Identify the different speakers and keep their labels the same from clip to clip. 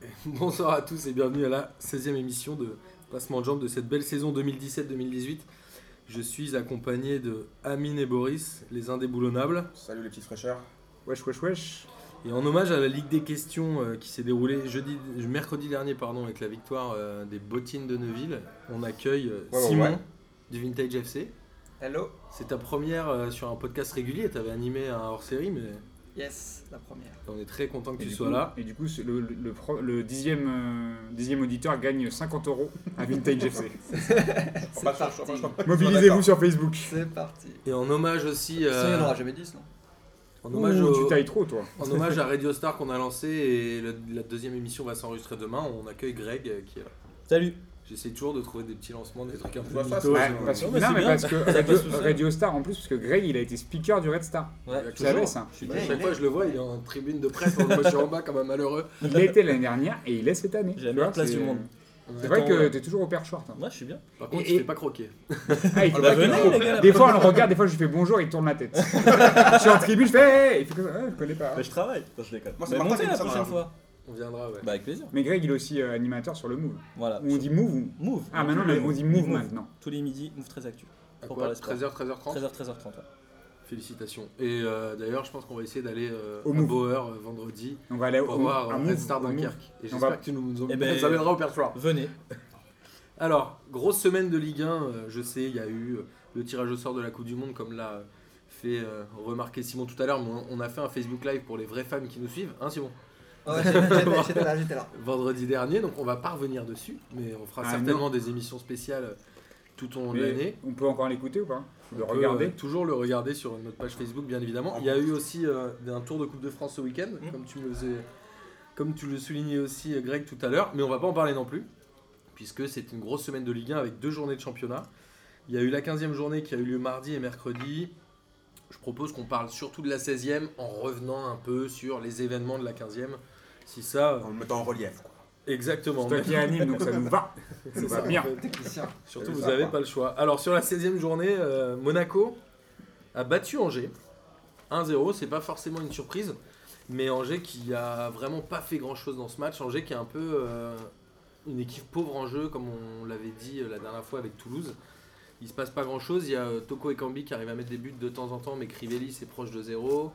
Speaker 1: Bonsoir à tous et bienvenue à la 16e émission de Passement de Jambes de cette belle saison 2017-2018. Je suis accompagné de Amine et Boris, les indéboulonnables.
Speaker 2: Salut les petites fraîcheurs.
Speaker 3: Wesh, wesh, wesh.
Speaker 1: Et en hommage à la Ligue des questions euh, qui s'est déroulée jeudi, mercredi dernier pardon, avec la victoire euh, des bottines de Neuville, on accueille euh,
Speaker 2: Ouais, ouais,
Speaker 1: Simon
Speaker 2: ouais.
Speaker 1: du Vintage FC.
Speaker 4: Hello
Speaker 1: C'est ta première euh, sur un podcast régulier, tu avais animé un hors-série, mais
Speaker 4: Yes, la première.
Speaker 1: on est très content que
Speaker 3: Et
Speaker 1: tu
Speaker 3: du
Speaker 1: sois
Speaker 3: coup-
Speaker 1: là.
Speaker 3: Et du coup, c'est le, le- le pro- le dixième, euh, dixième auditeur gagne 50 euros à Vintage FC.
Speaker 4: C'est
Speaker 2: pas sûr,
Speaker 4: parti.
Speaker 2: je crois- je crois-
Speaker 3: Mobilisez-vous sur Facebook.
Speaker 4: C'est parti.
Speaker 1: Et en hommage aussi...
Speaker 4: Ça, il n'y en
Speaker 1: euh,
Speaker 4: aura jamais 10, non
Speaker 1: en hommage
Speaker 3: Ouh,
Speaker 1: au-
Speaker 3: Tu tailles trop, toi.
Speaker 1: En hommage à Radio Star qu'on a lancé et le- la deuxième émission va s'enregistrer demain, on accueille Greg euh, qui est là.
Speaker 5: Salut.
Speaker 1: J'essaie toujours de trouver des petits lancements, des trucs un peu
Speaker 2: Ouais, ça,
Speaker 1: mythos,
Speaker 2: c'est-
Speaker 1: genre.
Speaker 3: Ouais, parce que,
Speaker 5: Non, mais
Speaker 3: non,
Speaker 5: c'est
Speaker 3: mais
Speaker 5: bien.
Speaker 3: parce que
Speaker 5: Ça
Speaker 3: Radio,
Speaker 5: passe tout seul.
Speaker 3: Radio Star, en plus, parce que Greg, il a été speaker du Red Star.
Speaker 5: Ouais.
Speaker 3: Tu
Speaker 1: Toujours.
Speaker 3: savais ça
Speaker 1: Je suis-
Speaker 4: Ouais,
Speaker 1: à euh, chaque
Speaker 4: ouais.
Speaker 1: fois que je le vois, il est en tribune de presse, donc moi je suis en bas quand même malheureux.
Speaker 3: Il l'a été l'année dernière et il l'est cette année.
Speaker 5: J'ai
Speaker 3: Tu
Speaker 5: la
Speaker 3: vois,
Speaker 5: meilleure place
Speaker 3: c'est-
Speaker 5: du monde.
Speaker 3: C'est vrai que
Speaker 5: Attends,
Speaker 3: t'es toujours au perchoir. toi.
Speaker 5: Moi, je suis bien.
Speaker 1: Par contre,
Speaker 3: Et-
Speaker 1: il se fait pas croquer.
Speaker 3: Ah, il fait
Speaker 2: bah,
Speaker 3: pas-
Speaker 2: venez,
Speaker 3: non.
Speaker 5: les gars, là.
Speaker 3: Des fois, on le regarde, des fois, je lui fais bonjour, il tourne la tête. je suis en tribune, je fais hey, il fait comme ça. Ah, je connais pas.
Speaker 5: Bah, je travaille. Attends, je déconne.
Speaker 2: Moi, c'est
Speaker 5: Mais
Speaker 2: Martin
Speaker 5: Bah, montez
Speaker 2: qui me
Speaker 5: la
Speaker 2: sort
Speaker 5: prochaine
Speaker 2: ça.
Speaker 5: fois.
Speaker 1: On viendra, ouais.
Speaker 5: Bah, avec plaisir.
Speaker 3: Mais Greg, il est aussi euh, animateur sur le Move.
Speaker 5: Voilà.
Speaker 3: Où on dit Move ou-
Speaker 5: Ah, Move.
Speaker 3: Ah, maintenant,
Speaker 5: Tous les-
Speaker 3: on dit Move maintenant.
Speaker 5: Tous les midis, Move très actu.
Speaker 1: À
Speaker 5: Pour
Speaker 1: quoi
Speaker 5: parler sport.
Speaker 1: 13h, 13h30
Speaker 5: 13h, 13h30. ouais.
Speaker 1: Félicitations. Et euh, d'ailleurs, je pense qu'on va essayer d'aller euh,
Speaker 3: Au
Speaker 1: à
Speaker 3: Move.
Speaker 1: Bauer euh, vendredi
Speaker 3: On va aller
Speaker 1: pour
Speaker 3: au,
Speaker 1: voir
Speaker 3: à
Speaker 1: euh,
Speaker 3: Move,
Speaker 1: Red Star
Speaker 3: au Move.
Speaker 1: Dunkerque. Et
Speaker 3: va-
Speaker 1: j'espère que tu nous, nous
Speaker 5: Eh ben-
Speaker 1: nous amèneras au perchoir.
Speaker 5: Venez.
Speaker 1: Alors, grosse semaine de Ligue 1, euh, je sais, il y a eu euh, le tirage au sort de la Coupe du Monde, comme l'a euh, fait euh, remarquer Simon tout à l'heure, mais on, on a fait un Facebook Live pour les vraies femmes qui nous suivent, hein Simon
Speaker 4: Ouais, j'étais- j'étais j'étais là, j'étais là.
Speaker 1: Vendredi dernier, donc on va pas revenir dessus, mais on fera
Speaker 3: Ah,
Speaker 1: certainement des émissions spéciales euh, tout au long de
Speaker 3: Mais
Speaker 1: l'année.
Speaker 3: On peut encore l'écouter ou pas
Speaker 1: On
Speaker 3: Le
Speaker 1: peut, euh,
Speaker 3: regarder.
Speaker 1: toujours le regarder sur notre page Facebook, bien évidemment. Il y a eu aussi euh, un tour de Coupe de France ce week-end,
Speaker 3: Mmh.
Speaker 5: Mm.
Speaker 1: comme tu me le faisais- comme tu le soulignais aussi, euh, Greg, tout à l'heure. Mais on va pas en parler non plus, puisque c'est une grosse semaine de Ligue 1 avec deux journées de championnat. Il y a eu la 15e journée qui a eu lieu mardi et mercredi. Je propose qu'on parle surtout de la 16e en revenant un peu sur les événements de la 15e. Si ça. euh,
Speaker 2: En le mettant en relief. quoi.
Speaker 1: Exactement.
Speaker 3: C'est toi
Speaker 1: mais-
Speaker 3: qui anime, donc ça nous va. Ça
Speaker 1: c'est
Speaker 3: nous
Speaker 1: ça,
Speaker 3: va
Speaker 1: en
Speaker 3: bien.
Speaker 1: fait.
Speaker 4: Technicien.
Speaker 1: Surtout,
Speaker 2: C'est
Speaker 1: vous
Speaker 2: ça,
Speaker 1: n'avez
Speaker 2: quoi.
Speaker 1: pas le choix. Alors, sur la 16e journée, euh, Monaco a battu Angers. 1-0, c'est pas forcément une surprise. Mais Angers qui a vraiment pas fait grand chose dans ce match. Angers qui est un peu euh, une équipe pauvre en jeu, comme on l'avait dit euh, la dernière fois avec Toulouse. Il se passe pas grand chose. Il y a euh, Toko et Cambi qui arrivent à mettre des buts de temps en temps, mais Crivelli c'est proche de zéro.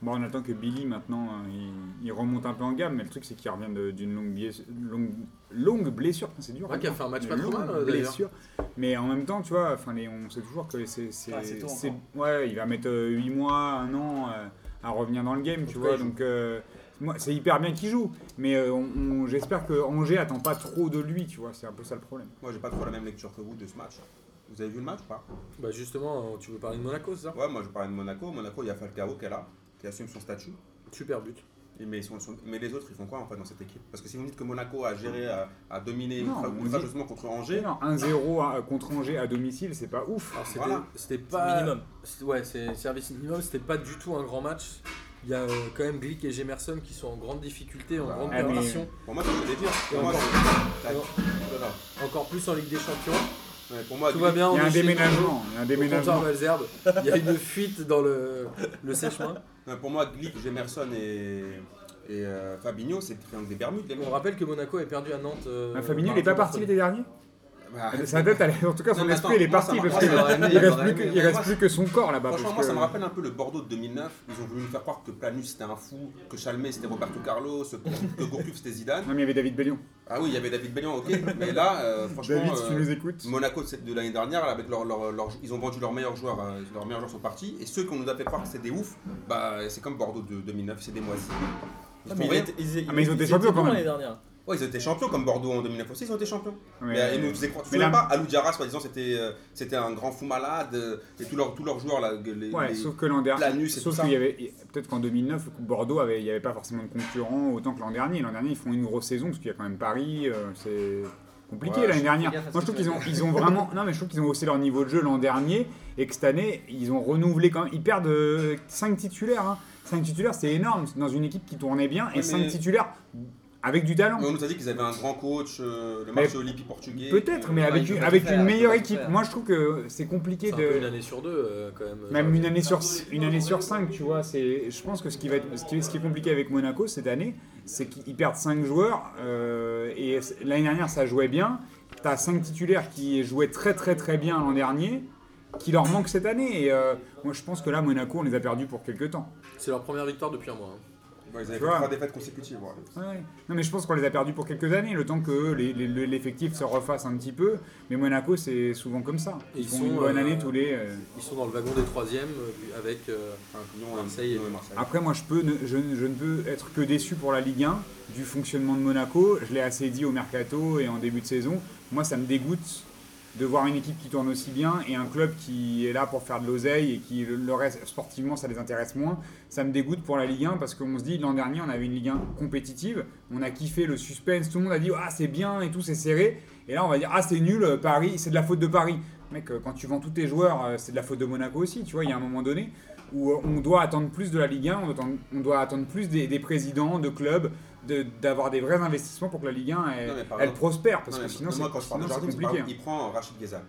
Speaker 3: Bon, on attend que Billy maintenant, euh, il, il remonte un peu en gamme, mais le truc c'est qu'il revient de- d'une longue, biais- longue, longue blessure. Enfin, C'est dur. hein.
Speaker 1: Ouais, qui a fait un match
Speaker 3: Une
Speaker 1: pas trop
Speaker 3: longue
Speaker 1: mal euh, d'ailleurs.
Speaker 3: blessure. Mais en même temps, tu vois, enfin, les- on sait toujours que c'est. c'est-
Speaker 4: Ah, c'est tôt
Speaker 3: c'est-
Speaker 4: encore.
Speaker 3: Ouais, il va mettre 8 mois, 1 an euh, à revenir dans le game, tu
Speaker 1: tout cas,
Speaker 3: vois.
Speaker 1: il joue.
Speaker 3: Donc, euh, moi, c'est hyper bien qu'il joue, mais euh, on- on- j'espère que Angers attend pas trop de lui, tu vois. C'est un peu ça le problème.
Speaker 2: Moi, j'ai pas trop la même lecture que vous de ce match. Vous avez vu le match ou pas
Speaker 1: Bah, justement, euh, tu veux parler de Monaco, c'est ça
Speaker 2: Ouais, moi, je parlais de Monaco. Monaco, il y a Falcao qui est là, qui assume son statut.
Speaker 1: Super but.
Speaker 2: Et Mais, ils sont- sont- mais les autres, ils font quoi en fait dans cette équipe Parce que si vous me dites que Monaco a géré, a, a dominé
Speaker 3: Non,
Speaker 2: ultra-
Speaker 3: on
Speaker 2: ultra
Speaker 3: dit-
Speaker 2: justement contre Angers,
Speaker 3: Non, 1-0 à- euh, contre Angers à domicile, c'est pas ouf.
Speaker 1: Alors, c'était
Speaker 2: Voilà.
Speaker 1: c'était
Speaker 5: C'est
Speaker 1: pas.
Speaker 5: Minimum.
Speaker 1: C'est- Ouais, c'est service minimum, c'était pas du tout un grand match. Il y a euh, quand même Glick et Gemerson qui sont en grande difficulté, en
Speaker 2: Bah,
Speaker 1: grande
Speaker 3: ah, mais-
Speaker 1: perversion.
Speaker 2: pour moi, c'est ce que je voulais dire. Pour moi,
Speaker 1: encore-
Speaker 2: c'est- la-
Speaker 1: Non.
Speaker 2: Oh là là.
Speaker 1: Encore plus en Ligue des Champions.
Speaker 2: Ouais, Pour moi,
Speaker 1: Tout va bien,
Speaker 3: Ah, Il y a
Speaker 1: on
Speaker 3: un
Speaker 1: est chez
Speaker 3: déménagement, il y a un
Speaker 1: nous, au comptoir
Speaker 3: déménagement.
Speaker 1: Malzerbe. Il y a une fuite dans le, le sèche-main.
Speaker 2: Non, pour moi, Glick, Gemerson et, et euh, Fabinho, c'est le triangle des Bermudes, les
Speaker 1: On
Speaker 2: gars.
Speaker 1: rappelle que Monaco est perdu à Nantes. euh,
Speaker 3: Ah, Fabinho,
Speaker 1: par
Speaker 3: il n'est pas
Speaker 1: un
Speaker 3: parti
Speaker 1: contre-
Speaker 3: l'été dernier
Speaker 1: Ah,
Speaker 2: Bah,
Speaker 3: Sa date, elle- en tout cas,
Speaker 2: Non,
Speaker 3: son
Speaker 2: mais
Speaker 3: esprit, il est
Speaker 2: attends, moi, ça
Speaker 3: parti
Speaker 2: m'a-
Speaker 3: parce qu'il
Speaker 2: moi, ça m'a aimé,
Speaker 3: reste
Speaker 2: j'aurais
Speaker 3: plus que-
Speaker 2: aimé.
Speaker 3: il reste
Speaker 2: Moi,
Speaker 3: plus que son corps là-bas.
Speaker 2: Franchement,
Speaker 3: parce
Speaker 2: moi, ça
Speaker 3: que-
Speaker 2: me rappelle un peu le Bordeaux de 2009. Ils ont voulu me faire croire que Planus c'était un fou, que Chalmé c'était Roberto Carlos, que Gourcuff c'était Zidane.
Speaker 3: Non, mais il y avait David Bellion.
Speaker 2: Ah oui, il y avait David Bellion, ok. Mais là, euh, franchement,
Speaker 3: David, si tu
Speaker 2: euh,
Speaker 3: nous écoutes.
Speaker 2: Monaco c'est de l'année dernière, là, avec leur, leur- leur- ils ont vendu leurs meilleurs joueurs, euh, leurs meilleurs joueurs sont partis. Et ceux qu'on nous a fait croire que c'est des oufs, bah, c'est comme Bordeaux de 2009, c'est des moisis. Ils,
Speaker 5: Ah,
Speaker 2: font
Speaker 5: mais
Speaker 2: rien.
Speaker 5: étaient- ils,
Speaker 3: Ah, mais ils ont été champions,
Speaker 5: étaient
Speaker 3: quand
Speaker 5: bons
Speaker 3: même.
Speaker 5: l'année dernière.
Speaker 2: Ouais, ils étaient champions comme Bordeaux en 2009 aussi, ils ont été champions.
Speaker 3: Ouais.
Speaker 2: Mais, euh, ils nous faisaient croire, tu te
Speaker 3: Mais
Speaker 2: souviens
Speaker 3: là-
Speaker 2: pas, Alou Diarra, soi-disant, c'était euh, c'était un grand fou malade, euh, et tous leurs tous leurs joueurs, là, les,
Speaker 3: Ouais,
Speaker 2: les-
Speaker 3: sauf que l'an dernier,
Speaker 2: Planus et tout
Speaker 3: sauf
Speaker 2: ça.
Speaker 3: qu'il y avait peut-être qu'en 2009, Bordeaux avait, il n'y avait pas forcément de concurrents autant que l'an dernier. L'an dernier, ils font une grosse saison parce qu'il y a quand même Paris, euh, c'est compliqué
Speaker 2: Ouais,
Speaker 3: l'année dernière.
Speaker 4: fais gaffe à ce
Speaker 3: Moi, je
Speaker 4: que
Speaker 3: trouve
Speaker 4: tu
Speaker 3: qu'ils
Speaker 4: vas
Speaker 3: ont, ils ont vraiment, non mais je trouve qu'ils ont haussé leur niveau de jeu l'an dernier et que cette année, ils ont renouvelé quand même. Ils perdent 5 titulaires. 5 titulaires, c'est énorme dans une équipe qui tournait bien et
Speaker 2: Ouais,
Speaker 3: 5
Speaker 2: mais-
Speaker 3: titulaires avec du talent.
Speaker 2: Mais on nous a dit qu'ils avaient un grand coach, euh, le
Speaker 3: Mais
Speaker 2: marché Olympique portugais.
Speaker 3: Peut-être,
Speaker 2: Euh,
Speaker 3: mais
Speaker 4: Ouais,
Speaker 3: avec,
Speaker 4: ils
Speaker 3: une-
Speaker 4: peuvent
Speaker 3: avec
Speaker 4: faire,
Speaker 3: une
Speaker 4: ils
Speaker 3: meilleure
Speaker 4: peuvent
Speaker 3: équipe.
Speaker 4: faire.
Speaker 3: Moi, je trouve que c'est compliqué
Speaker 1: C'est un peu une
Speaker 3: de.
Speaker 1: année sur deux, euh, quand même.
Speaker 3: Même une année sur, une année sur cinq, tu vois. c'est- Je pense que ce qui, va être, ce, qui, ce qui est compliqué avec Monaco cette année, c'est qu'ils perdent 5 joueurs. euh, et c- l'année dernière, ça jouait bien. T'as 5 titulaires qui jouaient très très très bien l'an dernier, qui leur manquent cette année. Et euh, moi, je pense que là, Monaco, on les a perdus pour quelques temps.
Speaker 1: C'est leur première victoire depuis un mois. hein.
Speaker 2: Bon, ils avaient
Speaker 3: Tu
Speaker 2: fait
Speaker 3: vois.
Speaker 2: trois défaites consécutives. voilà.
Speaker 3: Ouais, ouais. Non, mais je pense qu'on les a perdus pour quelques années, le temps que euh, les- les- l'effectif se refasse un petit peu. Mais Monaco, c'est souvent comme ça.
Speaker 1: Et
Speaker 3: Ils,
Speaker 1: ils
Speaker 3: font
Speaker 1: sont,
Speaker 3: une bonne
Speaker 1: euh,
Speaker 3: année tous les. euh,
Speaker 1: Ils sont dans le wagon des troisièmes euh, avec. euh,
Speaker 2: Enfin, Lyon et
Speaker 1: Marseille.
Speaker 2: Lyon et Marseille.
Speaker 3: Après, moi, je, peux ne- je, ne- je ne peux être que déçu pour la Ligue 1 du fonctionnement de Monaco. Je l'ai assez dit au mercato et en début de saison. Moi, ça me dégoûte de voir une équipe qui tourne aussi bien et un club qui est là pour faire de l'oseille et qui le- le reste sportivement ça les intéresse moins. Ça me dégoûte pour la Ligue 1 parce qu'on se dit l'an dernier on avait une Ligue 1 compétitive, on a kiffé le suspense, tout le monde a dit ah c'est bien et tout c'est serré et là on va dire ah c'est nul Paris, c'est de la faute de Paris. Mec euh, quand tu vends tous tes joueurs euh, c'est de la faute de Monaco aussi, tu vois, il y a un moment donné où euh, on doit attendre plus de la Ligue 1, on attend- on doit attendre plus des, des présidents de clubs, de- d'avoir des vrais investissements pour que la Ligue 1 elle,
Speaker 2: Non, mais par
Speaker 3: elle
Speaker 2: exemple-
Speaker 3: prospère parce
Speaker 2: Non,
Speaker 3: que
Speaker 2: mais
Speaker 3: sinon
Speaker 2: non,
Speaker 3: c'est
Speaker 2: moi, quand je parle de
Speaker 3: sinon, c'est
Speaker 2: Jardim, c'est par
Speaker 3: compliqué. hein.
Speaker 2: exemple, il prend Rachid Ghezal.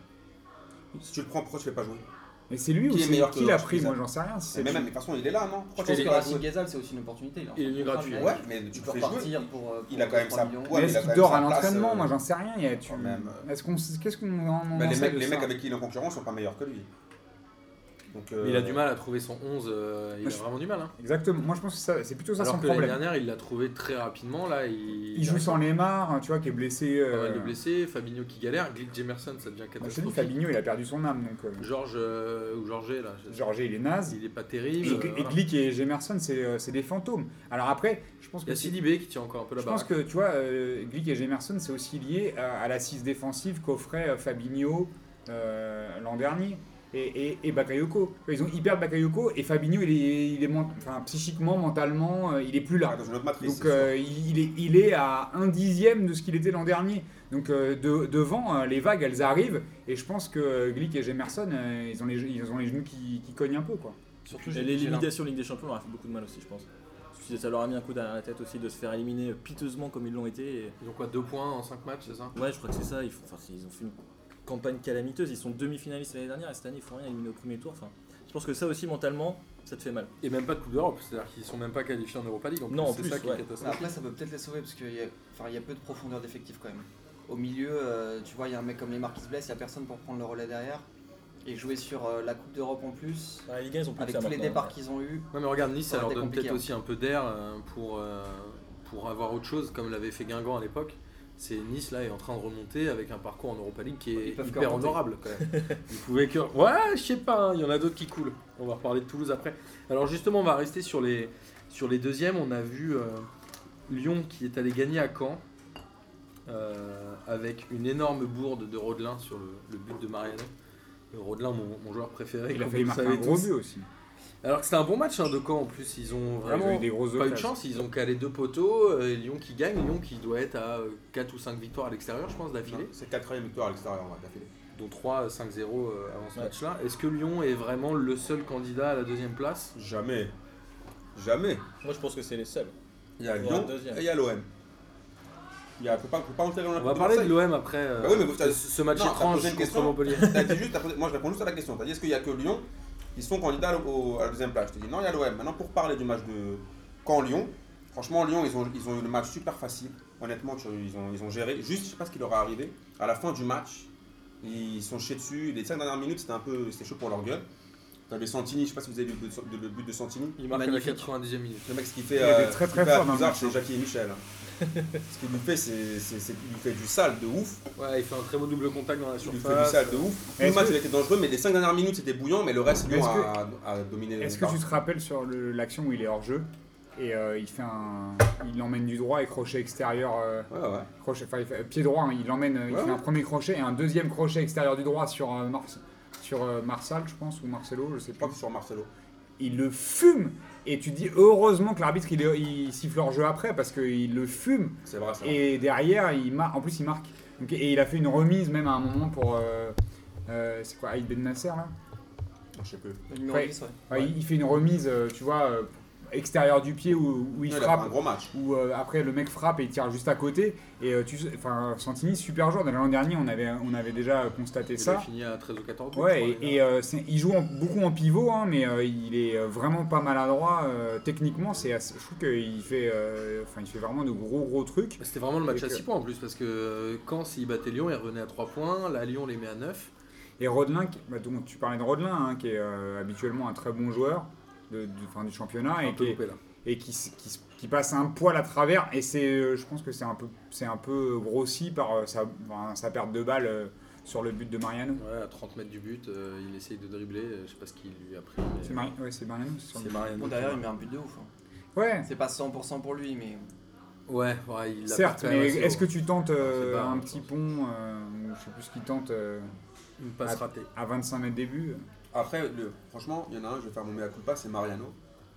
Speaker 2: Si tu le prends, pourquoi tu ne fais pas jouer
Speaker 3: Mais hein. c'est lui
Speaker 2: Qui
Speaker 3: ou
Speaker 2: est
Speaker 3: c'est
Speaker 2: meilleur
Speaker 3: qui
Speaker 2: que
Speaker 3: l'a
Speaker 2: Rachid
Speaker 3: pris
Speaker 2: Ghezal
Speaker 3: Moi j'en sais rien. si
Speaker 2: mais
Speaker 3: c'est
Speaker 2: même,
Speaker 3: lui.
Speaker 2: mais de toute façon, il est là, non
Speaker 4: Je
Speaker 2: Pourquoi
Speaker 4: pense
Speaker 2: tu
Speaker 4: que
Speaker 2: le fais
Speaker 4: Racing
Speaker 2: jouer
Speaker 4: Gazal, c'est aussi une opportunité. Il est en
Speaker 1: Il est venu
Speaker 4: contrat,
Speaker 1: gratuit.
Speaker 4: mais
Speaker 2: Ouais, mais tu
Speaker 4: il
Speaker 2: le
Speaker 4: peut
Speaker 2: fais jouer.
Speaker 4: repartir pour. euh,
Speaker 2: Il
Speaker 4: pour
Speaker 2: a quand même
Speaker 4: 3
Speaker 2: sa-
Speaker 4: millions.
Speaker 2: ouais,
Speaker 3: Mais
Speaker 2: mais il a
Speaker 3: Est-ce
Speaker 2: quand
Speaker 3: qu'il
Speaker 2: même
Speaker 3: dort
Speaker 2: sa
Speaker 3: à
Speaker 2: place,
Speaker 3: l'entraînement
Speaker 2: euh,
Speaker 3: Moi j'en sais rien. il y a- tu-
Speaker 2: quand même, euh,
Speaker 3: Est-ce qu'on qu'est-ce qu'on en
Speaker 2: Bah,
Speaker 3: en
Speaker 2: les,
Speaker 3: sait
Speaker 2: mecs,
Speaker 3: de
Speaker 2: les
Speaker 3: ça
Speaker 2: mecs avec qui il est en concurrence sont pas meilleurs que lui. Donc, euh,
Speaker 1: Il a du mal à trouver son 11. euh, il
Speaker 3: moi,
Speaker 1: a
Speaker 3: je-
Speaker 1: vraiment du mal. hein.
Speaker 3: Exactement. Moi je pense que ça- c'est plutôt ça son
Speaker 1: Alors que l'année
Speaker 3: problème.
Speaker 1: dernière, il l'a trouvé très rapidement. Là, il,
Speaker 3: Il joue sans Neymar, hein, tu vois, qui est blessé.
Speaker 1: Pas mal
Speaker 3: euh,
Speaker 1: de blessés. Fabinho qui galère. Glick Jemerson, ça devient
Speaker 3: moi, je te dis,
Speaker 1: catastrophique.
Speaker 3: Fabinho, il a perdu son âme donc. euh,
Speaker 1: Georges euh, ou Georges là. je-
Speaker 3: Georges, il est naze.
Speaker 1: Il est pas
Speaker 3: Et,
Speaker 1: terrible. euh,
Speaker 3: et
Speaker 1: voilà.
Speaker 3: Glick et Gemerson, c'est euh, c'est des fantômes. Alors après, je pense
Speaker 1: Il y
Speaker 3: que
Speaker 1: a
Speaker 3: si-
Speaker 1: Sidibé qui tient encore un peu la
Speaker 3: Je
Speaker 1: barre.
Speaker 3: pense que tu vois, euh, Glick et Gemerson, c'est aussi lié à, à l'assise défensive qu'offrait euh, Fabinho euh, l'an dernier et, et, et Bakayoko. Ils, ont, ils perdent Bakayoko et Fabinho, il est, il est mon- enfin, psychiquement, mentalement, euh, il est plus là.
Speaker 2: ah, dans une autre matrice.
Speaker 3: Donc
Speaker 2: c'est sûr.
Speaker 3: euh, il, il est, il est à un dixième de ce qu'il était l'an dernier. Donc euh, de- devant, euh, les vagues, elles arrivent. Et je pense que euh, Glick et Gemerson, euh, ils, ont les, ils ont les genoux qui, qui cognent un peu. quoi.
Speaker 4: Surtout,
Speaker 5: Et
Speaker 4: j'ai- j'ai l'impression-
Speaker 5: L'élimination Ligue des Champions leur a fait beaucoup de mal aussi, je pense. Parce que ça leur a mis un coup derrière la tête aussi de se faire éliminer piteusement comme ils l'ont été. et-
Speaker 1: Ils ont quoi 2 points en 5 matchs, c'est ça
Speaker 5: Ouais, je crois que c'est ça. Ils, font- enfin, c'est- ils ont fait une campagne calamiteuse. Ils sont demi-finalistes l'année dernière et cette année, ils font rien éliminer au premier tour. Enfin, je pense que ça aussi, mentalement, ça te fait mal.
Speaker 1: Et même pas de Coupe d'Europe, c'est-à-dire qu'ils sont même pas qualifiés en Europa League. En
Speaker 5: Non, en
Speaker 1: c'est
Speaker 5: plus,
Speaker 1: ça qui
Speaker 5: ouais.
Speaker 1: est catastrophique.
Speaker 4: Alors là, hein. ça peut peut-être les sauver parce qu'il y, a- enfin, il y a peu de profondeur d'effectif quand même. Au milieu, euh, tu vois, il y a un mec comme Neymar qui se blesse, il n'y a personne pour prendre le relais derrière. Et jouer sur euh, la Coupe d'Europe en plus,
Speaker 5: Dans Bah, la Ligue 1, ils ont plus
Speaker 4: avec
Speaker 5: que ça
Speaker 4: tous les
Speaker 5: maintenant,
Speaker 4: départs
Speaker 5: hein.
Speaker 4: qu'ils ont eu.
Speaker 1: Non mais regarde, Nice,
Speaker 4: Ça
Speaker 1: ça
Speaker 4: aurait
Speaker 1: leur
Speaker 4: été
Speaker 1: donne peut-être aussi
Speaker 4: compliqué, hein.
Speaker 1: un peu d'air euh, pour, euh, pour avoir autre chose, comme l'avait fait Guingamp à l'époque. C'est Nice là est en train de remonter avec un parcours en Europa League qui est
Speaker 4: Ils peuvent que
Speaker 1: hyper
Speaker 4: remonter.
Speaker 1: honorable quand même. Ils pouvaient que. Ouais, je sais pas, hein, il y en a d'autres qui coulent. On va reparler de Toulouse après. Alors justement, on va rester sur les, sur les deuxièmes. On a vu euh, Lyon qui est allé gagner à Caen euh, avec une énorme bourde de Rodelin sur le, le but de Mariano. Euh, Rodelin, mon, mon joueur préféré.
Speaker 3: Il a
Speaker 1: comme
Speaker 3: failli
Speaker 1: vous
Speaker 3: marquer
Speaker 1: savez
Speaker 3: un gros
Speaker 1: tous.
Speaker 3: but aussi.
Speaker 1: Alors que c'était un bon match hein, de Caen en plus. Ils ont
Speaker 3: Ils ont eu
Speaker 1: vraiment
Speaker 3: des grosses
Speaker 1: pas eu de
Speaker 3: occasions.
Speaker 1: chance, ils ont calé deux poteaux, euh, et Lyon qui gagne, Lyon qui doit être à 4 ou 5 victoires à l'extérieur, je pense,
Speaker 2: Non,
Speaker 1: d'affilée,
Speaker 2: C'est 4 victoire à l'extérieur, ouais, d'affilée.
Speaker 1: dont 3 5-0 euh, avant ce
Speaker 5: Ouais.
Speaker 1: match-là. Est-ce que Lyon est vraiment le seul candidat à la deuxième place
Speaker 2: Jamais. Jamais.
Speaker 5: Moi, je pense que c'est les seuls.
Speaker 2: Il y a
Speaker 5: Ouais,
Speaker 2: Lyon
Speaker 5: deuxième.
Speaker 2: et il y a l'OM. Il y a, faut pas, faut pas entrer dans la
Speaker 1: On va parler de l'OM après euh,
Speaker 2: Bah oui, mais vous-
Speaker 1: ce, ce match
Speaker 2: non, t'as
Speaker 1: étrange
Speaker 2: posé une
Speaker 1: contre
Speaker 2: question.
Speaker 1: Montpellier.
Speaker 2: T'as dit juste, t'as posé- moi je réponds juste à la question. T'as dit est-ce qu'il y a que Lyon qui sont candidats au, au- à la deuxième place Je t'ai dit non, il y a l'OM. Maintenant, pour parler du match de Caen-Lyon, franchement, Lyon, ils ont, ils ont eu le match super facile. Honnêtement, tu- ils, ont, ils ont géré. Juste, je sais pas ce qui leur est arrivé. À la fin du match, ils sont chiés dessus. Les cinq dernières minutes, c'était un peu c'était chaud pour leur gueule. T'avais Santini, je sais pas si vous avez vu le but de, le but de Santini.
Speaker 1: Il marque à la
Speaker 4: Magnifique.
Speaker 1: 90e minute.
Speaker 2: Le mec, ce qu'il fait,
Speaker 3: Il
Speaker 2: euh,
Speaker 3: était très,
Speaker 2: ce
Speaker 3: très
Speaker 2: qu'il fait à
Speaker 3: fort dans le
Speaker 2: Trouzard,
Speaker 3: match, hein.
Speaker 2: c'est Jackie et Michel. ce qu'il lui fait, c'est c'est- c'est qu'il lui fait du sale de ouf.
Speaker 1: Ouais, il fait un très beau double contact dans la
Speaker 2: Il fait du
Speaker 1: surface.
Speaker 2: sale de ouf. Tout le
Speaker 3: Est-ce
Speaker 2: match
Speaker 3: que-
Speaker 2: il était dangereux, mais les 5 dernières minutes c'était bouillant, mais le reste Lyon
Speaker 3: Est-ce
Speaker 2: a, a dominé. hein.
Speaker 3: Est-ce que tu te rappelles sur le- l'action où il est hors jeu et euh, il fait un, il l'emmène du droit et crochet extérieur, euh,
Speaker 2: Ouais, ouais.
Speaker 3: crochet, enfin il fait- pied droit, hein, il l'emmène, euh, il
Speaker 2: Ouais,
Speaker 3: fait
Speaker 2: ouais.
Speaker 3: un premier crochet et un deuxième crochet extérieur du droit sur euh, Mars, sur euh, Marsal, je pense ou Marcelo, je sais
Speaker 2: Je
Speaker 3: pas.
Speaker 2: crois que sur Marcelo.
Speaker 3: Il le fume et tu te dis heureusement que l'arbitre il, est- il siffle hors jeu après parce qu'il le fume
Speaker 2: C'est vrai, c'est vrai.
Speaker 3: et derrière il marque, en plus il marque. Donc, et il a fait une remise même à un moment pour, euh, euh, c'est quoi, Aïd Ben Nasser là.
Speaker 2: Je sais plus.
Speaker 4: Le numéro
Speaker 3: Ouais.
Speaker 4: 10, ouais.
Speaker 3: Ouais, Il il fait une remise, euh, tu vois, euh, extérieur du pied où, où il
Speaker 2: Il a fait
Speaker 3: frappe.
Speaker 2: un gros match.
Speaker 3: où euh, après le mec frappe et il tire juste à côté. Et euh, tu sais, enfin, Santini, super joueur. L'an dernier, on avait, on avait déjà constaté
Speaker 1: Il a
Speaker 3: ça.
Speaker 1: fini à 13 ou 14 buts,
Speaker 3: Ouais,
Speaker 1: je crois,
Speaker 3: et, et, euh, c'est- il joue en- beaucoup en pivot, hein, mais euh, il est euh, vraiment pas maladroit. euh, techniquement, c'est assez- je trouve qu'il fait, euh, enfin, il fait vraiment de gros gros trucs.
Speaker 1: C'était vraiment le match
Speaker 3: Et
Speaker 1: à
Speaker 3: que-
Speaker 1: 6 points en plus, parce que euh, quand s'il battait Lyon, il revenait à 3 points, là Lyon les met à 9.
Speaker 3: Et Rodelin, qui- bah, donc, tu parlais de Rodelin, hein, qui est euh, habituellement un très bon joueur de, du, enfin, du championnat
Speaker 1: Un
Speaker 3: Ah, et qui,
Speaker 1: peu
Speaker 3: est-
Speaker 1: loupé là.
Speaker 3: et qui, s- qui s- qui passe un poil à travers. Et c'est, euh, je pense que c'est un peu, c'est un peu grossi par euh, sa, enfin, sa perte de balle euh, sur le but de Mariano.
Speaker 1: Ouais, à 30 mètres du but, euh, il essaye de dribbler, euh, je sais pas ce qu'il lui a pris. mais-
Speaker 3: C'est Mariano, ouais, c'est Mariano. c'est sur le-
Speaker 1: C'est Mariano.
Speaker 4: Bon, derrière, il met un but de ouf. hein.
Speaker 3: Ouais,
Speaker 4: C'est pas 100% pour lui, mais
Speaker 1: Ouais, ouais, il l'a
Speaker 3: certes,
Speaker 1: pris quand même
Speaker 3: mais
Speaker 1: assez
Speaker 3: est-ce
Speaker 1: haut.
Speaker 3: que tu tentes euh,
Speaker 1: C'est pas-
Speaker 3: un petit pont, euh, ou je sais plus ce qu'il tente, euh,
Speaker 1: Une passe ratée.
Speaker 3: à 25 mètres début
Speaker 2: Après, le- franchement, il y en a un, je vais faire mon mea culpa, c'est Mariano.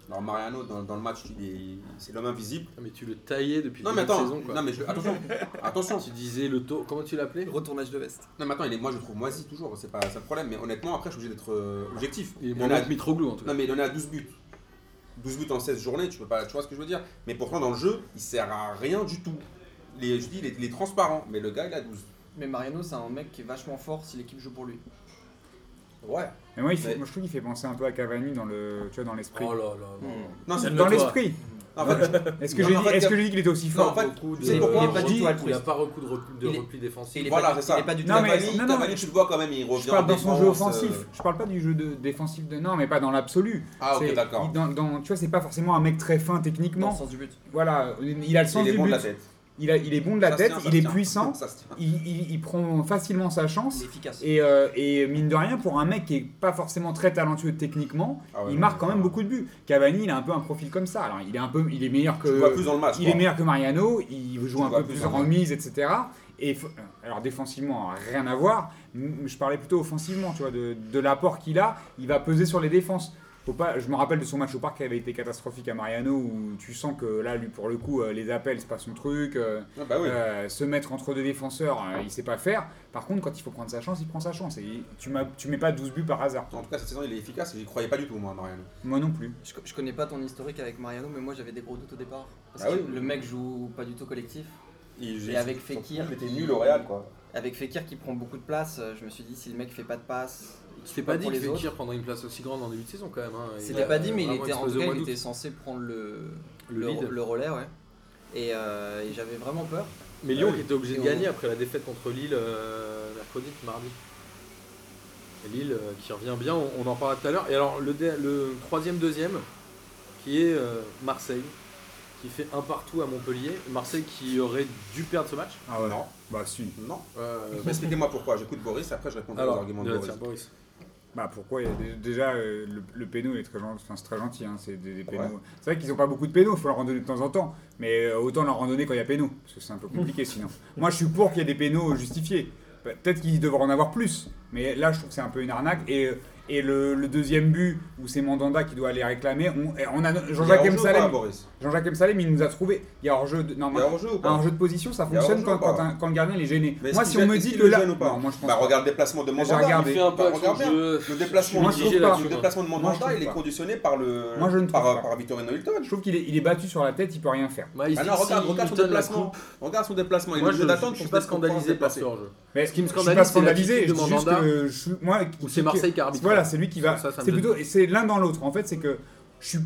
Speaker 2: Alors, Mariano, dans, dans le match, il est- c'est l'homme invisible.
Speaker 1: Ah, Mais tu le taillais depuis
Speaker 2: Non,
Speaker 1: le
Speaker 2: mais
Speaker 1: début de
Speaker 2: attends,
Speaker 1: saison quoi.
Speaker 2: non, mais je- attention, attention.
Speaker 1: Tu disais le taux, comment tu l'appelais
Speaker 4: retournage de veste.
Speaker 2: Non, mais attends, il est, moi je le trouve moisi toujours, c'est pas ça le problème, mais honnêtement, après, je suis obligé d'être euh, objectif.
Speaker 1: Il est
Speaker 2: en
Speaker 1: moins
Speaker 2: a-
Speaker 1: bon que Mitroglou en tout
Speaker 2: Non
Speaker 1: cas.
Speaker 2: mais il en est à 12 buts. 12 buts en 16 journées, tu peux pas, tu vois ce que je veux dire Mais pourtant dans le jeu, il sert à rien du tout. Les, je dis, il est, il est transparent, mais le gars il a 12.
Speaker 4: Mais Mariano, c'est un mec qui est vachement fort si l'équipe joue pour lui.
Speaker 2: Ouais.
Speaker 3: Et moi, il fait-
Speaker 2: Mais-
Speaker 3: moi, je trouve qu'il fait penser un peu à Cavani dans le, tu vois, dans l'esprit.
Speaker 1: Oh là là.
Speaker 4: Hmm.
Speaker 2: Non, c'est
Speaker 3: dans l'esprit.
Speaker 2: en fait,
Speaker 3: Est-ce que
Speaker 2: Non,
Speaker 3: j'ai
Speaker 2: mais en
Speaker 3: dit,
Speaker 2: fait,
Speaker 3: est-ce
Speaker 2: il
Speaker 3: que
Speaker 2: y
Speaker 3: j'ai dit qu'il était aussi
Speaker 2: Non,
Speaker 3: fort
Speaker 2: en fait,
Speaker 1: Beaucoup de-
Speaker 2: c'est pourquoi
Speaker 1: il
Speaker 4: il est pas du tout
Speaker 1: il a
Speaker 4: altruiste.
Speaker 1: pas beaucoup de repli, de
Speaker 2: Il est-
Speaker 1: repli défensif.
Speaker 4: Et il est
Speaker 2: Voilà,
Speaker 4: pas,
Speaker 2: c'est ça.
Speaker 4: Il est pas du tout
Speaker 3: Non, mais-
Speaker 2: Cavani,
Speaker 3: non, non,
Speaker 2: Cavani,
Speaker 3: mais-
Speaker 2: tu le vois quand même, il revient
Speaker 3: Je parle
Speaker 2: en
Speaker 3: dans son
Speaker 2: défense,
Speaker 3: jeu offensif.
Speaker 2: euh,
Speaker 3: Je parle pas du jeu de, défensif de. Non, mais pas dans l'absolu.
Speaker 2: Ah ok,
Speaker 3: C'est-
Speaker 2: d'accord.
Speaker 3: il- Dans, dans- tu vois, c'est pas forcément un mec très fin
Speaker 4: dans le
Speaker 3: techniquement.
Speaker 4: sens du but.
Speaker 3: Voilà, il a le sens
Speaker 2: Il est
Speaker 3: du
Speaker 2: bon de
Speaker 3: but.
Speaker 2: la tête.
Speaker 3: Il, a- il est bon de la
Speaker 2: Ça se
Speaker 3: tête.
Speaker 2: tient, ça
Speaker 3: il
Speaker 2: se
Speaker 3: est
Speaker 2: tient.
Speaker 3: puissant.
Speaker 2: Ça se tient.
Speaker 3: il, il- il prend facilement sa chance.
Speaker 4: Il est efficace.
Speaker 3: Et, euh, et mine de rien, pour un mec qui est pas forcément très talentueux techniquement,
Speaker 2: Ah ouais,
Speaker 3: il
Speaker 2: non,
Speaker 3: marque
Speaker 2: mais
Speaker 3: quand
Speaker 2: ça
Speaker 3: même
Speaker 2: va.
Speaker 3: beaucoup de buts. Cavani, il a un peu un profil comme ça. Alors, il est un peu, il est meilleur
Speaker 2: Tu le vois
Speaker 3: que,
Speaker 2: plus dans le match.
Speaker 3: il
Speaker 2: quoi.
Speaker 3: est meilleur que Mariano. Il joue
Speaker 2: le
Speaker 3: un
Speaker 2: vois
Speaker 3: peu
Speaker 2: plus
Speaker 3: plus
Speaker 2: en
Speaker 3: en remise, etc. Et f- alors défensivement, rien à voir. M- Je parlais plutôt offensivement, tu vois, de, de l'apport qu'il a. Il va peser sur les défenses. Faut pas, je me rappelle de son match au parc qui avait été catastrophique à Mariano, où tu sens que là, lui, pour le coup, euh, les appels, c'est pas son truc. euh,
Speaker 2: Ah, bah oui.
Speaker 3: euh, se mettre entre deux défenseurs, euh, il sait pas faire. Par contre, quand il faut prendre sa chance, il prend sa chance. Et il- tu, m'as- tu mets pas 12 buts par hasard.
Speaker 2: En tout cas cette saison il est efficace et j'y croyais pas du tout moi Mariano.
Speaker 3: Moi non plus.
Speaker 4: Je, co- je connais pas ton historique avec Mariano, mais moi j'avais des gros doutes au départ. Parce
Speaker 2: Ah
Speaker 4: que
Speaker 2: oui.
Speaker 4: le mec joue pas du tout collectif.
Speaker 2: Il,
Speaker 4: Et avec Fekir,
Speaker 2: était
Speaker 4: il-
Speaker 2: nul au Real quoi.
Speaker 4: Avec Fekir qui prend beaucoup de place, euh, je me suis dit si le mec fait pas de passe. il
Speaker 1: Je
Speaker 4: fait
Speaker 1: t'ai pas dit
Speaker 4: pour
Speaker 1: que
Speaker 4: les autres.
Speaker 1: Fekir prendrait une place aussi grande en début de saison quand même. hein. Il
Speaker 4: C'était
Speaker 1: a
Speaker 4: pas dit, mais Bah, il
Speaker 1: vraiment
Speaker 4: était, en
Speaker 1: explosé
Speaker 4: tout
Speaker 1: au
Speaker 4: cas,
Speaker 1: mois
Speaker 4: il
Speaker 1: d'août.
Speaker 4: était censé prendre le,
Speaker 1: Le
Speaker 4: le-
Speaker 1: lead.
Speaker 4: le relais, ouais. Et, euh, et j'avais vraiment peur.
Speaker 1: Mais Lyon
Speaker 4: Ouais.
Speaker 1: qui était Bah obligé de
Speaker 4: Et
Speaker 1: gagner
Speaker 4: on-
Speaker 1: après la défaite contre Lille euh, mercredi, mardi. Et Lille euh, qui revient bien, on, on en parlera tout à l'heure. Et alors le, dé- le troisième, deuxième, qui est euh, Marseille, qui fait un partout à Montpellier. Marseille qui aurait dû perdre ce match.
Speaker 3: Ah ouais.
Speaker 2: Non,
Speaker 3: Bah si.
Speaker 2: non.
Speaker 1: Euh,
Speaker 2: Mais Expliquez-moi pourquoi. J'écoute Boris, après je réponds aux
Speaker 1: alors,
Speaker 2: arguments de
Speaker 1: euh,
Speaker 2: Boris.
Speaker 1: tiens, Boris.
Speaker 3: Bah pourquoi il y a des- Déjà, euh, le, le péno est très gentil. Enfin, c'est très gentil. hein, c'est des, des pénos. C'est vrai qu'ils ont pas beaucoup de pénos. Faut leur en donner de temps en temps. Mais euh, autant leur en donner quand il y a péno, parce que c'est un peu compliqué sinon. Moi, je suis pour qu'il y ait des pénaux justifiés. Pe- Peut-être qu'ils devraient en avoir plus. Mais là, je trouve que c'est un peu une arnaque. Et euh, et le, le deuxième but où c'est Mandanda qui doit aller réclamer, on, on a Jean-Jacques
Speaker 2: Il y a hors-jeu ou pas,
Speaker 3: Msalem.
Speaker 2: Boris.
Speaker 3: Jean-Jacques Emsalem, il nous a trouvé. Il y a hors-jeu.
Speaker 2: Il
Speaker 3: De...
Speaker 2: y a
Speaker 3: Normalement,
Speaker 2: hors-jeu ou
Speaker 3: un
Speaker 2: pas
Speaker 3: jeu de position, ça
Speaker 2: Il y a
Speaker 3: fonctionne
Speaker 2: hors-jeu
Speaker 3: quand,
Speaker 2: ou pas
Speaker 3: quand, un- quand le gardien il est gêné.
Speaker 2: Mais est-ce
Speaker 3: moi,
Speaker 2: qu'il
Speaker 3: si on
Speaker 2: gêne-
Speaker 3: me
Speaker 2: est-ce
Speaker 3: dit
Speaker 2: qu'il
Speaker 3: que
Speaker 2: le
Speaker 3: là.
Speaker 2: gêne ou pas
Speaker 3: Non, moi, je pense
Speaker 2: Bah,
Speaker 3: pas.
Speaker 2: regarde le déplacement de Mandanda.
Speaker 3: regarde.
Speaker 1: Il
Speaker 2: Il
Speaker 1: fait un peu
Speaker 2: bah,
Speaker 1: action
Speaker 2: regarde bien.
Speaker 1: jeu.
Speaker 2: Le déplacement,
Speaker 3: Moi,
Speaker 2: de
Speaker 3: je trouve
Speaker 1: mitigé
Speaker 3: pas.
Speaker 2: le
Speaker 1: là-dessus, moi.
Speaker 2: déplacement de
Speaker 3: Moi, je
Speaker 2: Mandanda,
Speaker 3: trouve
Speaker 2: il est
Speaker 3: pas.
Speaker 2: conditionné par le
Speaker 3: Moi, je ne
Speaker 2: par,
Speaker 3: trouve pas.
Speaker 2: par Vittorino Hilton.
Speaker 3: Je trouve qu'il est, il est battu sur la tête, il peut rien faire.
Speaker 1: Bah, il
Speaker 2: Ah
Speaker 1: se
Speaker 2: non,
Speaker 1: dit que
Speaker 2: regarde,
Speaker 1: si
Speaker 2: regarde
Speaker 1: il
Speaker 2: son
Speaker 1: donne la
Speaker 2: déplacement.
Speaker 1: coupe,
Speaker 2: Regarde son déplacement. Il est
Speaker 1: Moi, je,
Speaker 2: obligé d'attendre
Speaker 1: je suis
Speaker 2: son
Speaker 1: pas
Speaker 2: déplacement pour
Speaker 1: scandalisé par
Speaker 2: pouvoir se
Speaker 1: ce
Speaker 2: déplacer.
Speaker 1: hors-jeu.
Speaker 3: Mais
Speaker 1: Ce qui me
Speaker 3: je suis
Speaker 1: scandalise,
Speaker 3: pas
Speaker 1: c'est
Speaker 3: scandalisé,
Speaker 1: l'attitude
Speaker 3: je
Speaker 1: de
Speaker 3: dis juste
Speaker 1: Mandanda.
Speaker 3: que je suis- moi, qui-
Speaker 1: Ou c'est Marseille qui arbitre.
Speaker 3: Voilà, c'est lui qui va.
Speaker 1: Ça, ça me
Speaker 3: C'est
Speaker 1: gêne.
Speaker 3: plutôt, et c'est l'un dans l'autre. En fait, c'est que je suis.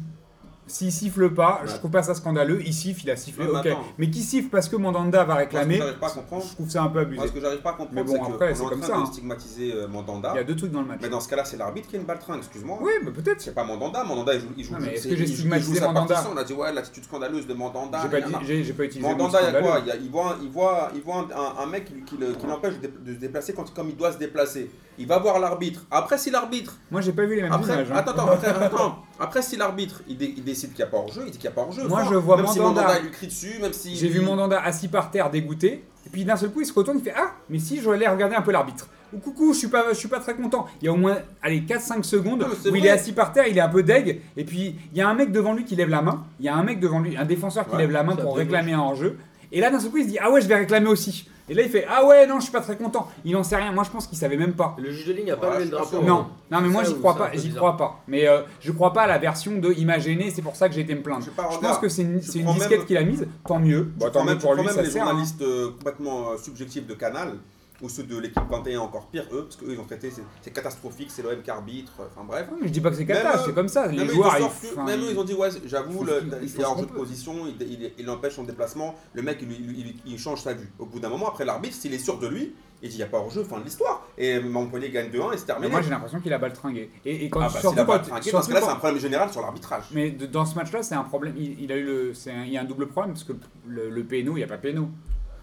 Speaker 3: S'il siffle pas, je
Speaker 2: Ouais.
Speaker 3: trouve pas ça scandaleux. Il siffle, il a sifflé,
Speaker 2: Ouais, mais
Speaker 3: ok.
Speaker 2: attends.
Speaker 3: Mais qui siffle parce que Mandanda va
Speaker 2: Moi, ce que
Speaker 3: réclamer,
Speaker 2: j'arrive pas à comprendre,
Speaker 3: je trouve ça un peu
Speaker 2: moi,
Speaker 3: abusé.
Speaker 2: ce que j'arrive pas à
Speaker 3: Mais
Speaker 2: comprendre,
Speaker 3: bon,
Speaker 2: c'est qu'on
Speaker 3: après,
Speaker 2: est
Speaker 3: c'est
Speaker 2: en
Speaker 3: comme
Speaker 2: train
Speaker 3: ça,
Speaker 2: de
Speaker 3: hein.
Speaker 2: stigmatiser euh, Mandanda.
Speaker 3: Il y a deux trucs dans le match.
Speaker 2: Mais dans ce cas-là, c'est l'arbitre qui a une baltringue, excuse-moi.
Speaker 3: Oui, mais peut-être.
Speaker 2: C'est pas Mandanda, Mandanda il joue. il joue-
Speaker 3: Non, mais est-ce
Speaker 2: c'est-
Speaker 3: que j'ai
Speaker 2: il joue- il
Speaker 3: stigmatisé
Speaker 2: joue sa
Speaker 3: Mandanda
Speaker 2: partition. On a dit ouais, l'attitude scandaleuse de Mandanda.
Speaker 3: J'ai pas,
Speaker 2: nanana.
Speaker 3: dit- j'ai- j'ai pas utilisé. le mot
Speaker 2: Mandanda, il y a
Speaker 3: scandaleux.
Speaker 2: quoi il, y a- il voit, il voit, il voit un, un mec qui, qui le- qui l'empêche de, de se déplacer quand, comme il doit se déplacer. Il va voir l'arbitre. Après, si l'arbitre.
Speaker 3: Moi, j'ai pas vu les mêmes
Speaker 2: Après,
Speaker 3: images. hein.
Speaker 2: attends, attends, après, attends. Après, si l'arbitre, il, dé- il décide qu'il n'y a pas hors-jeu, il dit qu'il n'y a pas hors-jeu.
Speaker 3: Moi,
Speaker 2: Enfin,
Speaker 3: je vois
Speaker 2: même si
Speaker 3: Mandanda.
Speaker 2: Mandanda, il lui crie dessus, même si.
Speaker 3: J'ai vu Mandanda assis par terre, dégoûté. Et puis d'un seul coup, il se retourne, il fait Ah, mais si, j'aurais l'air regarder un peu l'arbitre. Ou coucou, je suis pas, je suis pas très content. Il y a au moins, allez, 4-5 secondes
Speaker 2: Non, mais c'est
Speaker 3: où il
Speaker 2: vrai.
Speaker 3: est assis par terre, il est un peu deg. Et puis, il y a un mec devant lui qui lève la main. Il y a un mec devant lui, un défenseur qui
Speaker 2: Ouais,
Speaker 3: lève la main
Speaker 1: ça
Speaker 3: pour
Speaker 1: débouche.
Speaker 3: réclamer un hors-jeu. Et là, d'un seul coup, il se dit Ah ouais, je vais réclamer aussi. Et là, il fait Ah ouais, non, je suis pas très content. Il en sait rien. Moi, je pense qu'il savait même pas.
Speaker 1: Le juge de ligne a pas
Speaker 2: Ouais,
Speaker 1: levé le
Speaker 2: Ah, je suis pas
Speaker 1: drapeau.
Speaker 2: sûr.
Speaker 3: Non, non, mais moi,
Speaker 1: Ça,
Speaker 3: j'y
Speaker 1: ou
Speaker 3: crois
Speaker 1: c'est un
Speaker 3: pas.
Speaker 1: peu
Speaker 3: J'y
Speaker 1: bizarre.
Speaker 3: crois pas. Mais euh, je crois pas à la version de Il m'a gêné, c'est pour ça que j'ai été me
Speaker 2: Je
Speaker 3: plaindre.
Speaker 2: suis pas
Speaker 3: Je
Speaker 2: regard.
Speaker 3: pense que c'est une, c'est une
Speaker 2: prends même-
Speaker 3: disquette qu'il a mise. Tant mieux.
Speaker 2: Tu
Speaker 3: Bah, tant
Speaker 2: prends
Speaker 3: mieux
Speaker 2: même, tu
Speaker 3: pour
Speaker 2: prends
Speaker 3: lui,
Speaker 2: même
Speaker 3: ça
Speaker 2: les
Speaker 3: sert. hein.
Speaker 2: journalistes euh, complètement euh, subjectifs de Canal, ou ceux de l'équipe 21 encore pire, eux, parce qu'eux ils ont traité, c'est- c'est catastrophique, c'est l'OM qui arbitre, euh, enfin bref.
Speaker 3: Non, Ah, mais Je dis pas que c'est
Speaker 2: Même
Speaker 3: cata,
Speaker 2: eux-
Speaker 3: c'est comme ça.
Speaker 2: Même
Speaker 3: Les
Speaker 2: eux, ils te
Speaker 3: joueurs, ils-
Speaker 2: sortent que-
Speaker 3: enfin,
Speaker 2: même eux, ils ont dit, ouais, j'avoue,
Speaker 3: ils
Speaker 2: le-
Speaker 3: font ce qu'ils- ils
Speaker 2: il
Speaker 3: font
Speaker 2: est
Speaker 3: ce
Speaker 2: hors jeu
Speaker 3: qu'on
Speaker 2: de
Speaker 3: peut.
Speaker 2: position, il, il, il empêche son déplacement, le mec il, il- il- il change sa vue. Au bout d'un moment, après l'arbitre, s'il est sûr de lui, il dit, il n'y a pas hors-jeu, fin de l'histoire. Et Montpellier gagne 2-1 et c'est
Speaker 3: Mais
Speaker 2: terminé.
Speaker 3: moi, j'ai l'impression qu'il a baltringué. Et, et quand
Speaker 2: ah bah,
Speaker 3: surtout
Speaker 2: s'il a pas
Speaker 3: quand-
Speaker 2: trinqué, dans ce
Speaker 3: surtout
Speaker 2: cas-là, c'est
Speaker 3: quand-
Speaker 2: un problème général sur l'arbitrage.
Speaker 3: Mais de- dans ce match-là, c'est un problème. Il, il a eu le, c'est un- il y a un double problème parce que le, le péno, il n'y a pas péno.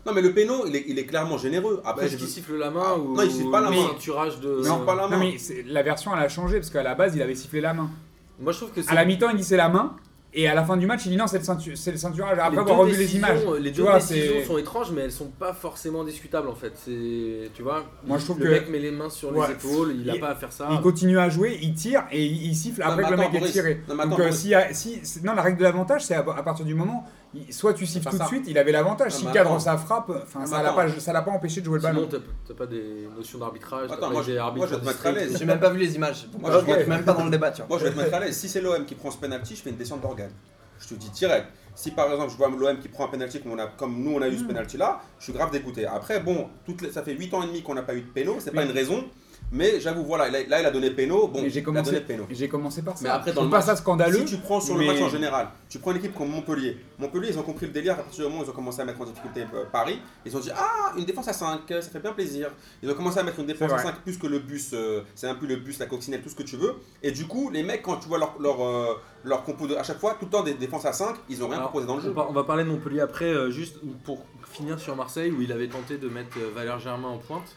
Speaker 2: Non, mais le péno, il est, il est clairement généreux. Après,
Speaker 1: Après,
Speaker 2: j'ai
Speaker 1: est-ce qu'il Bah, siffle
Speaker 2: vu.
Speaker 1: la main
Speaker 2: Ah,
Speaker 1: ou
Speaker 2: non, il siffle pas la
Speaker 1: le
Speaker 2: main.
Speaker 1: ceinturage de.
Speaker 2: Il siffle pas la
Speaker 3: Non
Speaker 2: main.
Speaker 3: mais c'est- la version, elle a changé parce qu'à la base, il avait sifflé la main.
Speaker 1: Moi, je trouve que
Speaker 3: À la mi-temps, il dit c'est la main, et à la fin du match, il dit non, c'est le, ceintu- c'est le ceinturage. Après
Speaker 1: Les
Speaker 3: avoir
Speaker 1: deux
Speaker 3: revu les
Speaker 1: décisions-
Speaker 3: images,
Speaker 1: Les
Speaker 3: tu
Speaker 1: deux
Speaker 3: vois, c'est.
Speaker 1: décisions sont étranges, mais elles sont pas forcément discutables en fait. C'est, tu vois,
Speaker 3: Moi, je trouve
Speaker 1: le
Speaker 3: que-
Speaker 1: mec met les mains sur
Speaker 3: Ouais.
Speaker 1: les épaules, il a
Speaker 3: Il-
Speaker 1: pas à faire ça.
Speaker 3: Il continue à jouer, il tire et il, il siffle
Speaker 2: Non,
Speaker 3: après
Speaker 2: mais
Speaker 3: que le
Speaker 2: attends,
Speaker 3: mec est
Speaker 2: Boris.
Speaker 3: tiré.
Speaker 2: Non, mais attends,
Speaker 3: Donc, euh,
Speaker 2: Boris.
Speaker 3: si, ah, si- c'est- non, la règle de l'avantage, c'est à, à partir du moment, il- soit tu siffles
Speaker 2: pas
Speaker 3: tout de
Speaker 2: ça.
Speaker 3: suite, il avait l'avantage.
Speaker 2: Non,
Speaker 3: S'il
Speaker 2: mais
Speaker 3: cadre
Speaker 2: attends.
Speaker 3: sa frappe, enfin,
Speaker 2: Non,
Speaker 3: ça
Speaker 2: mais
Speaker 3: l'a
Speaker 2: attends.
Speaker 3: pas, ça l'a pas empêché de jouer le
Speaker 1: Sinon,
Speaker 3: ballon.
Speaker 1: t'as, t'as pas des notions d'arbitrage, t'as
Speaker 2: Attends,
Speaker 1: pas
Speaker 2: moi,
Speaker 1: des
Speaker 2: je-
Speaker 1: arbitres
Speaker 2: moi, je vais te mettre à
Speaker 1: districts.
Speaker 2: l'aise.
Speaker 4: J'ai même pas vu les images. Moi,
Speaker 2: Ok.
Speaker 4: je rentre même pas dans le débat, tu vois.
Speaker 2: Moi, je vais te mettre à l'aise. Si c'est l'OM qui prend ce penalty, je fais une descente d'organe. Je te dis direct. Si par exemple je vois l'OM qui prend un penalty comme, on a- comme nous on a eu
Speaker 3: Hmm.
Speaker 2: ce penalty là, je suis grave dégoûté. Après bon, toutes les- ça fait 8 ans et demi qu'on n'a pas eu de péno, c'est pas
Speaker 3: Mais-
Speaker 2: une raison, mais j'avoue voilà, là, là, il a donné péno, bon,
Speaker 3: Mais j'ai
Speaker 2: il a donné
Speaker 3: commencé,
Speaker 2: péno.
Speaker 3: j'ai commencé par ça.
Speaker 2: Mais après,
Speaker 3: Je
Speaker 2: dans
Speaker 3: trouve
Speaker 2: le
Speaker 3: pas
Speaker 2: match,
Speaker 3: ça scandaleux.
Speaker 2: Si tu prends sur
Speaker 3: mais-
Speaker 2: le match en général, tu prends une équipe comme Montpellier. Montpellier, ils ont compris le délire à partir du moment où ils ont commencé à mettre en difficulté euh, Paris. Ils ont dit Ah, une défense à 5, ça fait bien plaisir. Ils ont commencé à mettre une défense
Speaker 3: C'est
Speaker 2: à
Speaker 3: vrai.
Speaker 2: 5 plus que le bus, euh, c'est un peu le bus, la coccinelle, tout ce que tu veux. Et du coup, les mecs, quand tu vois leur, leur, euh, leur compo de- à chaque fois, tout le temps des défenses à 5, ils ont rien
Speaker 1: Alors,
Speaker 2: proposé dans le
Speaker 1: on,
Speaker 2: jeu.
Speaker 1: par- on va parler de Montpellier après, euh, juste pour finir sur Marseille, où il avait tenté de mettre euh, Valère Germain en pointe.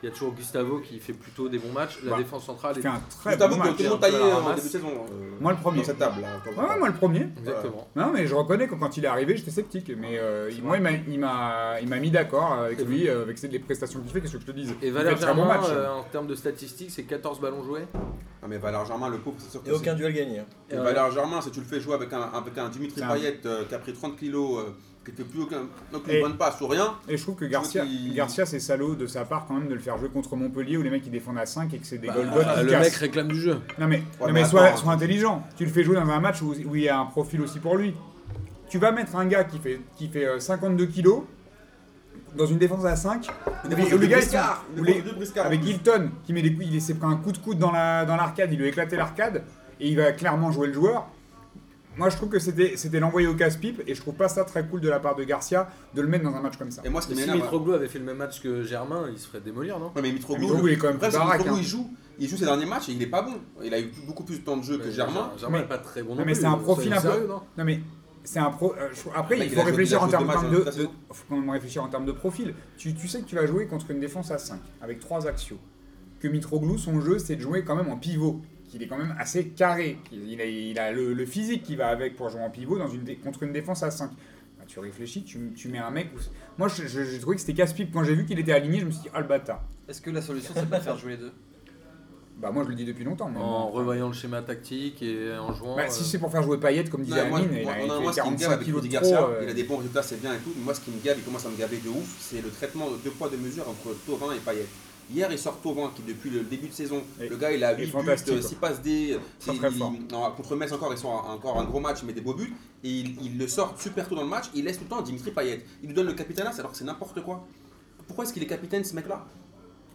Speaker 1: Il y a toujours Gustavo qui fait plutôt des bons matchs. La
Speaker 3: Bah,
Speaker 1: défense centrale
Speaker 3: Il
Speaker 1: est.
Speaker 3: fait un très
Speaker 2: Je
Speaker 3: bon
Speaker 2: t'avoue que
Speaker 3: match.
Speaker 2: tout le
Speaker 1: un
Speaker 2: monde
Speaker 1: peu à
Speaker 2: taillait
Speaker 1: la
Speaker 2: en
Speaker 1: ramasse.
Speaker 2: début de saison. euh,
Speaker 3: Moi, le premier.
Speaker 2: Dans cette table là. quand on
Speaker 3: Ouais,
Speaker 2: parle.
Speaker 3: moi le premier.
Speaker 1: Exactement.
Speaker 3: Non, mais je reconnais que quand il est arrivé, j'étais sceptique. Mais euh, il- moi, il m'a- il m'a il m'a mis d'accord avec
Speaker 1: C'est
Speaker 3: lui, euh, avec ses- les prestations qu'il fait. Qu'est-ce que je te dise
Speaker 1: Et
Speaker 3: Il
Speaker 1: Valère
Speaker 3: fait un très
Speaker 1: Germain,
Speaker 3: bon match.
Speaker 1: euh, en termes de statistiques, c'est 14 ballons joués.
Speaker 2: Non, mais Valère Germain, le pauvre, c'est sûr que
Speaker 5: Et
Speaker 2: c'est-
Speaker 5: aucun duel gagné. hein.
Speaker 2: Et
Speaker 1: Euh,
Speaker 2: Valère Germain, si tu le fais jouer avec un, avec un Dimitri
Speaker 3: C'est un-
Speaker 2: Payet euh, qui a pris 30 kilos, euh, qui ne fait plus aucun, aucune
Speaker 3: Et-
Speaker 2: bonne passe ou rien,
Speaker 3: Et je trouve que Garcia,
Speaker 2: qu'il-
Speaker 3: Garcia c'est salaud de sa part quand même de le faire jouer contre Montpellier où les mecs ils défendent à 5 et que c'est des
Speaker 5: Bah,
Speaker 3: gold
Speaker 5: Ah,
Speaker 1: le mec réclame du jeu.
Speaker 3: Non mais,
Speaker 2: Ouais,
Speaker 3: non
Speaker 2: mais
Speaker 3: mais sois,
Speaker 2: attends.
Speaker 3: sois intelligent. Tu le fais jouer dans un match où, où il y a un profil aussi pour lui. Tu vas mettre un gars qui fait, qui fait euh, 52 kilos dans une défense à 5.
Speaker 2: Une
Speaker 3: où
Speaker 2: défense
Speaker 3: les-
Speaker 2: de
Speaker 3: où les gars, ils
Speaker 2: Briscard,
Speaker 3: sont-
Speaker 2: une
Speaker 3: où
Speaker 2: défense
Speaker 3: les-
Speaker 2: de Briscard en
Speaker 3: Avec
Speaker 2: plus.
Speaker 3: Hilton qui met des coups, il s'est pris un coup de coude dans l'arcade, dans l'arcade, il lui a éclaté l'arcade et il va clairement jouer le joueur. Moi je trouve que c'était c'était l'envoyer au casse-pipe et je trouve pas ça très cool de la part de Garcia de le mettre dans un match comme ça.
Speaker 2: Et moi, ce qui
Speaker 1: Si
Speaker 2: m'énerve.
Speaker 1: Mitroglou avait fait le même match que Germain, il se ferait démolir, non
Speaker 2: Ouais, mais Mitroglou,
Speaker 3: Mitroglou, il est quand même
Speaker 2: le problème,
Speaker 3: plus
Speaker 2: c'est que
Speaker 3: baraque,
Speaker 2: Mitroglou,
Speaker 3: hein.
Speaker 2: il joue. Il joue ses derniers matchs et il est pas bon. Il a eu beaucoup plus de temps de jeu que Germain.
Speaker 1: Germain
Speaker 3: Mais-
Speaker 1: n'est pas très bon.
Speaker 3: Non, mais
Speaker 1: plus,
Speaker 3: c'est un
Speaker 1: euh,
Speaker 3: profil un
Speaker 1: soyons
Speaker 3: peu.
Speaker 1: sérieux, non
Speaker 3: Non mais c'est un pro. euh, je- Après,
Speaker 2: Le mec,
Speaker 3: il
Speaker 2: il a
Speaker 3: faut
Speaker 2: joué-
Speaker 3: réfléchir
Speaker 2: il a
Speaker 3: en
Speaker 2: joué
Speaker 3: termes
Speaker 2: deux matchs hein,
Speaker 3: de.
Speaker 2: dans la
Speaker 3: de-
Speaker 2: saison.
Speaker 3: Faut quand même réfléchir en termes de profil. Tu, tu sais que tu vas jouer contre une défense à 5 avec trois axios. Que Mitroglou, son jeu, c'est de jouer quand même en pivot. Qu'il est quand même assez carré. qu'il- Il a, il a le, le physique qui va avec pour jouer en pivot dans une dé- contre une défense à 5. Bah, tu réfléchis, tu, tu mets un mec. où- Moi, je- je- j'ai trouvé que c'était casse-pipe. Quand j'ai vu qu'il était aligné, je me suis dit, ah le bâtard.
Speaker 4: Est-ce que la solution c'est de pas faire jouer les deux
Speaker 3: Bah, moi, je le dis depuis longtemps. mais-
Speaker 2: Oh.
Speaker 1: En revoyant le schéma tactique et en jouant.
Speaker 3: Bah,
Speaker 1: euh,
Speaker 3: si c'est pour faire jouer Payet, comme disait
Speaker 2: Non, moi,
Speaker 3: Amine, il
Speaker 2: moi,
Speaker 3: a
Speaker 2: non,
Speaker 3: il
Speaker 2: moi,
Speaker 3: fait
Speaker 2: ce qui me gave
Speaker 3: 45
Speaker 2: avec
Speaker 3: kilos de
Speaker 2: Rudy
Speaker 3: trop.
Speaker 2: Garcia,
Speaker 3: euh,
Speaker 2: il a des bons résultats, c'est bien et tout. Mais moi, ce qui me gave, il commence à me gaver de ouf, c'est le traitement de deux poids, de mesure entre Thauvin et Payet. Hier, il sort Thauvin qui, depuis le début de saison,
Speaker 3: Et-
Speaker 2: le gars, il a
Speaker 3: et
Speaker 2: 8
Speaker 3: fantastique,
Speaker 2: buts,
Speaker 3: quoi.
Speaker 2: 6 passes D.
Speaker 3: Très,
Speaker 2: il-
Speaker 3: très
Speaker 2: il-
Speaker 3: fort.
Speaker 2: non, contre Metz encore, ils sont un- encore un gros match, mais des beaux buts. Et il, il le sort super tôt dans le match, il laisse tout le temps Dimitri Payet. Il lui donne le capitaine alors que c'est n'importe quoi. Pourquoi est-ce qu'il est capitaine, ce mec-là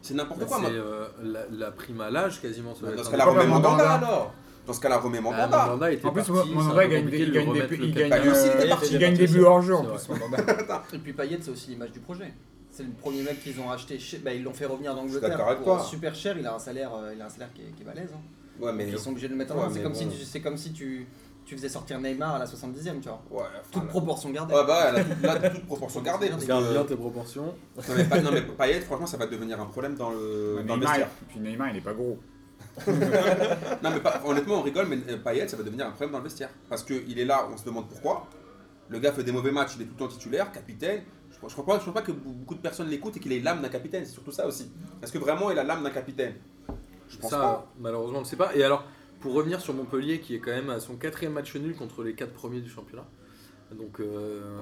Speaker 2: C'est n'importe
Speaker 1: bah,
Speaker 2: quoi.
Speaker 1: c'est
Speaker 2: moi.
Speaker 1: euh, la, la prime à l'âge quasiment. ça doit
Speaker 2: Dans
Speaker 1: être
Speaker 2: ce
Speaker 1: un
Speaker 2: cas-là,
Speaker 1: peu-
Speaker 3: Pourquoi
Speaker 2: remets
Speaker 3: pas
Speaker 2: Mandanda
Speaker 3: Mandanda
Speaker 2: alors Dans ce cas-là, remets
Speaker 1: Ah,
Speaker 2: Mandanda.
Speaker 1: Mandanda était
Speaker 3: En plus,
Speaker 1: parti.
Speaker 3: Mandanda
Speaker 1: c'est un peu
Speaker 3: gagne, des-
Speaker 1: compliqué de
Speaker 3: il
Speaker 1: le
Speaker 3: gagne des,
Speaker 1: remettre
Speaker 3: il
Speaker 1: le
Speaker 3: gagne,
Speaker 1: capitaine.
Speaker 2: Bah, aussi, il
Speaker 3: euh,
Speaker 2: était
Speaker 3: il
Speaker 2: parti, il
Speaker 3: gagne
Speaker 5: était
Speaker 3: des
Speaker 5: parti,
Speaker 3: buts hors jeu en
Speaker 1: c'est
Speaker 3: plus. Mandanda.
Speaker 4: Et puis Payet, c'est aussi l'image du projet. C'est le premier mec qu'ils ont racheté. Chez... Bah, ils l'ont fait revenir d'Angleterre
Speaker 2: d'accord avec
Speaker 4: pour
Speaker 2: toi.
Speaker 4: super cher. Il a un salaire, euh, il a un salaire qui est, qui est balèze. hein.
Speaker 2: Ouais, mais.
Speaker 4: Donc, ils sont obligés de le mettre en
Speaker 2: Ouais,
Speaker 4: avant. C'est
Speaker 2: mais
Speaker 4: comme,
Speaker 2: bon.
Speaker 4: si tu- c'est comme si tu, tu faisais sortir Neymar à la 70e, tu vois.
Speaker 2: Ouais,
Speaker 4: Toute
Speaker 2: enfin, là-
Speaker 4: proportion gardée.
Speaker 2: Ouais, bah, ouais, là, là, toute proportion gardée. parce que-
Speaker 1: Garde bien tes proportions.
Speaker 2: Non, mais, pas, non, mais Payet, franchement, ça va devenir un problème dans le, dans le
Speaker 3: Neymar,
Speaker 2: vestiaire.
Speaker 3: et puis Neymar, il est pas gros.
Speaker 2: Non, mais pas- honnêtement, on rigole, mais euh, Payet, ça va devenir un problème dans le vestiaire. Parce qu'il est là, on se demande pourquoi. Le gars fait des mauvais matchs, il est tout le temps titulaire, capitaine. Je ne crois, pas- je crois pas que beaucoup de personnes l'écoutent et qu'il ait l'âme d'un capitaine, c'est surtout ça aussi. Est-ce que vraiment il a l'âme d'un capitaine Je pense
Speaker 1: Ça, euh,
Speaker 2: pas.
Speaker 1: malheureusement, on ne sait pas. Et alors, pour revenir sur Montpellier, qui est quand même à son quatrième match nul contre les quatre premiers du championnat. Donc, euh,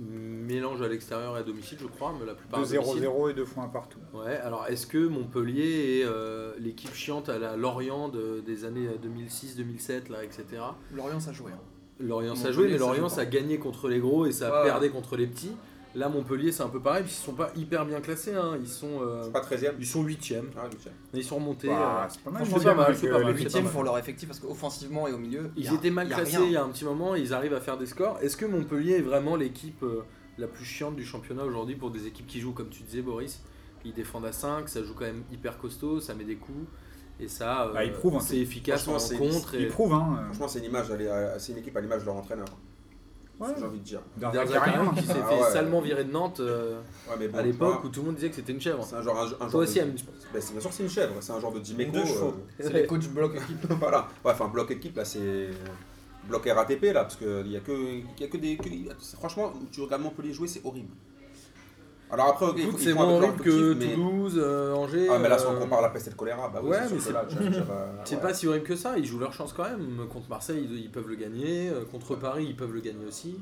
Speaker 1: mélange à l'extérieur et à domicile, je crois, mais la plupart
Speaker 3: De
Speaker 1: à domicile.
Speaker 3: 0-0 et 2 points partout.
Speaker 1: Ouais, alors est-ce que Montpellier et euh, l'équipe chiante à la Lorient de- des années euh, 2006-2007, là, etc.
Speaker 2: bah.
Speaker 4: Lorient, ça jouait. hein.
Speaker 1: Lorient ça a
Speaker 4: Montpellier,
Speaker 1: joué, mais
Speaker 4: ça joue
Speaker 1: Lorient
Speaker 4: pas.
Speaker 1: ça a gagné contre les gros et ça a
Speaker 4: Ouais,
Speaker 1: perdu contre les petits. Là, Montpellier, c'est un peu pareil, puis ils sont pas hyper bien classés, hein. ils sont euh,
Speaker 2: Pas 13ème.
Speaker 1: ils sont 8e,
Speaker 2: Ah, huitième.
Speaker 1: ils sont remontés.
Speaker 3: Bah,
Speaker 1: euh,
Speaker 3: c'est pas
Speaker 1: franchement,
Speaker 3: mal, je veux
Speaker 1: c'est pas mal, c'est
Speaker 3: dire, avec,
Speaker 1: pas
Speaker 3: euh,
Speaker 1: mal,
Speaker 3: les
Speaker 1: c'est pas
Speaker 3: huitièmes,
Speaker 4: Huitième
Speaker 1: mal.
Speaker 3: faut
Speaker 4: pour leur effectif parce qu'offensivement et au milieu,
Speaker 1: Ils
Speaker 4: y a-
Speaker 1: étaient mal
Speaker 4: y a
Speaker 1: classés
Speaker 4: rien.
Speaker 1: il y a un petit moment, ils arrivent à faire des scores. Est-ce que Montpellier est vraiment l'équipe euh, la plus chiante du championnat aujourd'hui pour des équipes qui jouent, comme tu disais Boris Ils défendent à 5, ça joue quand même hyper costaud, ça met des coups, et ça, euh,
Speaker 3: Bah, ils prouvent, hein.
Speaker 1: c'est efficace en
Speaker 2: Franchement, c'est-
Speaker 1: rencontre.
Speaker 3: Ils
Speaker 1: Et...
Speaker 3: prouvent, hein.
Speaker 2: Franchement, c'est une image, elle est à- c'est une équipe à l'image de leur entraîneur.
Speaker 3: Ouais.
Speaker 2: J'ai envie de dire.
Speaker 1: Derzakarian qui s'est fait
Speaker 2: Ah ouais.
Speaker 1: salement virer de Nantes euh,
Speaker 2: Ouais, mais bon,
Speaker 1: à
Speaker 2: tu
Speaker 1: l'époque où
Speaker 2: vois,
Speaker 1: tout le monde disait que c'était une chèvre.
Speaker 2: c'est un genre, un, un genre
Speaker 1: Toi aussi,
Speaker 2: de-
Speaker 1: Amine.
Speaker 2: Ben, c'est bien sûr que c'est une chèvre, c'est un genre de Dimeco. euh,
Speaker 5: deux chevaux.
Speaker 4: C'est les coachs bloc équipe.
Speaker 2: voilà. Ouais, enfin, bloc équipe, là, c'est. euh, Bloc RATP, là, parce qu'il n'y a, que- y a que des. que- c'est- Franchement, tu regardes Montpellier jouer, c'est horrible. Alors après, ok,
Speaker 1: Écoute,
Speaker 2: ils
Speaker 1: c'est
Speaker 2: font
Speaker 1: moins
Speaker 2: avec leur
Speaker 1: horrible que
Speaker 2: objectif, mais-
Speaker 1: Toulouse, euh, Angers.
Speaker 2: Ah, mais là, si on
Speaker 1: euh,
Speaker 2: compare la peste et le choléra, bah oui,
Speaker 1: ouais,
Speaker 2: c'est
Speaker 1: mais
Speaker 2: sûr
Speaker 1: c'est-
Speaker 2: que là, tu vas me dire, euh,
Speaker 1: C'est
Speaker 2: ouais.
Speaker 1: pas si horrible que ça, ils jouent leur chance quand même. Contre Marseille, ils, ils peuvent le gagner. euh, Contre Paris, ils peuvent le gagner aussi.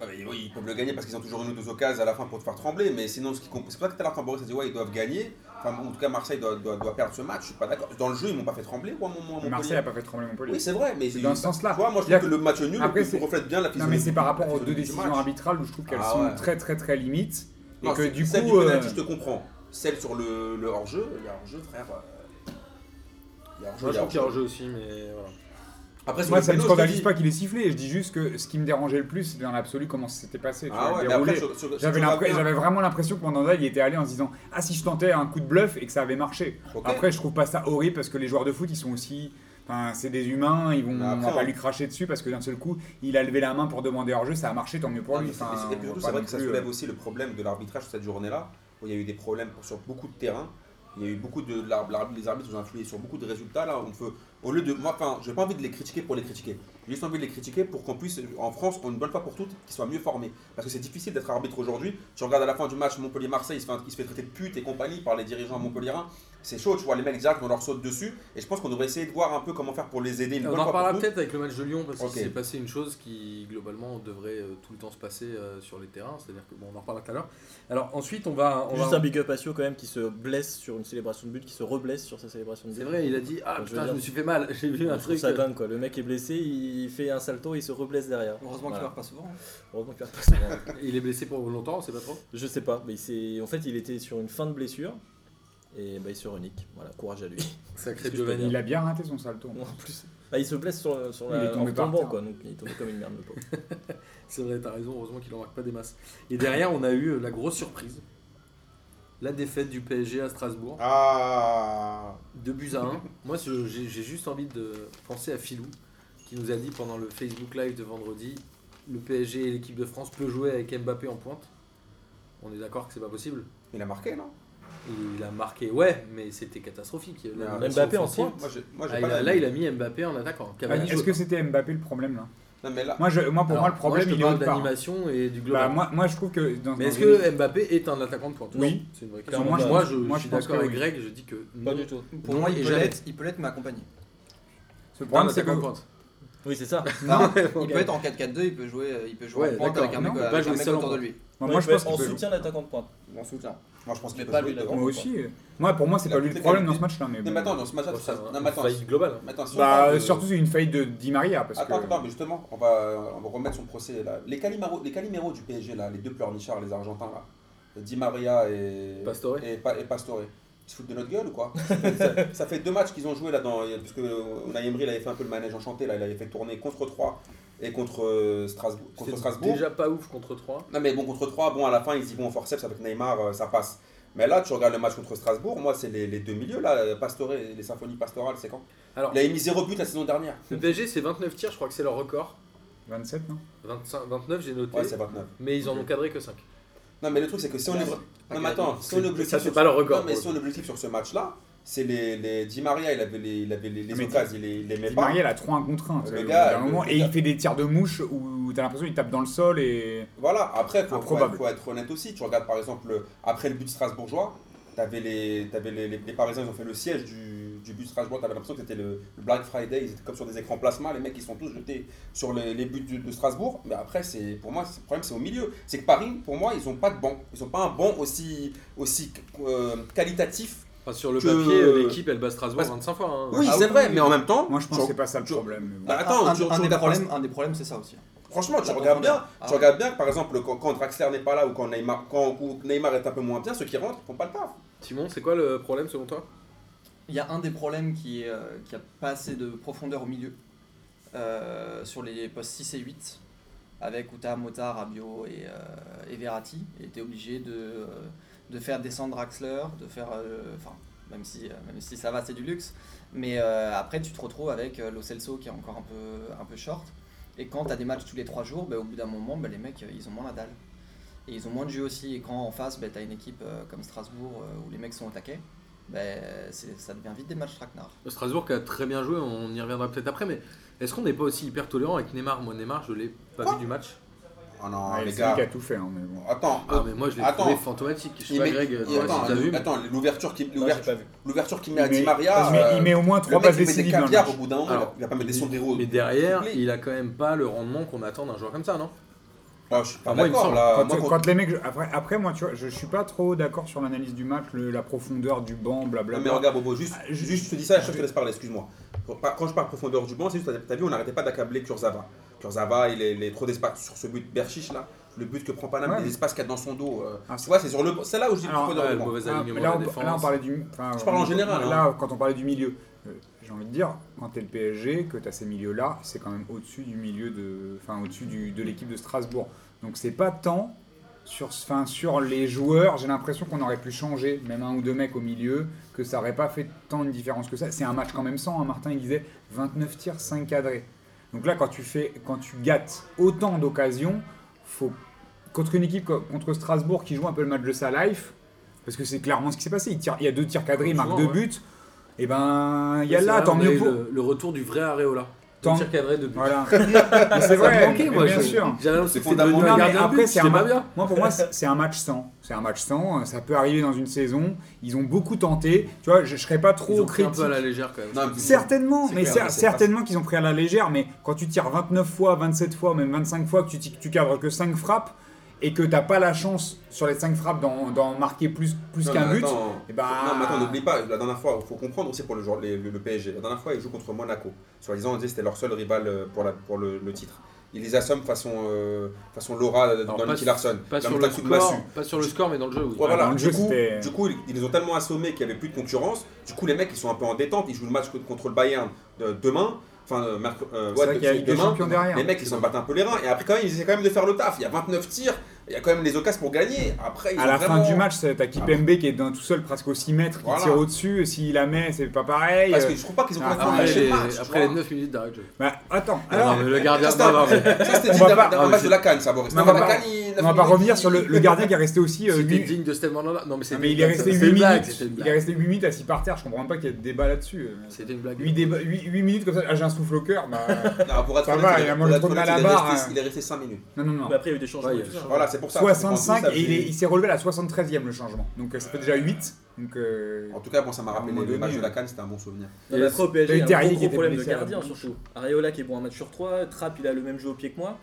Speaker 2: Ah, mais oui, ils peuvent le gagner parce qu'ils ont toujours une ou deux occasions à la fin pour te faire trembler, mais sinon, ce qui compte. C'est pour ça que tout à l'heure, quand Boris a dit, ouais, ils doivent gagner. Enfin, en tout cas, Marseille doit, doit- doit perdre ce match, je suis pas d'accord. Dans le jeu, ils m'ont pas fait trembler, quoi, à un moment, à Montpellier.
Speaker 3: Marseille a pas fait trembler Montpellier.
Speaker 2: Oui, c'est vrai, mais
Speaker 3: C'est dans ce sens-là.
Speaker 2: Tu vois, moi, je
Speaker 3: Là-
Speaker 2: trouve que le match nul
Speaker 3: Après,
Speaker 2: Après,
Speaker 3: c'est-
Speaker 2: reflète bien la
Speaker 3: Non, mais c'est par rapport
Speaker 2: la
Speaker 3: aux deux
Speaker 2: physionomie du
Speaker 3: décisions
Speaker 2: match.
Speaker 3: arbitrales où je trouve qu'elles
Speaker 2: Ah
Speaker 3: sont
Speaker 2: ouais.
Speaker 3: très très très limites.
Speaker 2: Non,
Speaker 3: et que
Speaker 2: c'est-
Speaker 3: du
Speaker 2: celle
Speaker 3: coup.
Speaker 2: du
Speaker 3: euh,
Speaker 2: penalty, je te comprends. Celle sur le, le hors-jeu, il y a hors-jeu, frère. euh, Il y
Speaker 1: Moi,
Speaker 2: a hors-jeu,
Speaker 1: je trouve
Speaker 2: il y
Speaker 1: qu'il
Speaker 2: a
Speaker 1: y a
Speaker 2: hors-jeu.
Speaker 1: hors-jeu aussi, mais voilà.
Speaker 2: Après, sur
Speaker 3: Moi,
Speaker 2: le
Speaker 3: ça me
Speaker 2: péno, je te
Speaker 3: scandalise
Speaker 2: dis-
Speaker 3: pas qu'il est sifflé. Je dis juste que ce qui me dérangeait le plus, c'était dans l'absolu comment c'était passé. tu
Speaker 2: Ah
Speaker 3: vois,
Speaker 2: ouais,
Speaker 3: le
Speaker 2: mais après,
Speaker 3: déroulé.
Speaker 2: sur- sur-
Speaker 3: J'avais
Speaker 2: sur la
Speaker 3: l'impre-
Speaker 2: première-
Speaker 3: j'avais vraiment l'impression que Mandanda il y était allé en se disant Ah, si je tentais un coup de bluff et que ça avait marché.
Speaker 2: Ok.
Speaker 3: Après, je trouve pas ça horrible parce que les joueurs de foot ils sont aussi. Enfin, c'est des humains, ils vont
Speaker 2: Mais Bah, après, hein.
Speaker 3: on va pas
Speaker 2: on-
Speaker 3: lui cracher dessus parce que d'un seul coup, il a levé la main pour demander hors-jeu, ça a marché, tant mieux pour
Speaker 2: Ah,
Speaker 3: lui.
Speaker 2: mais c'est-
Speaker 3: Enfin,
Speaker 2: et puis
Speaker 3: on
Speaker 2: surtout,
Speaker 3: va pas
Speaker 2: c'est vrai
Speaker 3: non
Speaker 2: que ça
Speaker 3: plus,
Speaker 2: soulève
Speaker 3: euh,
Speaker 2: aussi le problème de l'arbitrage sur cette journée-là, où il y a eu des problèmes pour- sur beaucoup de terrains. Il y a eu beaucoup de. l'arb- l'arb- Les arbitres ont influé sur beaucoup de résultats. Là, on peut. Au lieu de. Moi, enfin, j'ai pas envie de les critiquer pour les critiquer. J'ai juste envie de les critiquer pour qu'on puisse, en France, pour une bonne fois pour toutes, qu'ils soient mieux formés. Parce que c'est difficile d'être arbitre aujourd'hui. Tu regardes à la fin du match Montpellier-Marseille, il, se fait un- il se fait traiter de pute et compagnie par les dirigeants montpelliérains. C'est chaud, tu vois, les mecs direct, on leur saute dessus. Et je pense qu'on devrait essayer de voir un peu comment faire pour les aider une
Speaker 1: On
Speaker 2: bonne
Speaker 1: en
Speaker 2: fois
Speaker 1: reparlera
Speaker 2: pour toutes.
Speaker 1: peut-être avec le match de Lyon parce
Speaker 2: Ok.
Speaker 1: qu'il s'est passé une chose qui globalement devrait euh, tout le temps se passer euh, sur les terrains, c'est-à-dire que bon, on en reparlera tout à l'heure. Alors ensuite on va, on
Speaker 5: Juste
Speaker 1: va-
Speaker 5: un big up à Sio quand même qui se blesse sur une célébration de but, qui se reblesse sur sa célébration de but.
Speaker 1: c'est vrai, il a dit ah
Speaker 5: Je veux
Speaker 1: putain je
Speaker 5: dire-
Speaker 1: me suis fait mal, j'ai vu
Speaker 5: Je
Speaker 1: un
Speaker 5: trouve
Speaker 1: truc. euh,
Speaker 5: ça dingue quoi. Le mec est blessé, il fait un salto, il se reblesse derrière.
Speaker 4: Heureusement qu'il
Speaker 5: Voilà.
Speaker 4: meurt pas souvent. hein.
Speaker 5: Heureusement qu'il a pas souvent.
Speaker 1: Il est blessé pour longtemps, on sait pas trop.
Speaker 5: Je sais pas, mais c'est en fait il était sur une fin de blessure et bah, il se renique. Voilà, courage à lui.
Speaker 1: Sacré
Speaker 5: Qu'est-ce que je peux
Speaker 1: Giovanni.
Speaker 3: euh, Il a bien raté son salto. hein.
Speaker 5: en plus, bah, il se blesse sur, sur
Speaker 3: Il
Speaker 5: la
Speaker 3: est tombé
Speaker 5: en
Speaker 3: par
Speaker 5: tombant,
Speaker 3: terre.
Speaker 5: quoi, donc il est tombé comme une merde le pauvre.
Speaker 1: C'est vrai, t'as raison, heureusement qu'il en marque pas des masses. Et derrière on a eu euh, la grosse surprise, la défaite du PSG à Strasbourg.
Speaker 2: Ah
Speaker 1: Deux buts à un. Moi, ce- j'ai j'ai juste envie de penser à Philou, qui nous a dit pendant le Facebook Live de vendredi le PSG et l'équipe de France peut jouer avec Mbappé en pointe. On est d'accord que c'est pas possible.
Speaker 2: Il a marqué, non
Speaker 1: Il a marqué, ouais, mais c'était catastrophique. La
Speaker 2: Ah,
Speaker 1: dimension
Speaker 5: Mbappé en
Speaker 1: offensive-
Speaker 5: pointe
Speaker 2: Moi, j'ai- moi, j'ai
Speaker 1: Ah,
Speaker 2: pas
Speaker 1: il
Speaker 2: la-
Speaker 1: a- là, il a mis Mbappé en attaquant. Cavani
Speaker 3: Ah, Est-ce
Speaker 1: joue-
Speaker 3: que c'était Mbappé le problème là
Speaker 2: Non, mais là.
Speaker 3: moi, je, moi, pour
Speaker 1: Alors,
Speaker 3: moi, le problème,
Speaker 1: Ah, je te
Speaker 3: il est
Speaker 1: parle
Speaker 3: autre part.
Speaker 1: d'animation et du global.
Speaker 3: Bah, moi, moi, je trouve que dans
Speaker 1: mais
Speaker 3: dans
Speaker 1: est-ce
Speaker 3: une-
Speaker 1: que Mbappé est un attaquant de pointe
Speaker 3: Oui.
Speaker 1: Non, C'est une vraie
Speaker 5: Clairement
Speaker 1: question.
Speaker 5: pas.
Speaker 1: Moi, je,
Speaker 3: Moi,
Speaker 1: je
Speaker 3: je
Speaker 1: suis
Speaker 3: pense
Speaker 1: d'accord
Speaker 3: que
Speaker 1: avec
Speaker 3: oui.
Speaker 1: Greg, je dis que non.
Speaker 5: tout.
Speaker 4: Pour
Speaker 1: Non,
Speaker 4: moi,
Speaker 1: et
Speaker 4: il peut
Speaker 1: jamais.
Speaker 4: l'être- il peut l'être, mais accompagné.
Speaker 3: Ce
Speaker 1: Pas un
Speaker 3: problème, c'est que
Speaker 1: attaquant de pointe.
Speaker 5: Oui, c'est ça.
Speaker 4: Non, il peut être en 4-4-2, il peut jouer, euh, il peut jouer
Speaker 1: Ouais,
Speaker 4: en pointe
Speaker 1: d'accord.
Speaker 4: avec un
Speaker 3: Non,
Speaker 4: mec,
Speaker 1: il peut
Speaker 4: avec
Speaker 1: pas
Speaker 4: un
Speaker 1: jouer
Speaker 4: mec
Speaker 1: seul en
Speaker 4: autour de
Speaker 1: pointe.
Speaker 4: lui.
Speaker 3: Moi,
Speaker 5: Ouais,
Speaker 3: moi,
Speaker 5: il
Speaker 3: je
Speaker 5: peut
Speaker 3: pense
Speaker 5: être en
Speaker 3: qu'il peut
Speaker 2: bah,
Speaker 3: jouer.
Speaker 5: soutien l'attaquant de pointe.
Speaker 2: On soutient. Moi, je pense
Speaker 5: Mais
Speaker 2: qu'il peut
Speaker 5: pas
Speaker 2: jouer
Speaker 5: lui, là.
Speaker 2: devant.
Speaker 3: Moi aussi. euh. Moi, pour moi, c'est pas lui le problème dans ce match-là. Mais
Speaker 2: Non,
Speaker 3: bon.
Speaker 2: mais attends, dans ce match-là,
Speaker 1: Bon,
Speaker 2: ça.
Speaker 1: c'est un-
Speaker 2: Non,
Speaker 1: une
Speaker 2: mais attends.
Speaker 1: hein. faillite globale.
Speaker 2: Maintenant, si on
Speaker 3: Bah,
Speaker 2: parle
Speaker 3: euh,
Speaker 2: de-
Speaker 3: surtout, c'est une faille de Di Maria. Parce
Speaker 2: Attends,
Speaker 3: que...
Speaker 2: attends, mais justement, on va, euh, on va remettre son procès là. Les Calimero, les Calimero du PSG, là, les deux pleurnichards, les Argentins, là. Di Maria et.
Speaker 1: Pastore.
Speaker 2: Et, Pa- et Pastore. Ils se foutent de notre gueule ou quoi ça, ça fait deux matchs qu'ils ont joué là dans. Parce que euh, Unai Emery, il avait fait un peu le manège enchanté, là. Il avait fait tourner contre 3 et contre euh, Strasbourg. Contre
Speaker 1: C'était
Speaker 2: Strasbourg.
Speaker 1: déjà pas ouf contre 3.
Speaker 2: Non mais bon contre 3, bon à la fin ils y vont en forceps avec Neymar, euh, ça passe. Mais là tu regardes le match contre Strasbourg, moi c'est les, les deux milieux là, euh, Pastore, les symphonies pastorales, c'est quand
Speaker 1: Alors,
Speaker 2: Il avait mis 0 but la saison dernière.
Speaker 1: Le PSG, c'est 29 tirs, je crois que c'est leur record.
Speaker 3: 27, non
Speaker 1: 25, 29, j'ai noté.
Speaker 2: Ouais c'est 29.
Speaker 1: mais ils en ont cadré que 5.
Speaker 2: Non mais le truc c'est que si on est... Non mais attends, si on est objectif
Speaker 1: Ça, c'est
Speaker 2: sur-
Speaker 1: pas leur record.
Speaker 2: Non mais
Speaker 1: pour
Speaker 2: si on est objectif sur ce match là, c'est les, les Di Maria, il avait les, il avait les, les
Speaker 3: Mais
Speaker 2: occasions, il les, il les met
Speaker 3: Di
Speaker 2: pas.
Speaker 3: Maria, elle a 3 1 contre 1.
Speaker 2: Le gars, le-
Speaker 3: moment,
Speaker 2: le
Speaker 3: et il
Speaker 2: gars-
Speaker 3: fait des tirs de mouche où t'as l'impression qu'il tape dans le sol et.
Speaker 2: Voilà, après, faut, faut,
Speaker 3: Improbable.
Speaker 2: faut être honnête aussi. Tu regardes par exemple, après le but strasbourgeois, t'avais les, t'avais les, les, les Parisiens, ils ont fait le siège du, du bus Strasbourg, t'avais l'impression que c'était le, le Black Friday, ils étaient comme sur des écrans plasma, les mecs ils sont tous jetés sur les, les buts de, de Strasbourg. Mais après, c'est pour moi, c'est- le problème c'est au milieu. C'est que Paris, pour moi, ils ont pas de banc. Ils ont pas un banc aussi, aussi euh, qualitatif.
Speaker 1: Enfin, sur le
Speaker 2: Que-
Speaker 1: papier, euh, l'équipe, elle bat Strasbourg
Speaker 2: Parce-
Speaker 1: 25 fois. hein.
Speaker 2: Oui,
Speaker 4: Ah
Speaker 2: c'est
Speaker 4: oui,
Speaker 2: vrai,
Speaker 4: oui,
Speaker 2: mais en même temps.
Speaker 3: Moi, je pense
Speaker 2: tu-
Speaker 3: que c'est pas ça le
Speaker 2: tu-
Speaker 3: problème. mais bon.
Speaker 2: Bah, attends,
Speaker 4: un,
Speaker 2: tu-
Speaker 4: un
Speaker 2: tu
Speaker 4: des
Speaker 2: regardes
Speaker 4: problèmes, un des problèmes, c'est ça aussi.
Speaker 2: Franchement, tu
Speaker 4: La
Speaker 2: regardes bien,
Speaker 4: profondeur.
Speaker 2: tu
Speaker 4: Ah.
Speaker 2: regardes bien que par exemple quand, quand Draxler n'est pas là ou quand Neymar, quand, ou Neymar est un peu moins bien, ceux qui rentrent font pas le taf.
Speaker 1: Timon, Ah, c'est quoi le problème selon toi
Speaker 4: Il y a un des problèmes qui est, euh, qui a pas assez de profondeur au milieu euh, sur les postes 6 et 8 avec Outa, Mota, Rabiot et, euh, et Verratti. Et t'es obligé de, euh, de faire descendre Axler, de faire. euh, Enfin, même, si, euh, même si ça va, c'est du luxe. Mais euh, après, tu te retrouves avec euh, Lo Celso qui est encore un peu, un peu short. Et quand t'as des matchs tous les 3 jours, bah, au bout d'un moment, bah, les mecs, euh, ils ont moins la dalle. Et ils ont moins de jeu aussi. Et quand en face, bah, t'as une équipe euh, comme Strasbourg euh, où les mecs sont au taquet ben, c'est- ça devient vite des matchs traquenards.
Speaker 1: Strasbourg qui a très bien joué, on y reviendra peut-être après, mais est-ce qu'on n'est pas aussi hyper tolérant avec Neymar Moi, Neymar, je l'ai pas
Speaker 2: Quoi
Speaker 1: vu du match.
Speaker 2: Oh non,
Speaker 3: Ouais,
Speaker 2: les
Speaker 3: c'est lui
Speaker 2: gars.
Speaker 3: qui Ah, a tout fait, hein, mais bon.
Speaker 2: Attends,
Speaker 1: Ah, mais moi, je l'ai
Speaker 2: Attends.
Speaker 1: trouvé fantomatique. Je sais
Speaker 2: il
Speaker 1: pas,
Speaker 2: met-
Speaker 1: Greg,
Speaker 3: euh,
Speaker 2: il-
Speaker 1: toi,
Speaker 2: attends,
Speaker 1: si t'as
Speaker 2: le-
Speaker 1: vu. mais-
Speaker 2: attends, l'ouverture qui
Speaker 5: Non, j'ai
Speaker 2: l'ouverture
Speaker 5: pas vu.
Speaker 2: l'ouverture qu'il met
Speaker 3: Il
Speaker 2: à
Speaker 3: met,
Speaker 2: Di Maria.
Speaker 3: il met-
Speaker 2: euh,
Speaker 3: il met au moins
Speaker 2: le
Speaker 3: trois
Speaker 2: mec,
Speaker 3: passes
Speaker 2: il met des
Speaker 3: décisives dans le
Speaker 2: caviars
Speaker 3: match.
Speaker 2: au bout d'un moment,
Speaker 1: Alors,
Speaker 2: il va pas mettre des sombreros.
Speaker 1: Mais derrière, il a quand même pas le rendement qu'on attend d'un joueur comme ça, non
Speaker 2: Ah, je suis pas
Speaker 1: Moi, il me
Speaker 2: d'accord
Speaker 1: semble.
Speaker 2: là.
Speaker 3: Quand,
Speaker 2: Moi, quand-
Speaker 3: quand les mecs, après, après, moi, tu vois, je suis pas trop d'accord sur l'analyse du match, le- la profondeur du banc,
Speaker 2: Non, mais
Speaker 3: blablabla.
Speaker 2: regarde Bobo, juste,
Speaker 3: Ah, je-
Speaker 2: juste je te dis ça, et après, je
Speaker 3: je-
Speaker 2: te laisse parler, excuse-moi. Quand quand je parle profondeur du banc, c'est juste, t'as vu, on n'arrêtait pas d'accabler Kurzawa. Kurzawa, il est, il est trop d'espace sur ce but Berchiche là, le but que prend Paname,
Speaker 3: Ouais.
Speaker 2: les espaces qu'il y a dans son dos. euh,
Speaker 3: Ah,
Speaker 2: tu
Speaker 3: c'est-
Speaker 2: vois, c'est sur le, c'est là où je dis
Speaker 3: Alors,
Speaker 2: profondeur
Speaker 1: ouais,
Speaker 2: du
Speaker 1: le
Speaker 2: banc.
Speaker 1: mauvais
Speaker 3: Ah,
Speaker 1: alignement,
Speaker 3: là,
Speaker 1: la
Speaker 3: on, là, on
Speaker 1: défense.
Speaker 3: parlait du. enfin,
Speaker 2: Je parle en
Speaker 3: on-
Speaker 2: général, hein.
Speaker 3: Là, quand on parlait du milieu, euh, j'ai envie de dire, quand t'es le PSG, que t'as ces milieux-là, c'est quand même au-dessus du milieu de, enfin, au-dessus du- de l'équipe de Strasbourg. Donc c'est pas tant sur, enfin, sur les joueurs. J'ai l'impression qu'on aurait pu changer, même un ou deux mecs au milieu, que ça aurait pas fait tant une différence que ça. C'est un match quand même sans. hein. Martin il disait 29 tirs, 5 cadrés. Donc là, quand tu fais, quand tu gâtes autant d'occasions, faut contre une équipe co- contre Strasbourg qui joue un peu le match de sa life, parce que c'est clairement ce qui s'est passé. Il, tire- il y a deux tirs cadrés, il marque
Speaker 1: Souvent,
Speaker 3: deux
Speaker 1: ouais.
Speaker 3: buts. Et ben, il y a
Speaker 1: C'est
Speaker 3: là,
Speaker 1: vrai,
Speaker 3: tant
Speaker 1: on a
Speaker 3: mieux
Speaker 1: eu
Speaker 3: pour.
Speaker 1: Le, le retour du vrai Areola.
Speaker 3: Tant-
Speaker 1: Le tir cadré de but.
Speaker 3: Voilà. Mais c'est
Speaker 1: Ça me
Speaker 3: vrai,
Speaker 1: manquait,
Speaker 3: mais
Speaker 1: moi,
Speaker 3: bien
Speaker 1: je-
Speaker 3: sûr.
Speaker 1: J'avais l'impression
Speaker 2: C'est
Speaker 1: que c'était devenu
Speaker 2: fondamental.
Speaker 1: un
Speaker 3: Non, mais
Speaker 1: gardien de
Speaker 3: après,
Speaker 1: but,
Speaker 3: c'est un
Speaker 1: c'était
Speaker 3: ma-
Speaker 1: pas bien.
Speaker 3: Moi, pour moi, c'est c'est un match sans. C'est un match sans. Ça peut arriver dans une saison. Ils ont beaucoup tenté. Tu vois, je, je serais pas
Speaker 1: Ils
Speaker 3: trop
Speaker 1: ont pris un
Speaker 3: critique.
Speaker 1: peu à la légère quand même.
Speaker 2: Non, mais-
Speaker 3: Certainement,
Speaker 2: C'est
Speaker 3: mais
Speaker 2: clair,
Speaker 3: cer-
Speaker 2: mais c'est
Speaker 3: certainement qu'ils ont pris à la légère. Mais quand tu tires 29 fois, 27 fois, même 25 fois, que tu, ti- tu cadres que 5 frappes et que t'as pas la chance sur les 5 frappes d'en d'en marquer plus, plus
Speaker 2: Non,
Speaker 3: qu'un
Speaker 2: mais
Speaker 3: but.
Speaker 2: attends.
Speaker 3: eh ben-
Speaker 2: Non, mais attends, n'oublie pas, la dernière fois, il faut comprendre aussi pour le, joueur- les- le, le PSG. La dernière fois, ils jouent contre Monaco. Soit disant, on disait que c'était leur seul rival euh, pour, la, pour le, le titre. Ils les assomment façon, euh, façon Laura euh,
Speaker 1: Alors,
Speaker 2: dans
Speaker 1: pas
Speaker 2: Nicky
Speaker 1: sur-
Speaker 2: Larson.
Speaker 1: Pas
Speaker 2: Dans
Speaker 1: sur,
Speaker 2: le
Speaker 1: le
Speaker 2: coup de
Speaker 1: score,
Speaker 2: massue.
Speaker 1: pas sur le score, mais dans le jeu. oui.
Speaker 2: Ouais, voilà.
Speaker 3: Ah, dans le
Speaker 2: du,
Speaker 3: jeu,
Speaker 2: coup,
Speaker 3: c'était-
Speaker 2: du coup, ils, ils les ont tellement assommés qu'il n'y avait plus de concurrence. Du coup, les mecs, ils sont un peu en détente. Ils jouent le match co- contre le Bayern de- demain. Enfin, euh, merc- euh,
Speaker 3: C'est
Speaker 2: ouais,
Speaker 3: vrai
Speaker 2: de-
Speaker 3: qu'il y a Ligue des
Speaker 2: demain.
Speaker 3: Champions derrière.
Speaker 2: Les mecs, ils s'en battent un peu les reins. Et après, quand même, ils essaient quand même de faire le taf. Il y a 29 tirs. Il y a quand même les occasions pour gagner. Après, ils
Speaker 3: À
Speaker 2: ont
Speaker 3: la
Speaker 2: vraiment- Ah.
Speaker 3: fin du match, c'est- t'as Kipembe qui est dans tout seul presque aux 6 mètres, qui
Speaker 2: Voilà.
Speaker 3: tire au-dessus, s'il la met, c'est pas pareil.
Speaker 2: Parce
Speaker 3: euh,
Speaker 2: que je trouve pas qu'ils ont
Speaker 3: Ah,
Speaker 2: complètement
Speaker 1: Après,
Speaker 2: lâché
Speaker 1: les,
Speaker 2: le match. tu
Speaker 1: après
Speaker 2: vois.
Speaker 1: les 9 minutes d'arrêt de jeu.
Speaker 3: bah, attends,
Speaker 1: Ah
Speaker 3: alors,
Speaker 1: non, mais le gardien,
Speaker 2: Ça, c'est un-
Speaker 1: non, non, mais-
Speaker 2: Ça, c'était dit
Speaker 3: va
Speaker 2: d'un-
Speaker 3: pas-
Speaker 2: d'un
Speaker 1: mais
Speaker 2: match
Speaker 1: c'est-
Speaker 2: de la Cannes, ça, Boris.
Speaker 3: Mais on
Speaker 2: D'un
Speaker 3: va
Speaker 2: match de
Speaker 3: pas-
Speaker 2: la Cannes, il-
Speaker 3: on va pas
Speaker 2: il-
Speaker 3: revenir sur le, le gardien qui est resté aussi. euh,
Speaker 1: C'était
Speaker 3: huit-
Speaker 1: digne de Steve Mandanda. Non, mais
Speaker 3: Ah,
Speaker 1: c'est
Speaker 3: mais il est resté 8 minutes. Il est
Speaker 1: minutes.
Speaker 3: resté 8 minutes assis par terre, je comprends pas qu'il y ait de débat là-dessus.
Speaker 1: C'était une blague.
Speaker 3: 8, minutes comme ça, ah, j'ai un souffle au cœur. Bah...
Speaker 2: Non, pour être
Speaker 3: Ça
Speaker 2: honnête,
Speaker 3: va,
Speaker 2: il est-
Speaker 3: il a
Speaker 2: pour
Speaker 3: mangé
Speaker 2: être
Speaker 3: trop de
Speaker 2: honnête,
Speaker 3: mal à
Speaker 2: il est
Speaker 3: barre,
Speaker 2: resté-
Speaker 3: hein.
Speaker 2: Il est resté 5 minutes.
Speaker 3: non, non, non.
Speaker 5: Mais après, il y a eu des changements.
Speaker 1: Ouais, il
Speaker 5: et
Speaker 1: y a
Speaker 5: tout
Speaker 1: eu
Speaker 5: ça.
Speaker 2: Voilà, c'est pour Bah, ça. C'est
Speaker 3: 65
Speaker 2: pour ça que
Speaker 3: et il est-
Speaker 2: j'ai-
Speaker 3: il s'est relevé à la 73 e le changement. Donc euh, ça fait déjà 8. Donc, euh,
Speaker 2: En tout cas, bon, ça m'a
Speaker 3: À un
Speaker 2: rappelé
Speaker 3: moment
Speaker 2: le match
Speaker 3: donné,
Speaker 2: de la
Speaker 3: ouais.
Speaker 2: Cannes, c'était un bon souvenir.
Speaker 5: Non, mais après, au PSG, il y a un
Speaker 3: Terrier
Speaker 5: gros,
Speaker 3: qui
Speaker 5: gros
Speaker 3: était
Speaker 5: problème de
Speaker 3: blessé à la
Speaker 5: gardien
Speaker 3: bouche.
Speaker 5: surtout. Areola qui est bon un match sur 3, Trapp il a le même jeu au pied que moi.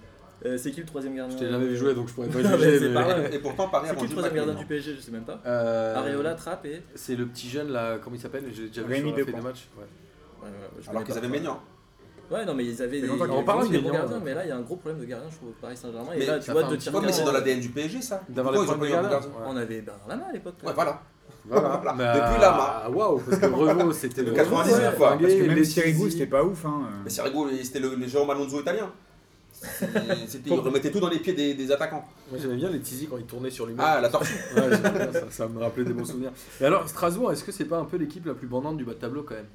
Speaker 5: Euh, c'est qui le troisième gardien
Speaker 1: Je t'ai jamais vu jouer donc je pourrais pas
Speaker 5: Non, mais
Speaker 1: juger.
Speaker 5: c'est
Speaker 1: mais-
Speaker 5: pas grave.
Speaker 2: Et pourtant, Paris a
Speaker 5: C'est qui le
Speaker 2: vendu
Speaker 5: troisième
Speaker 2: Pacquiao,
Speaker 5: gardien
Speaker 2: non.
Speaker 5: du PSG Je sais même pas.
Speaker 1: Euh,
Speaker 5: Areola, Trapp et.
Speaker 1: C'est le petit jeune là, comment il s'appelle J'ai déjà vu
Speaker 3: Rémi
Speaker 1: sur la feuille
Speaker 3: Deplan.
Speaker 1: de match. ouais.
Speaker 5: Ouais, ouais, ouais, euh, je
Speaker 2: Alors
Speaker 5: connais
Speaker 2: qu'ils
Speaker 5: pas.
Speaker 2: avaient Maignan.
Speaker 5: Ouais, non, mais ils avaient
Speaker 3: Ça fait
Speaker 5: des,
Speaker 3: longtemps
Speaker 5: ils
Speaker 3: qu'on
Speaker 5: avaient
Speaker 1: parle
Speaker 5: aussi
Speaker 1: de
Speaker 5: des bons
Speaker 1: Mignon,
Speaker 5: gardiens,
Speaker 1: ouais.
Speaker 5: mais là il y a un gros problème de gardien, je trouve, au Paris Saint-Germain.
Speaker 2: Mais
Speaker 5: Et là, tu
Speaker 1: ça
Speaker 5: vois,
Speaker 1: fait
Speaker 5: deux
Speaker 1: un
Speaker 5: tirs
Speaker 1: petit
Speaker 2: Ouais, mais c'est dans
Speaker 5: cadrés.
Speaker 2: l'ADN du PSG, ça.
Speaker 1: D'avoir
Speaker 2: Pourquoi
Speaker 1: les
Speaker 2: ils ont
Speaker 1: problèmes de
Speaker 2: pas eu un
Speaker 1: gardien.
Speaker 2: gardien
Speaker 1: Ouais.
Speaker 5: On avait Benrahma à l'époque.
Speaker 2: Ouais, voilà.
Speaker 1: Voilà.
Speaker 2: Voilà.
Speaker 1: Mais,
Speaker 2: Depuis
Speaker 1: euh,
Speaker 2: là-bas.
Speaker 1: Waouh, parce que Revo, c'était
Speaker 2: Le
Speaker 1: le
Speaker 2: 98, quoi.
Speaker 3: parce que même Sirigu, c'était pas ouf. Hein.
Speaker 2: Mais c'est rigolo, c'était le le Jérôme Alonso italien. C'est- c'était- Il remettait tout dans les pieds des des attaquants.
Speaker 1: Moi j'aimais bien les Tizi quand ils tournaient sur lui-même.
Speaker 2: Ah, la tortue.
Speaker 1: Ouais, j'aime bien ça, ça me rappelait des bons souvenirs. Et alors, Strasbourg, est-ce que c'est pas un peu l'équipe la plus bandante du bas de tableau quand même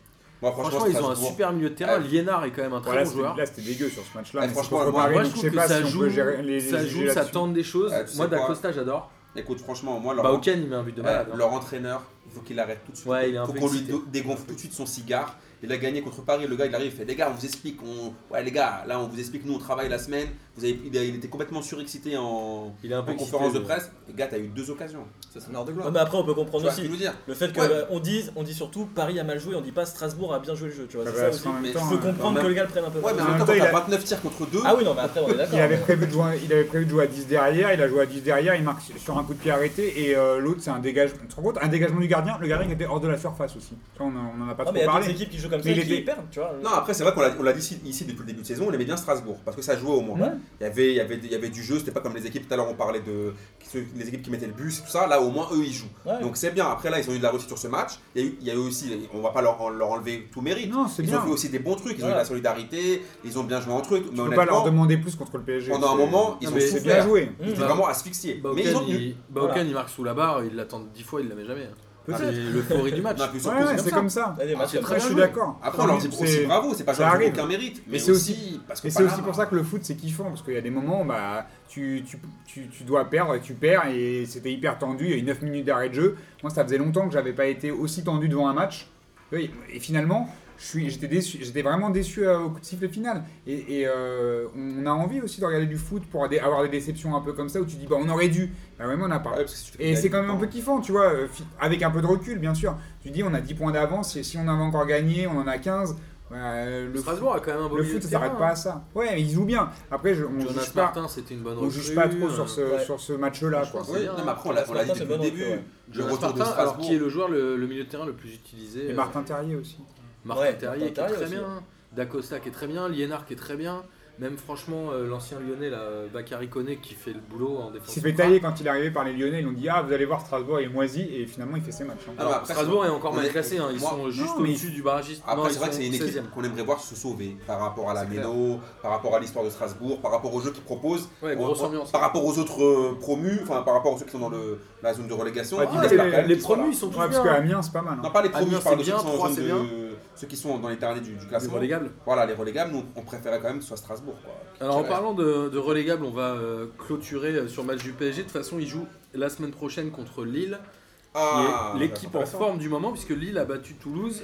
Speaker 2: Moi,
Speaker 1: Franchement,
Speaker 2: franchement,
Speaker 1: ils ont un
Speaker 2: Strasbourg-
Speaker 1: super milieu de terrain.
Speaker 2: Ouais.
Speaker 1: Liénard est quand même un très
Speaker 3: Voilà,
Speaker 1: bon
Speaker 3: c'était-
Speaker 1: joueur.
Speaker 3: là c'était dégueu sur ce match-là.
Speaker 2: Ouais,
Speaker 3: mais
Speaker 2: franchement,
Speaker 3: c'est pas
Speaker 2: moi-
Speaker 3: pareil,
Speaker 1: Moi, je
Speaker 3: donc je
Speaker 1: trouve
Speaker 3: sais
Speaker 1: que
Speaker 3: pas
Speaker 1: ça
Speaker 3: si on
Speaker 1: joue,
Speaker 3: peut gérer les
Speaker 1: ça,
Speaker 3: juger
Speaker 1: joue, ça
Speaker 3: là-dessus.
Speaker 1: tente des choses.
Speaker 2: Ah, tu sais
Speaker 1: Moi,
Speaker 2: quoi
Speaker 1: Dacosta, j'adore.
Speaker 2: Écoute, franchement, moi, leur
Speaker 1: Bah, Oken, il met un but de
Speaker 2: Euh,
Speaker 1: malade. hein.
Speaker 2: leur entraîneur, Il faut qu'il arrête tout de suite.
Speaker 1: Ouais, il est
Speaker 2: il
Speaker 1: un
Speaker 2: faut
Speaker 1: peu
Speaker 2: qu'on lui
Speaker 1: excité.
Speaker 2: do- dégonfle tout de suite son cigare. Il a gagné contre Paris. Le gars, il arrive, il fait Les gars, on vous explique. On... Ouais, les gars, là, on vous explique. Nous, on travaille la semaine. Vous avez... il, a- il était complètement surexcité en,
Speaker 1: Il est un
Speaker 2: en
Speaker 1: peu excité,
Speaker 2: conférence de
Speaker 1: le-
Speaker 2: presse. Les gars, t'as eu deux occasions.
Speaker 4: C'est son heure de
Speaker 5: Ouais,
Speaker 4: gloire.
Speaker 5: mais après, on peut
Speaker 2: Tu
Speaker 5: comprendre
Speaker 2: vois ce que je
Speaker 5: aussi
Speaker 2: veux dire
Speaker 5: le fait qu'on
Speaker 2: Ouais.
Speaker 5: dise, on dit surtout Paris a mal joué, on dit pas Strasbourg a bien joué le jeu. Tu vois,
Speaker 3: Bah,
Speaker 5: c'est ça
Speaker 3: parce
Speaker 5: aussi.
Speaker 3: qu'en même
Speaker 2: mais
Speaker 3: temps,
Speaker 5: Je peux
Speaker 3: euh,
Speaker 2: en
Speaker 5: comprendre
Speaker 2: même-
Speaker 5: que le gars le prenne un peu.
Speaker 2: Ouais, mais en même temps,
Speaker 3: En même
Speaker 2: quand
Speaker 3: temps,
Speaker 2: t'as
Speaker 3: il a-
Speaker 2: 29 tirs contre 2.
Speaker 5: Ah oui, non, mais après, on est d'accord. hein.
Speaker 3: Il avait,
Speaker 5: mais-
Speaker 3: prévu de jouer, il avait prévu de jouer à 10 derrière, il a joué à 10 derrière, il marque sur un coup de pied arrêté et euh, l'autre c'est un dégagement. Tu te rends compte Un dégagement du gardien, le gardien qui était hors de la surface aussi. Ça, on en on en a pas
Speaker 5: Non, mais
Speaker 3: trop
Speaker 5: il y a
Speaker 3: parlé.
Speaker 5: d'autres équipes qui jouent comme ça
Speaker 3: Mais
Speaker 5: et
Speaker 3: il
Speaker 5: qui
Speaker 3: était-
Speaker 5: perdent, tu vois.
Speaker 2: Non, après, c'est vrai qu'on l'a- on l'a dit ici, ici depuis le début de saison, on aimait bien Strasbourg parce que ça jouait au moins.
Speaker 5: Ouais.
Speaker 2: Il, y avait, il, y avait, il y avait du jeu, c'était pas comme les équipes, tout à l'heure on parlait de ceux- les équipes qui mettaient le bus, tout ça. Là, au moins, eux, ils jouent.
Speaker 5: Ouais.
Speaker 2: Donc c'est bien. Après, là, ils ont eu de la réussite sur ce match. Il y a eu, il y a eu aussi, on va pas leur, en- leur enlever tout mérite.
Speaker 3: Non, c'est
Speaker 2: ils
Speaker 3: bien.
Speaker 2: ont fait aussi des bons trucs, ils ont eu
Speaker 5: Voilà.
Speaker 2: de la solidarité, ils ont bien joué entre eux. Mais
Speaker 3: On peut pas leur
Speaker 2: honnêtement,
Speaker 3: demander plus contre le PSG.
Speaker 2: pendant un
Speaker 3: c'est-
Speaker 2: moment, ils
Speaker 3: Non,
Speaker 2: ont
Speaker 3: mais C'est bien
Speaker 2: souffert.
Speaker 3: joué.
Speaker 5: Mmh.
Speaker 2: ils étaient vraiment asphyxiés.
Speaker 1: Balkan,
Speaker 2: mais ils ont tenu.
Speaker 1: il... Balkan,
Speaker 5: Voilà.
Speaker 1: il marque sous la barre, il l'attend 10 fois, il la met jamais.
Speaker 5: Peut-être.
Speaker 1: C'est l'euphorie du match.
Speaker 2: Non, plus
Speaker 3: Ouais,
Speaker 2: sur plus,
Speaker 3: ouais,
Speaker 2: comme
Speaker 3: c'est
Speaker 2: ça.
Speaker 3: comme ça.
Speaker 5: Il y a des matchs
Speaker 1: c'est
Speaker 5: comme
Speaker 1: très
Speaker 5: ça.
Speaker 3: Après, je suis
Speaker 1: joué.
Speaker 3: d'accord.
Speaker 2: Après, on leur dit aussi
Speaker 3: C'est-
Speaker 2: bravo, c'est pas
Speaker 3: ça
Speaker 2: genre ils ont
Speaker 3: arrive.
Speaker 2: aucun mérite. Mais,
Speaker 3: c'est aussi-
Speaker 2: aussi parce que
Speaker 3: Mais c'est aussi
Speaker 2: Panama-
Speaker 3: pour ça que le foot c'est kiffant parce qu'il y a des moments bah tu, tu, tu, tu dois perdre et tu perds et c'était hyper tendu, il y a eu 9 minutes d'arrêt de jeu. Moi ça faisait longtemps que j'avais pas été aussi tendu devant un match. Oui, Et finalement, je suis- j'étais déçu, j'étais vraiment déçu euh, au coup de sifflet final. Et, et, euh, on a envie aussi de regarder du foot pour avoir des- avoir des déceptions un peu comme ça où tu dis bah on aurait dû. Bah ouais, mais on n'a pas.
Speaker 2: Ouais, parce que si tu fais
Speaker 3: Et
Speaker 2: gagner
Speaker 3: c'est quand même
Speaker 2: le
Speaker 3: un peu
Speaker 2: temps.
Speaker 3: kiffant, tu vois, euh, fi- avec un peu de recul, bien sûr. Tu dis, on a 10 points d'avance, et si on avait encore gagné, on en a 15. euh,
Speaker 1: Le
Speaker 3: le
Speaker 1: Strasbourg a quand même un beau
Speaker 3: le
Speaker 1: milieu
Speaker 3: foot,
Speaker 1: de
Speaker 3: ça s'arrête
Speaker 1: terrain,
Speaker 3: pas
Speaker 1: hein.
Speaker 3: à ça. Ouais, mais ils jouent bien. Après, je, on
Speaker 1: Jonas
Speaker 3: juge pas,
Speaker 1: Martin, c'était une bonne
Speaker 3: on
Speaker 1: recrue. euh,
Speaker 3: juge pas trop sur ce,
Speaker 5: ouais.
Speaker 3: sur ce match-là.
Speaker 1: Je
Speaker 3: quoi.
Speaker 1: pense que
Speaker 2: Oui,
Speaker 1: C'est bien,
Speaker 2: non, mais après, on l'a on l'a dit
Speaker 5: Martin, c'est
Speaker 2: depuis le
Speaker 5: bon,
Speaker 2: début.
Speaker 5: ouais.
Speaker 2: Le
Speaker 1: Jonas
Speaker 2: retour
Speaker 1: Martin,
Speaker 2: de
Speaker 1: Bah, alors
Speaker 2: Strasbourg.
Speaker 1: qui est le joueur, le, le milieu de terrain le plus utilisé
Speaker 3: Et
Speaker 1: euh,
Speaker 3: Martin Terrier aussi.
Speaker 1: Martin
Speaker 5: Ouais,
Speaker 1: Terrier
Speaker 5: Martin
Speaker 1: qui est très
Speaker 5: Terrier aussi.
Speaker 1: bien, Dacosta qui est très bien, Liénard qui est très bien, même franchement euh, l'ancien lyonnais là, euh, Bakary Koné qui fait le boulot en
Speaker 3: Il
Speaker 1: défense.
Speaker 3: s'est fait
Speaker 1: centrale.
Speaker 3: tailler quand il est arrivé par les Lyonnais. Ils ont dit Ah, vous allez voir, Strasbourg est moisi. Et finalement, il fait ses matchs. hein.
Speaker 2: Ah,
Speaker 1: Alors,
Speaker 2: mais après,
Speaker 1: Strasbourg
Speaker 2: c'est-
Speaker 1: est encore
Speaker 2: on
Speaker 1: mal
Speaker 2: est-
Speaker 1: classé, hein, ils
Speaker 2: moi-
Speaker 1: sont juste
Speaker 3: mais-
Speaker 1: au-dessus du barragiste. Non,
Speaker 2: Après,
Speaker 1: ils
Speaker 2: c'est vrai que
Speaker 1: sont
Speaker 2: c'est une équipe
Speaker 1: 16e.
Speaker 2: qu'on aimerait voir se sauver par rapport à la
Speaker 1: C'est clair.
Speaker 2: Méno, par rapport à l'histoire de Strasbourg, par rapport aux jeux qu'ils proposent,
Speaker 1: Ouais,
Speaker 2: on-
Speaker 1: grosse
Speaker 2: on-
Speaker 1: ambiance.
Speaker 2: par rapport aux autres euh, promus, enfin par rapport aux ceux qui sont dans le- la zone de relégation.
Speaker 3: Ouais,
Speaker 2: ils
Speaker 1: Ah,
Speaker 3: dis-le,
Speaker 2: espèrent
Speaker 3: les-
Speaker 2: quand même
Speaker 1: les
Speaker 2: qu'ils soient là.
Speaker 1: promus ils sont tous
Speaker 3: Ouais, parce que
Speaker 1: bien.
Speaker 3: Amiens, c'est pas mal. hein.
Speaker 2: Non, pas les promus,
Speaker 1: Amiens,
Speaker 2: je parle de
Speaker 1: c'est
Speaker 2: ceux qui
Speaker 1: bien,
Speaker 2: sont en
Speaker 1: trois,
Speaker 2: zone
Speaker 1: c'est
Speaker 2: de- ceux qui sont dans les derniers du, du
Speaker 1: Les
Speaker 2: classement.
Speaker 1: relégables.
Speaker 2: Voilà, les relégables, nous on préférait quand même que ce soit Strasbourg. quoi.
Speaker 1: Alors en
Speaker 2: Ouais.
Speaker 1: parlant de, de relégables, on va euh, clôturer euh, sur le match du PSG. De toute façon, ils jouent la semaine prochaine contre Lille, qui est
Speaker 2: Ah,
Speaker 1: l'équipe en
Speaker 2: intéressant.
Speaker 1: forme du moment, puisque Lille a battu Toulouse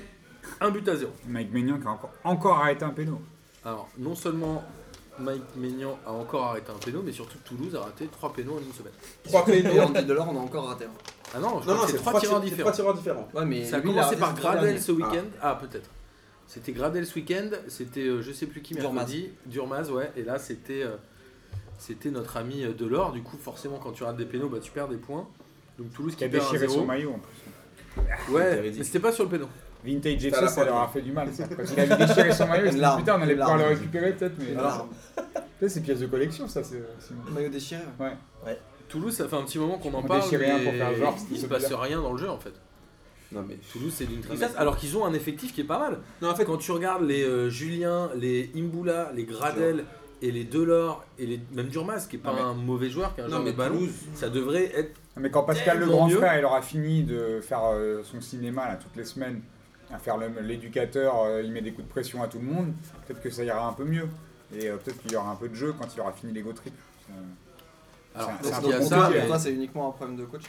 Speaker 1: un but à zéro.
Speaker 3: Mike Maignan qui a encore, encore arrêté un péno.
Speaker 1: Alors, non seulement Mike Maignan a encore arrêté un péno, mais surtout Toulouse a raté 3 pénaux en une semaine.
Speaker 2: Trois pénaux.
Speaker 4: Et Andy Delors, on a encore raté un.
Speaker 1: Ah non, je
Speaker 2: Non,
Speaker 1: crois
Speaker 2: non,
Speaker 1: que
Speaker 2: c'est
Speaker 1: c'est 3 tireurs
Speaker 2: trois tireurs c'est trois
Speaker 1: différents.
Speaker 2: tireurs différents.
Speaker 4: Ouais, mais
Speaker 1: Ça a
Speaker 4: lui, il a
Speaker 1: commencé
Speaker 4: raté
Speaker 1: par
Speaker 4: ses trois derniers.
Speaker 1: Gradel ce week-end. Ah, peut-être. C'était Gradel ce week-end, c'était euh, je sais plus qui
Speaker 4: Durmaz.
Speaker 1: mercredi, Durmaz, ouais, et là c'était euh, c'était notre ami euh, Delors, du coup forcément quand tu rates des pénaux, bah, tu perds des points. Donc Toulouse
Speaker 3: Qui
Speaker 1: qui
Speaker 3: a
Speaker 1: perd un
Speaker 3: déchiré son
Speaker 1: zéro.
Speaker 3: maillot en plus.
Speaker 1: Ouais,
Speaker 2: T'avais dit.
Speaker 1: mais c'était pas sur le péno.
Speaker 3: Vintage
Speaker 2: T'as
Speaker 3: FC,
Speaker 2: la
Speaker 3: ça leur a
Speaker 2: pointe.
Speaker 3: fait du mal. ça. Quand il avait déchiré son maillot, ils se
Speaker 4: Une
Speaker 3: disent,
Speaker 4: larme,
Speaker 3: Putain, on allait
Speaker 4: une
Speaker 3: pouvoir le
Speaker 4: larme.
Speaker 3: récupérer peut-être. Mais euh,
Speaker 4: Une larme.
Speaker 3: Peut-être c'est pièce de collection, ça. c'est- c'est-
Speaker 4: Maillot déchiré.
Speaker 1: Toulouse, ça fait un petit moment qu'on en
Speaker 3: On
Speaker 1: parle.
Speaker 3: déchirait un pour
Speaker 1: mais
Speaker 3: faire genre,
Speaker 1: il
Speaker 3: c'était
Speaker 1: se
Speaker 3: bizarre.
Speaker 1: passe rien dans le jeu en fait.
Speaker 2: Non, mais.
Speaker 1: Toulouse, c'est d'une
Speaker 2: tristesse.
Speaker 1: tristesse. Alors qu'ils ont un effectif qui est pas mal.
Speaker 2: Non, en fait,
Speaker 1: Quand tu regardes les euh, Julien, les Imboula, les Gradel et les Delors et les, même Durmas, qui est pas
Speaker 3: Non, mais-
Speaker 1: un mauvais joueur, qui est un
Speaker 2: non,
Speaker 1: joueur de
Speaker 2: mais
Speaker 1: ballon,
Speaker 2: Toulouse.
Speaker 1: ça devrait être.
Speaker 3: Non, Mais quand Pascal le
Speaker 1: Tellement
Speaker 3: grand
Speaker 1: mieux.
Speaker 3: frère, il aura fini de faire euh, son cinéma là, toutes les semaines, à faire le- l'éducateur, euh, il met des coups de pression à tout le monde, peut-être que ça ira un peu mieux. Et euh, peut-être qu'il y aura un peu de jeu quand il aura fini l'ego trip. Euh,
Speaker 1: Alors,
Speaker 3: un-
Speaker 1: donc,
Speaker 3: c'est un
Speaker 1: il y a
Speaker 3: peu
Speaker 1: ça,
Speaker 3: compliqué.
Speaker 1: mais-
Speaker 4: pour toi, c'est uniquement un problème de coach.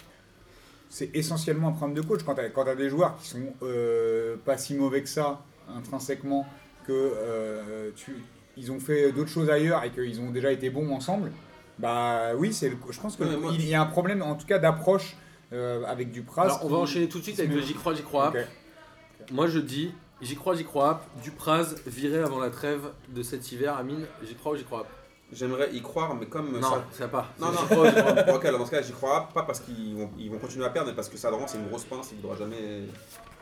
Speaker 3: C'est essentiellement un problème de coach. Quand tu as, des joueurs qui sont euh, pas si mauvais que ça, intrinsèquement, que euh, tu, ils ont fait d'autres choses ailleurs et qu'ils ont déjà été bons ensemble, bah oui, c'est le- je pense
Speaker 2: Ouais, mais moi-
Speaker 3: qu'il y a un problème en tout cas d'approche euh, avec Dupras.
Speaker 1: Alors, on va
Speaker 3: qui-
Speaker 1: enchaîner tout de suite avec le J'y crois, J'y crois.
Speaker 3: Ok.
Speaker 1: Moi, je dis J'y crois, J'y crois. Dupraz viré avant la trêve de cet hiver. Amine, J'y crois ou J'y crois
Speaker 2: J'aimerais y croire, mais comme. euh, ça-
Speaker 1: Non, ça part.
Speaker 2: Non, non,
Speaker 1: J'y crois ou j'y crois pas.
Speaker 2: ok, alors dans ce cas, j'y crois pas parce qu'ils vont, ils vont continuer à perdre, mais parce que Sadran, c'est une grosse pince, il ne voudra jamais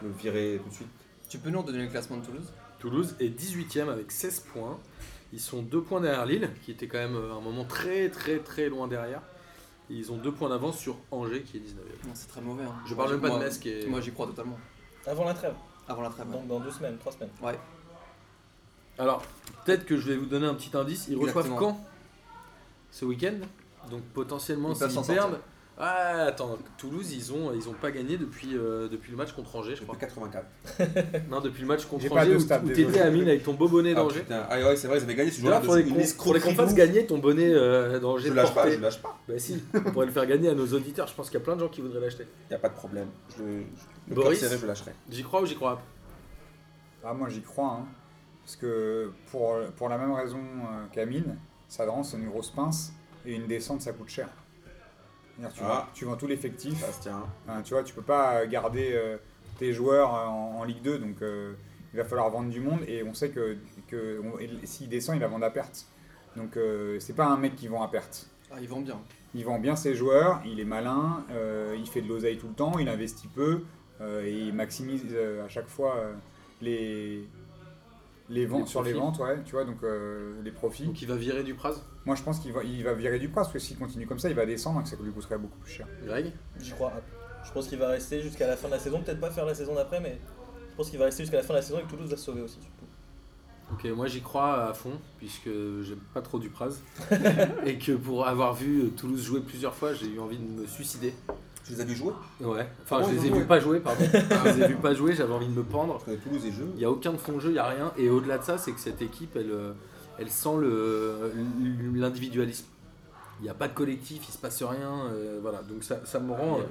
Speaker 2: le virer tout de suite.
Speaker 4: Tu peux nous redonner le classement de Toulouse
Speaker 1: Toulouse est 18ème avec 16 points. Ils sont 2 points derrière Lille, qui était quand même euh, à un moment très très très loin derrière. Et ils ont 2 points d'avance sur Angers, qui est 19ème.
Speaker 4: Non, c'est très mauvais. hein.
Speaker 1: Je parle
Speaker 4: Moi,
Speaker 1: même pas de
Speaker 4: moi-
Speaker 1: Metz qui est.
Speaker 4: Moi, j'y crois totalement.
Speaker 5: Avant la trêve,
Speaker 4: Avant la trêve. ouais.
Speaker 5: donc dans deux semaines, trois semaines.
Speaker 1: Alors, peut-être que je vais vous donner un petit indice. Ils reçoivent
Speaker 4: Exactement.
Speaker 1: quand Ce week-end. Donc potentiellement,
Speaker 4: Ils peuvent
Speaker 1: s'ils
Speaker 4: s'en
Speaker 1: perdent, Ah, attends, Toulouse, ils ont, ils ont pas gagné depuis, euh, depuis le match contre Angers, je crois.
Speaker 2: Depuis 84.
Speaker 1: non, depuis le match contre
Speaker 3: J'ai pas
Speaker 1: Angers
Speaker 3: de
Speaker 1: où
Speaker 3: stats,
Speaker 1: où
Speaker 3: désolé.
Speaker 1: t'étais à mine avec ton beau bonnet
Speaker 2: Ah,
Speaker 1: d'Angers.
Speaker 2: putain. Ah ouais, c'est vrai, ils avaient gagné ce jour-là.
Speaker 1: D'ailleurs, faudrait
Speaker 2: une
Speaker 1: qu'on faudrait qu'on
Speaker 2: escroquerie
Speaker 1: fasse
Speaker 2: de
Speaker 1: gagner ton bonnet euh, d'Angers.
Speaker 2: ouf. Je lâche pas,
Speaker 1: porté.
Speaker 2: je lâche pas.
Speaker 1: Bah si, on pourrait le faire gagner à nos auditeurs. Je pense qu'il y a plein de gens qui voudraient l'acheter.
Speaker 2: Il a pas de problème. Je, le- je, le
Speaker 1: Boris
Speaker 2: cœur serré, je lâcherai.
Speaker 1: J'y crois ou j'y crois pas
Speaker 3: Ah, moi j'y crois, hein. parce que pour, pour la même raison euh, qu'Amine, Sadran c'est une grosse pince et une descente ça coûte cher. C'est-à-dire, Tu,
Speaker 2: Ah.
Speaker 3: vends, tu vends tout l'effectif,
Speaker 2: Bastien.
Speaker 3: Hein, tu vois, tu peux pas garder euh, tes joueurs euh, en, en Ligue 2, donc euh, il va falloir vendre du monde et on sait que, que on- et s'il descend, il va vendre à perte. Donc euh, c'est pas un mec qui vend à perte.
Speaker 4: Ah, ils vendent bien.
Speaker 3: Il vend bien ses joueurs, il est malin, euh, il fait de l'oseille tout le temps, il investit peu euh, et il maximise euh, à chaque fois euh, les, les ventes
Speaker 1: Les
Speaker 3: sur les
Speaker 1: profits.
Speaker 3: ventes, ouais, tu vois, donc euh, les profits.
Speaker 1: Donc il va virer Dupraz,
Speaker 3: Moi je pense qu'il va, il va virer du poids parce que s'il continue comme ça, il va descendre, donc ça lui coûterait beaucoup plus cher.
Speaker 1: Greg.
Speaker 5: J'y crois. Je pense qu'il va rester jusqu'à la fin de la saison. Peut-être pas faire la saison d'après, mais je pense qu'il va rester jusqu'à la fin de la saison et que Toulouse va se sauver aussi. Surtout.
Speaker 1: Ok, moi j'y crois à fond, puisque j'aime pas trop Dupraz. et que pour avoir vu Toulouse jouer plusieurs fois, j'ai eu envie de me suicider.
Speaker 2: Tu les as vu jouer
Speaker 1: Ouais, enfin
Speaker 2: Ah
Speaker 1: je
Speaker 2: ouais,
Speaker 1: les ai
Speaker 2: non,
Speaker 1: vus
Speaker 2: ouais.
Speaker 1: pas jouer, pardon. je les ai vus pas jouer, j'avais envie de me pendre.
Speaker 2: Parce que Toulouse est jeu.
Speaker 1: Il n'y a aucun de fond de jeu, il n'y a rien. Et au-delà de ça, c'est que cette équipe, elle, euh, elle sent le- l'individualisme. Il n'y a pas de collectif, il se passe rien. euh, voilà, donc ça, ça me rend euh,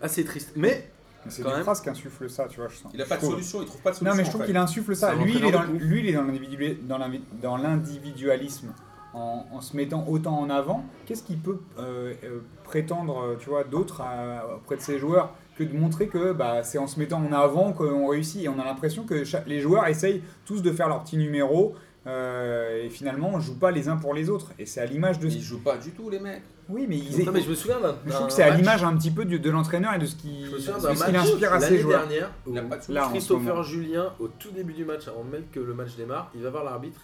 Speaker 1: assez triste. Mais
Speaker 3: Mais c'est
Speaker 1: Quand
Speaker 3: une
Speaker 1: même.
Speaker 3: phrase qui insuffle ça, tu vois, je sens.
Speaker 2: Il a pas de
Speaker 3: Je trouve.
Speaker 2: solution, il trouve pas de solution.
Speaker 3: Non, mais je
Speaker 2: en
Speaker 3: trouve
Speaker 2: fait.
Speaker 3: qu'il insuffle
Speaker 1: C'est
Speaker 3: ça.
Speaker 1: un
Speaker 3: Lui, il est dans,
Speaker 1: entraîneur de
Speaker 3: lui, il est dans l'individu- dans l'invi- dans l'individualisme, en, en se mettant autant en avant. Qu'est-ce qu'il peut euh, euh, prétendre, euh, tu vois, d'autres à- auprès de ses joueurs que de montrer que bah, c'est en se mettant en avant qu'on réussit. Et on a l'impression que cha- les joueurs essayent tous de faire leur petit numéro. euh, et finalement, on joue pas les uns pour les autres. Et c'est à l'image de.
Speaker 2: Ils jouent pas du tout, les mecs.
Speaker 3: Oui, mais ils.
Speaker 1: Non, mais je me souviens d'un.
Speaker 3: je
Speaker 1: d'un
Speaker 3: trouve que c'est à
Speaker 1: match-
Speaker 3: l'image un petit peu du- de l'entraîneur et de ce qui-
Speaker 1: Je
Speaker 3: de
Speaker 1: me
Speaker 3: ce
Speaker 1: souviens
Speaker 3: qu'il
Speaker 1: d'un match
Speaker 3: inspire à ses
Speaker 1: l'année
Speaker 3: joueurs.
Speaker 1: dernière.
Speaker 2: Il n'a pas de solution.
Speaker 3: Là, en ce
Speaker 1: Christopher
Speaker 3: moment.
Speaker 1: Julien, au tout début du match, avant même que le match démarre, il va voir l'arbitre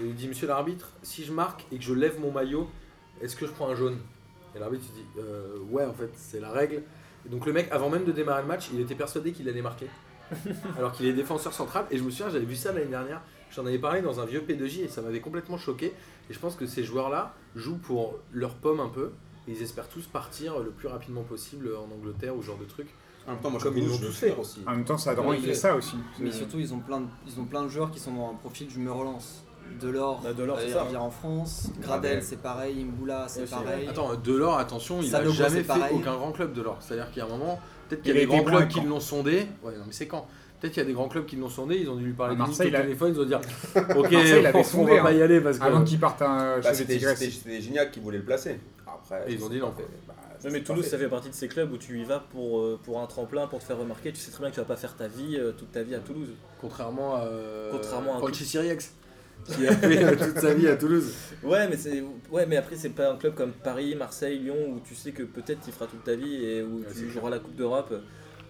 Speaker 1: et il dit Monsieur l'arbitre, si je marque et que je lève mon maillot, est-ce que je prends un jaune Et l'arbitre il dit Euh, Ouais, en fait, c'est la règle. Et donc le mec, avant même de démarrer le match, il était persuadé qu'il allait marquer. alors qu'il est défenseur central. Et je me souviens, j'avais vu ça l'année dernière. J'en avais parlé dans un vieux P2J et ça m'avait complètement choqué. Et je pense que ces joueurs-là jouent pour leur pomme un peu. Et ils espèrent tous partir le plus rapidement possible en Angleterre ou ce genre de truc.
Speaker 2: En même temps, moi,
Speaker 1: Comme
Speaker 2: je
Speaker 1: ils
Speaker 2: trouve
Speaker 1: l'ont
Speaker 2: je veux
Speaker 1: tous fait.
Speaker 2: faire aussi.
Speaker 3: En même temps, Sadran,
Speaker 4: Oui,
Speaker 3: il
Speaker 4: mais-
Speaker 3: fait ça aussi.
Speaker 4: Mais
Speaker 3: C'est-
Speaker 4: surtout, ils ont plein de, ils ont plein de joueurs qui sont dans un profil, je me relance. Delors,
Speaker 5: Bah, Delors,
Speaker 4: euh,
Speaker 5: c'est
Speaker 4: il
Speaker 5: ça.
Speaker 4: revient en France.
Speaker 2: Gradel.
Speaker 4: Gradel, c'est pareil. Imboula, c'est
Speaker 5: Aussi,
Speaker 4: pareil.
Speaker 1: Attends, Delors, attention, il n'a
Speaker 4: Sanogo,
Speaker 1: jamais
Speaker 4: c'est
Speaker 1: fait
Speaker 4: pareil.
Speaker 1: aucun grand club Delors. C'est-à-dire qu'il y a un moment, peut-être qu'il
Speaker 3: Il
Speaker 1: y a des
Speaker 3: a été
Speaker 1: grands
Speaker 3: bon
Speaker 1: clubs
Speaker 3: à
Speaker 1: qui
Speaker 3: Caen.
Speaker 1: l'ont sondé. Ouais, non, mais c'est quand Peut-être qu'il y a des grands clubs qui l'ont sondé, ils ont dû lui parler
Speaker 3: À
Speaker 1: de lui au
Speaker 3: Marseille, il a-
Speaker 1: téléphone, ils ont dit Ok,
Speaker 3: Marseille, il
Speaker 1: on,
Speaker 3: avait
Speaker 1: on
Speaker 3: sondé,
Speaker 1: va pas
Speaker 3: hein.
Speaker 1: y aller parce que.
Speaker 3: Avant qu'il parte euh,
Speaker 2: Bah,
Speaker 3: chez
Speaker 2: C'était
Speaker 3: les Tigresses.
Speaker 2: c'était- c'était Gignac qui voulait le placer. Après,
Speaker 1: Et ils ont dit non, quoi.
Speaker 5: Non,
Speaker 2: Bah,
Speaker 5: mais Toulouse, ça fait partie de ces clubs où tu y vas pour, euh, pour un tremplin, pour te faire remarquer. Tu sais très bien que tu vas pas faire ta vie, euh, toute ta vie à Toulouse.
Speaker 1: Contrairement à. euh,
Speaker 5: Contrairement à-
Speaker 1: Franchi Siriax, qui a fait euh, toute sa vie à Toulouse.
Speaker 5: Ouais, mais c'est ouais, mais après c'est pas un club comme Paris, Marseille, Lyon où tu sais que peut-être tu feras toute ta vie et où
Speaker 1: Ouais, c'est
Speaker 5: tu joueras la Coupe d'Europe.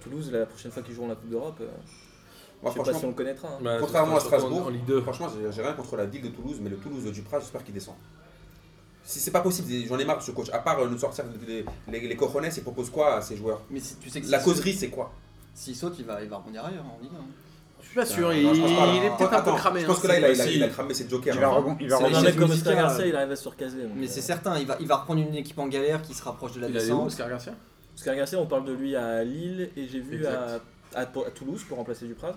Speaker 5: Toulouse, la prochaine fois qu'ils joueront la Coupe d'Europe, euh,
Speaker 2: Moi,
Speaker 5: je sais pas si on
Speaker 2: franchement,
Speaker 5: le connaîtra. hein.
Speaker 1: Bah,
Speaker 2: Contrairement à
Speaker 1: surtout en-
Speaker 2: Strasbourg.
Speaker 1: En Ligue 2.
Speaker 2: franchement, j'ai- j'ai rien contre la ville de Toulouse, mais le Toulouse de Duprat, j'espère qu'il descend. Si c'est pas possible, j'en ai marre de ce coach. À part euh, nous sortir les, les, les cojones, il propose quoi à ses joueurs
Speaker 4: Mais si, tu sais que
Speaker 2: La
Speaker 4: s'il
Speaker 2: causerie, c'est quoi
Speaker 4: saute- S'il saute, il va, il va rebondir ailleurs hein, en Ligue 1.
Speaker 1: Je suis pas sûr,
Speaker 2: Ah, Non,
Speaker 1: il,
Speaker 2: je pense pas, là.
Speaker 1: il est peut-être un peu
Speaker 2: Attends,
Speaker 1: cramé.
Speaker 2: Je pense
Speaker 1: hein,
Speaker 2: que là, il a,
Speaker 1: c'est-
Speaker 2: il a- il a
Speaker 1: si.
Speaker 2: cramé ses jokers.
Speaker 3: Il va,
Speaker 2: hein.
Speaker 3: rebon- il va
Speaker 4: C'est
Speaker 5: Mais Bah, un
Speaker 3: rebondir.
Speaker 5: mec comme
Speaker 4: Muscat,
Speaker 5: Oscar Garcia,
Speaker 4: euh,
Speaker 5: il arrive à se surcaser. donc,
Speaker 4: Mais
Speaker 5: euh,
Speaker 4: c'est certain, il va, il va reprendre une équipe en galère qui se rapproche de la
Speaker 1: Il est où,
Speaker 4: descente.
Speaker 1: Oscar Garcia
Speaker 5: Oscar Garcia, on parle de lui à Lille et j'ai vu à,
Speaker 1: Exact.
Speaker 5: à- à Toulouse pour remplacer Duprat,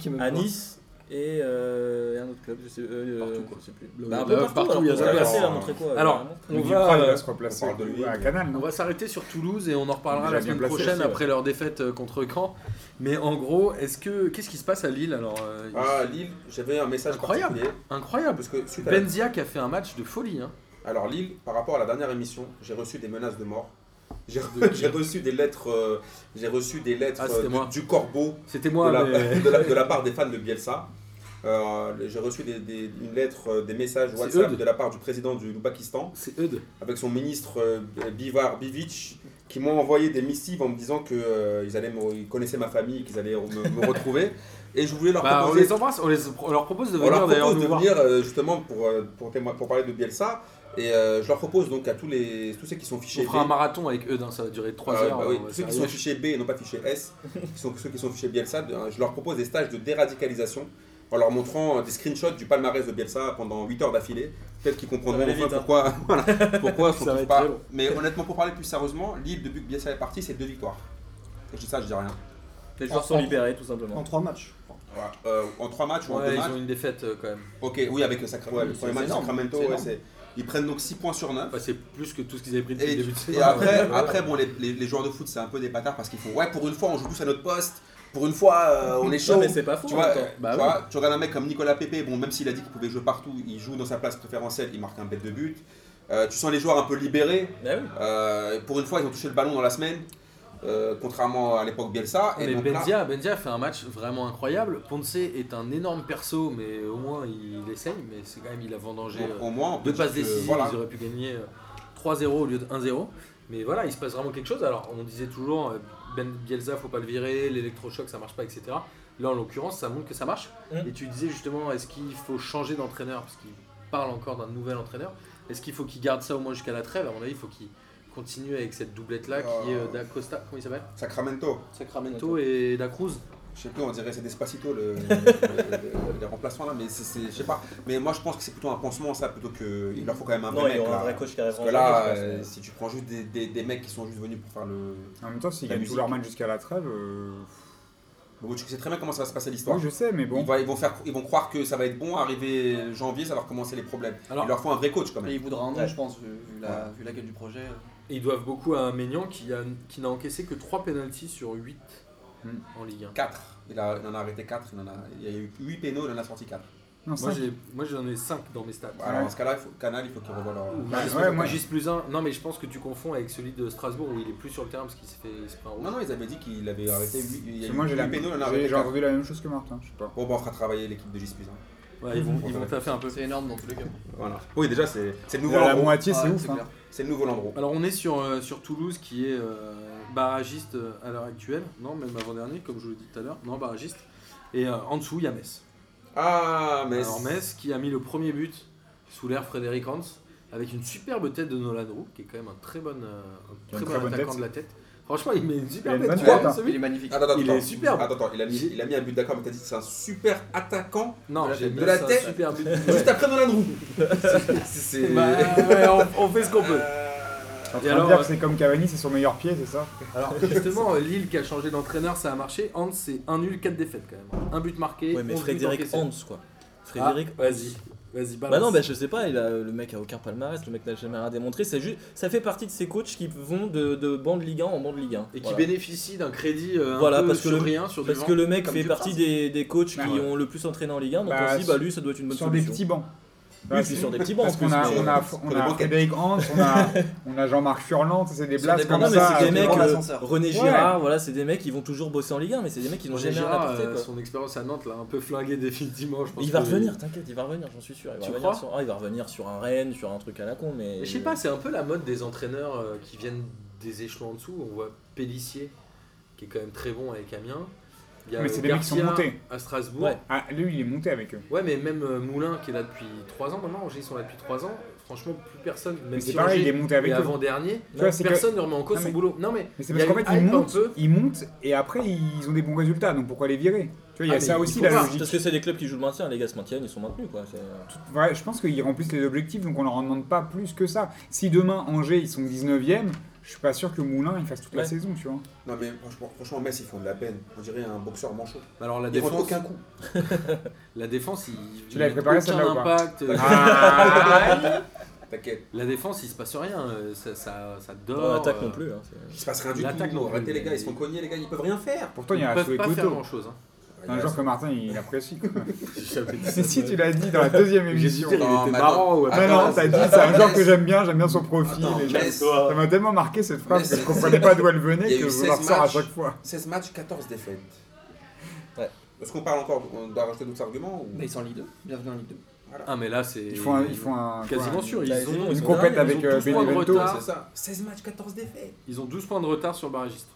Speaker 4: qui est même
Speaker 5: à
Speaker 4: pas-
Speaker 5: Nice et, euh, et un autre club, je sais, euh,
Speaker 1: Partout,
Speaker 5: euh,
Speaker 1: quoi.
Speaker 5: je sais plus.
Speaker 1: Le-
Speaker 5: Bah, un peu
Speaker 1: là,
Speaker 5: partout,
Speaker 1: partout,
Speaker 5: alors,
Speaker 1: il y a
Speaker 5: Oscar
Speaker 2: Zaga.
Speaker 5: Garcia, il a montré quoi euh,
Speaker 1: Alors,
Speaker 5: vraiment.
Speaker 1: On
Speaker 3: On
Speaker 1: va,
Speaker 3: va,
Speaker 1: euh,
Speaker 3: se replacer
Speaker 2: on parle de lui,
Speaker 3: à
Speaker 2: mais-
Speaker 3: Canal.
Speaker 1: On
Speaker 3: non
Speaker 1: va s'arrêter sur Toulouse et on en reparlera
Speaker 3: Déjà
Speaker 1: la
Speaker 3: bien
Speaker 1: semaine
Speaker 3: placé
Speaker 1: prochaine
Speaker 5: aussi, ouais.
Speaker 1: après leur défaite euh, contre Caen. Mais en gros, est-ce que qu'est-ce qui se passe à Lille alors euh,
Speaker 2: Ah, Lille, j'avais un message
Speaker 1: Incroyable. Ben-
Speaker 2: particulier,
Speaker 1: Incroyable.
Speaker 2: Parce que suite à la-
Speaker 1: Benzia qui a fait un match de folie. Hein.
Speaker 2: Alors Lille, par rapport à la dernière émission, j'ai reçu des menaces de mort. J'ai re- j'ai reçu des lettres, euh, j'ai reçu des lettres
Speaker 1: Ah, c'était
Speaker 2: euh,
Speaker 1: moi.
Speaker 2: du, du corbeau
Speaker 1: C'était
Speaker 2: de
Speaker 1: moi.
Speaker 2: la,
Speaker 1: mais-
Speaker 2: de la- de la part des fans de Bielsa. Euh, j'ai reçu des, des- une lettre, euh, des messages
Speaker 1: C'est
Speaker 2: WhatsApp
Speaker 1: Eudes.
Speaker 2: de la part du président du Pakistan
Speaker 1: C'est Eudes.
Speaker 2: avec son ministre euh, Bivar Bivic qui m'ont envoyé des missives en me disant qu'ils allaient me- ils connaissaient ma famille, qu'ils allaient me, me retrouver. Et je voulais leur
Speaker 1: Bah, on
Speaker 2: proposer
Speaker 1: les embrasse, on, les- on leur propose de
Speaker 2: on leur
Speaker 1: venir d'ailleurs
Speaker 2: propose
Speaker 1: nous
Speaker 2: de
Speaker 1: voir.
Speaker 2: venir euh, justement pour, euh, pour, témo- pour parler de Bielsa. Et euh, je leur propose donc à tous, les, tous ceux qui sont
Speaker 1: On
Speaker 2: fichés B.
Speaker 1: fera un marathon avec Eudes, hein, ça va durer 3
Speaker 2: euh,
Speaker 1: heures.
Speaker 2: bah
Speaker 1: euh,
Speaker 2: oui,
Speaker 1: on va
Speaker 2: tous ceux qui sont
Speaker 1: s'arrêter.
Speaker 2: hein, fichés B et non pas fichés S, qui sont ceux qui sont fichés Bielsa, de- je leur propose des stages de déradicalisation en leur montrant euh, des screenshots du palmarès de Bielsa pendant 8 heures d'affilée. Peut-être qu'ils comprendront
Speaker 5: Ça va aller
Speaker 2: enfin
Speaker 5: vite, hein.
Speaker 2: pourquoi, voilà, pourquoi ils sont
Speaker 5: Ça va
Speaker 2: tous
Speaker 5: être
Speaker 2: pas.
Speaker 5: très long.
Speaker 2: Mais honnêtement, pour parler plus sérieusement, Lille, depuis que Bielsa est parti, c'est deux victoires. Quand je dis ça, je dis rien.
Speaker 5: Les joueurs
Speaker 4: En-
Speaker 5: sont
Speaker 4: en-
Speaker 5: libérés tout
Speaker 6: En
Speaker 5: simplement.
Speaker 6: trois matchs.
Speaker 2: Voilà. Euh, en 3 matchs ou en 2
Speaker 1: Ouais, ils
Speaker 2: matchs.
Speaker 1: ont une défaite euh, quand même.
Speaker 2: Ok, oui, avec le, sacra... ouais, le
Speaker 4: C'est
Speaker 2: premier match
Speaker 4: énorme,
Speaker 2: Sacramento,
Speaker 4: c'est
Speaker 2: ouais,
Speaker 4: énorme.
Speaker 2: c'est- ils prennent donc 6 points sur 9.
Speaker 1: Enfin, c'est plus que tout ce qu'ils avaient pris depuis
Speaker 2: Et,
Speaker 1: le début de
Speaker 2: et
Speaker 1: saison.
Speaker 2: après,
Speaker 1: Ouais.
Speaker 2: après bon, les, les- les joueurs de foot, c'est un peu des bâtards parce qu'ils font Ouais, pour une fois, on joue tous à notre poste. Pour une fois, euh, on est chaud.
Speaker 5: Non, mais c'est pas faux.
Speaker 2: Tu
Speaker 5: en
Speaker 2: vois,
Speaker 5: même temps.
Speaker 2: tu
Speaker 1: Bah
Speaker 2: vois, tu regardes un mec comme Nicolas Pepe, bon, même s'il a dit qu'il pouvait jouer partout, il joue dans sa place préférentielle, il marque un bête de but. Euh, tu sens les joueurs un peu libérés.
Speaker 5: Bah oui.
Speaker 2: Euh, pour une fois, ils ont touché le ballon dans la semaine, euh, contrairement à l'époque Bielsa.
Speaker 1: Mais
Speaker 2: donc là-
Speaker 1: Benzia, Benzia a fait un match vraiment incroyable. Ponce est un énorme perso, mais au moins il essaye. Mais c'est quand même, il a vendangé
Speaker 2: donc,
Speaker 1: euh,
Speaker 2: au moins, on peut
Speaker 1: deux
Speaker 2: dire
Speaker 1: passes
Speaker 2: que,
Speaker 1: décisives.
Speaker 2: voilà.
Speaker 1: Ils auraient pu gagner euh, 3-0 au lieu de 1-0. Mais voilà, il se passe vraiment quelque chose. Alors, on disait toujours euh, Ben Bielsa, faut pas le virer, l'électrochoc, ça marche pas, etc. Là, en l'occurrence, ça montre que ça marche.
Speaker 5: Mm.
Speaker 1: Et tu disais justement, est-ce qu'il faut changer d'entraîneur Parce qu'il parle encore d'un nouvel entraîneur. Est-ce qu'il faut qu'il garde ça au moins jusqu'à la trêve À mon avis, il faut qu'il continue avec cette doublette-là qui est euh, Da Costa, comment il s'appelle
Speaker 2: Sacramento,
Speaker 1: Sacramento et Da Cruz.
Speaker 2: je sais plus, on dirait c'est Despacito le, le- le- les remplaçants là, mais c'est, c'est- je sais pas. Mais moi, je pense que c'est plutôt un pansement ça, plutôt que il leur faut quand même un
Speaker 5: Non,
Speaker 2: vrai
Speaker 5: il y
Speaker 2: mec,
Speaker 5: aura
Speaker 2: là.
Speaker 5: un vrai coach qui arrivera.
Speaker 2: Parce que
Speaker 5: en
Speaker 2: là,
Speaker 5: janvier, je
Speaker 2: euh,
Speaker 5: pense,
Speaker 2: si tu prends juste des, des- des mecs qui sont juste venus pour faire le.
Speaker 3: En même temps, s'ils
Speaker 2: La
Speaker 3: gagnent
Speaker 2: musique.
Speaker 3: tous leurs matchs jusqu'à la trêve, euh,
Speaker 2: Bon, tu sais très bien comment ça va se passer l'histoire.
Speaker 3: oui, je sais, mais bon.
Speaker 2: Ils, vont, ils vont faire, ils vont croire que ça va être bon, arriver janvier, ça va recommencer les problèmes.
Speaker 1: Alors-
Speaker 2: il leur faut un vrai coach quand
Speaker 4: Mais
Speaker 2: même.
Speaker 4: il voudra un nom,
Speaker 5: Ouais.
Speaker 4: je pense, vu, vu la, vu la gueule du projet.
Speaker 1: Et ils doivent beaucoup à un Maignan qui, a- qui n'a encaissé que 3 pénalties sur 8
Speaker 3: Mm.
Speaker 1: en Ligue 1.
Speaker 2: 4. Il, a- il en a arrêté 4, il, en a, il y a eu 8 pénaux, il en a sorti 4.
Speaker 3: Non,
Speaker 1: Moi,
Speaker 3: cinq.
Speaker 1: j'ai- moi, j'en ai 5 dans mes stats.
Speaker 2: Alors dans ce cas-là, il faut, Canal, il faut qu'il revoie leur.
Speaker 1: Ou
Speaker 3: Bah,
Speaker 1: Gis-
Speaker 3: ouais, moi-
Speaker 1: Gis plus 1. Non, mais je pense que tu confonds avec celui de Strasbourg où il est plus sur le terrain parce qu'il s'est fait il se prend un rouge.
Speaker 2: Non, non, ils avaient dit qu'il avait arrêté 8, il y a
Speaker 3: Parce
Speaker 2: eu
Speaker 3: que Moi, j'ai la-
Speaker 2: huit pénaux, il en a arrêté
Speaker 3: j'ai j'ai
Speaker 2: 4.
Speaker 3: entendu la même chose que Martin, je sais pas.
Speaker 2: Bon, bah, on fera travailler l'équipe de Gispus. hein.
Speaker 1: Ouais, ils vont, ils vont
Speaker 2: Ouais.
Speaker 1: taffer un peu.
Speaker 4: C'est énorme dans tous les cas. Ah
Speaker 2: Voilà. Oui, déjà, c'est c'est le nouveau
Speaker 3: La, la
Speaker 2: Landreau.
Speaker 3: moitié, c'est
Speaker 4: Ouais,
Speaker 3: ouf. hein.
Speaker 4: clair.
Speaker 2: C'est le nouveau Landreau.
Speaker 1: Alors, on est sur, euh, sur Toulouse qui est euh, barragiste euh, à l'heure actuelle. Non, même avant-dernier, comme je vous l'ai dit tout à l'heure. Non, barragiste. Et euh, en dessous, il y a Metz.
Speaker 2: Ah, mais.
Speaker 1: Alors, Metz qui a mis le premier but sous l'air Frédéric Hans avec une superbe tête de Nolan Roux qui est quand même un très bon, euh, un
Speaker 3: a
Speaker 1: très
Speaker 3: une
Speaker 1: bon
Speaker 3: très bonne
Speaker 1: attaquant
Speaker 3: tête.
Speaker 1: de la tête. Franchement, il met une superbe
Speaker 3: Il a
Speaker 1: tête.
Speaker 3: une bonne
Speaker 1: tu vois,
Speaker 3: tête, hein.
Speaker 1: ce
Speaker 4: Il est
Speaker 1: but.
Speaker 4: magnifique.
Speaker 2: Attends, attends,
Speaker 1: Il
Speaker 2: attends.
Speaker 1: est superbe.
Speaker 2: Attends, attends, il a mis, il a mis un but d'accord, mais t'as dit c'est un super attaquant
Speaker 1: Non,
Speaker 2: de la
Speaker 1: j'ai
Speaker 2: tête.
Speaker 1: mis
Speaker 2: De la
Speaker 1: ça,
Speaker 2: tête
Speaker 1: superbe but.
Speaker 2: juste après Nolan Roux. C'est- C'est. Euh,
Speaker 1: Bah, ouais, on- on fait ce qu'on peut.
Speaker 3: T'es en
Speaker 1: Et
Speaker 3: train de
Speaker 1: alors,
Speaker 3: dire
Speaker 1: euh,
Speaker 3: que c'est comme Cavani, c'est son meilleur pied, c'est ça
Speaker 1: Alors justement, euh, Lille qui a changé d'entraîneur, ça a marché. Hans, c'est un nul, 4 défaites quand même. Un but marqué.
Speaker 5: Ouais, mais
Speaker 1: 11 buts
Speaker 5: Frédéric
Speaker 1: encaissés.
Speaker 5: Hans, quoi. Frédéric
Speaker 1: Ah, vas-y, vas-y, balance.
Speaker 5: Bah non, bah je sais pas, il a, le mec a aucun palmarès, le mec n'a jamais rien démontré, c'est juste, ça fait partie de ces coachs qui vont de, de bande Ligue 1 en bande Ligue 1.
Speaker 1: Et qui
Speaker 5: Voilà.
Speaker 1: bénéficie d'un crédit euh, un
Speaker 5: Voilà,
Speaker 1: peu
Speaker 5: parce que
Speaker 1: sur
Speaker 5: le-
Speaker 1: rien, sur du
Speaker 5: Parce
Speaker 1: vent,
Speaker 5: que le mec
Speaker 1: comme
Speaker 5: fait
Speaker 1: tu
Speaker 5: partie
Speaker 1: le
Speaker 5: des, des coachs
Speaker 3: Bah,
Speaker 5: qui
Speaker 3: ouais.
Speaker 5: ont le plus entraîné en Ligue 1, donc
Speaker 3: Bah,
Speaker 5: on se dit, bah lui ça doit être une bonne
Speaker 3: Sur des
Speaker 5: solution.
Speaker 3: petits bancs.
Speaker 5: Oui, c'est sur des petits bancs.
Speaker 3: Parce qu'on a,
Speaker 5: parce que-
Speaker 3: on a,
Speaker 2: sur
Speaker 3: on
Speaker 2: les
Speaker 3: a
Speaker 2: banquettes.
Speaker 3: Frédéric Hans, on a, on a Jean-Marc Furlan, tu sais, c'est des
Speaker 4: Sur
Speaker 3: blagues
Speaker 4: des
Speaker 3: comme
Speaker 5: Non, mais
Speaker 3: ça.
Speaker 5: c'est des
Speaker 3: euh,
Speaker 5: mecs,
Speaker 4: devant
Speaker 5: euh,
Speaker 4: l'ascenseur.
Speaker 5: René
Speaker 3: Ouais.
Speaker 5: Girard, voilà, c'est des mecs qui vont toujours bosser en Ligue 1, mais c'est des mecs qui n'ont
Speaker 1: Roger
Speaker 5: jamais rien
Speaker 1: Girard,
Speaker 5: apporté.
Speaker 1: euh,
Speaker 5: quoi.
Speaker 1: son expérience à Nantes l'a un peu flingué définitivement, je pense.
Speaker 5: Il va
Speaker 1: que-
Speaker 5: revenir, t'inquiète, il va revenir, j'en suis sûr. Il va,
Speaker 1: Tu
Speaker 5: revenir
Speaker 1: crois
Speaker 5: sur... ah, il va revenir sur un Rennes, sur un truc à la con, mais.
Speaker 1: Mais je sais pas, c'est un peu la mode des entraîneurs euh, qui viennent des échelons en dessous. On voit Pellissier, qui est quand même très bon avec Amiens. Il y a
Speaker 3: Mais c'est
Speaker 1: euh,
Speaker 3: des mecs qui sont
Speaker 1: Garcia
Speaker 3: montés.
Speaker 1: À Strasbourg.
Speaker 5: Ouais.
Speaker 3: Ah, lui, il est monté avec eux.
Speaker 1: Ouais, mais même euh, Moulin qui est là depuis 3 ans maintenant, Angers ils sont là depuis 3 ans. Franchement, plus personne, même
Speaker 3: Mais c'est
Speaker 1: si
Speaker 3: pareil, il est
Speaker 1: Angers
Speaker 3: monté
Speaker 1: est
Speaker 3: avec eux.
Speaker 1: avant-dernier,
Speaker 3: Tu vois, c'est que-
Speaker 1: personne ne remet en cause
Speaker 3: Non,
Speaker 1: son
Speaker 3: mais-
Speaker 1: boulot. Non, mais,
Speaker 3: Mais c'est
Speaker 1: il
Speaker 3: parce
Speaker 1: y a
Speaker 3: qu'en fait,
Speaker 1: une
Speaker 3: ils
Speaker 1: hype un
Speaker 3: montent,
Speaker 1: peu.
Speaker 3: ils montent et après, ils ont des bons résultats. Donc pourquoi les virer Tu vois, il y
Speaker 1: Ah,
Speaker 3: a
Speaker 1: mais
Speaker 3: ça
Speaker 1: il
Speaker 3: aussi
Speaker 1: faut
Speaker 3: la
Speaker 1: voir.
Speaker 3: logique.
Speaker 5: Parce que c'est des clubs qui jouent le maintien, les gars se maintiennent, ils sont maintenus quoi. c'est- euh,
Speaker 3: Ouais, je pense qu'ils remplissent les objectifs, donc on leur en demande pas plus que ça. Si demain, Angers, ils sont 19ème, je suis pas sûr que Moulin, il fasse toute la
Speaker 5: Ouais.
Speaker 3: saison, tu vois.
Speaker 2: Non, mais franchement, franchement, Metz, ils font de la peine. On dirait un boxeur manchot.
Speaker 1: alors la
Speaker 2: Ils rentrent
Speaker 1: défense,
Speaker 2: aucun coup.
Speaker 1: la défense, ils
Speaker 3: Tu l'avais
Speaker 1: ils
Speaker 3: préparé,
Speaker 1: mettent
Speaker 3: celle-là, ou
Speaker 1: aucun
Speaker 3: pas Ah.
Speaker 1: impact. euh,
Speaker 2: T'inquiète.
Speaker 1: La défense, il se passe rien, euh, ça, ça, ça dort.
Speaker 5: Bon, attaque
Speaker 1: euh,
Speaker 5: non plus. hein, c'est-
Speaker 2: Il se passe rien du
Speaker 1: L'attaque non
Speaker 2: tout.
Speaker 1: plus,
Speaker 2: Arrêtez les
Speaker 1: mais-
Speaker 2: gars, ils se font cogner, les gars, ils peuvent rien faire.
Speaker 3: Pourtant, il y
Speaker 1: Ils
Speaker 3: a
Speaker 1: peuvent
Speaker 3: Asoué
Speaker 1: pas faire hein.
Speaker 3: Koto.
Speaker 1: grand chose.
Speaker 3: Un joueur que Martin, il apprécie. quoi.
Speaker 1: C'est
Speaker 3: si, si, tu l'as dit dans la deuxième émission.
Speaker 1: il était
Speaker 2: Non, mais
Speaker 1: marrant. ouais.
Speaker 2: attends.
Speaker 3: Ah non, t'as dit, c'est un genre que j'aime bien, j'aime bien son profil.
Speaker 2: Attends,
Speaker 3: et
Speaker 2: Metz,
Speaker 3: Ça m'a tellement marqué cette phrase
Speaker 2: Mais
Speaker 3: que je
Speaker 2: c'est-
Speaker 3: comprenais pas d'où elle
Speaker 2: Il y a
Speaker 3: venait
Speaker 2: eu
Speaker 3: que je
Speaker 2: 16
Speaker 3: la ressors à
Speaker 2: matchs.
Speaker 3: chaque fois.
Speaker 2: 16 matchs, 14 défaites.
Speaker 5: Ouais.
Speaker 2: Est-ce qu'on parle encore On doit rajouter d'autres arguments ou...
Speaker 4: Bah, ils sont en Ligue 2. Bienvenue en Ligue 2.
Speaker 1: Ah, mais là, c'est.
Speaker 3: Ils font un. Ils font un
Speaker 1: Quasiment
Speaker 3: quoi,
Speaker 1: sûr,
Speaker 5: Bah,
Speaker 1: ils
Speaker 5: ils
Speaker 1: ont
Speaker 5: ont
Speaker 3: Une
Speaker 5: ils
Speaker 3: compète
Speaker 5: derniers,
Speaker 3: avec
Speaker 1: ils ont 12 points
Speaker 3: euh,
Speaker 1: de
Speaker 3: Benevento.
Speaker 1: retard.
Speaker 2: C'est ça. 16 matchs, 14 défaites.
Speaker 1: Ils ont 12 points de retard sur le barragiste.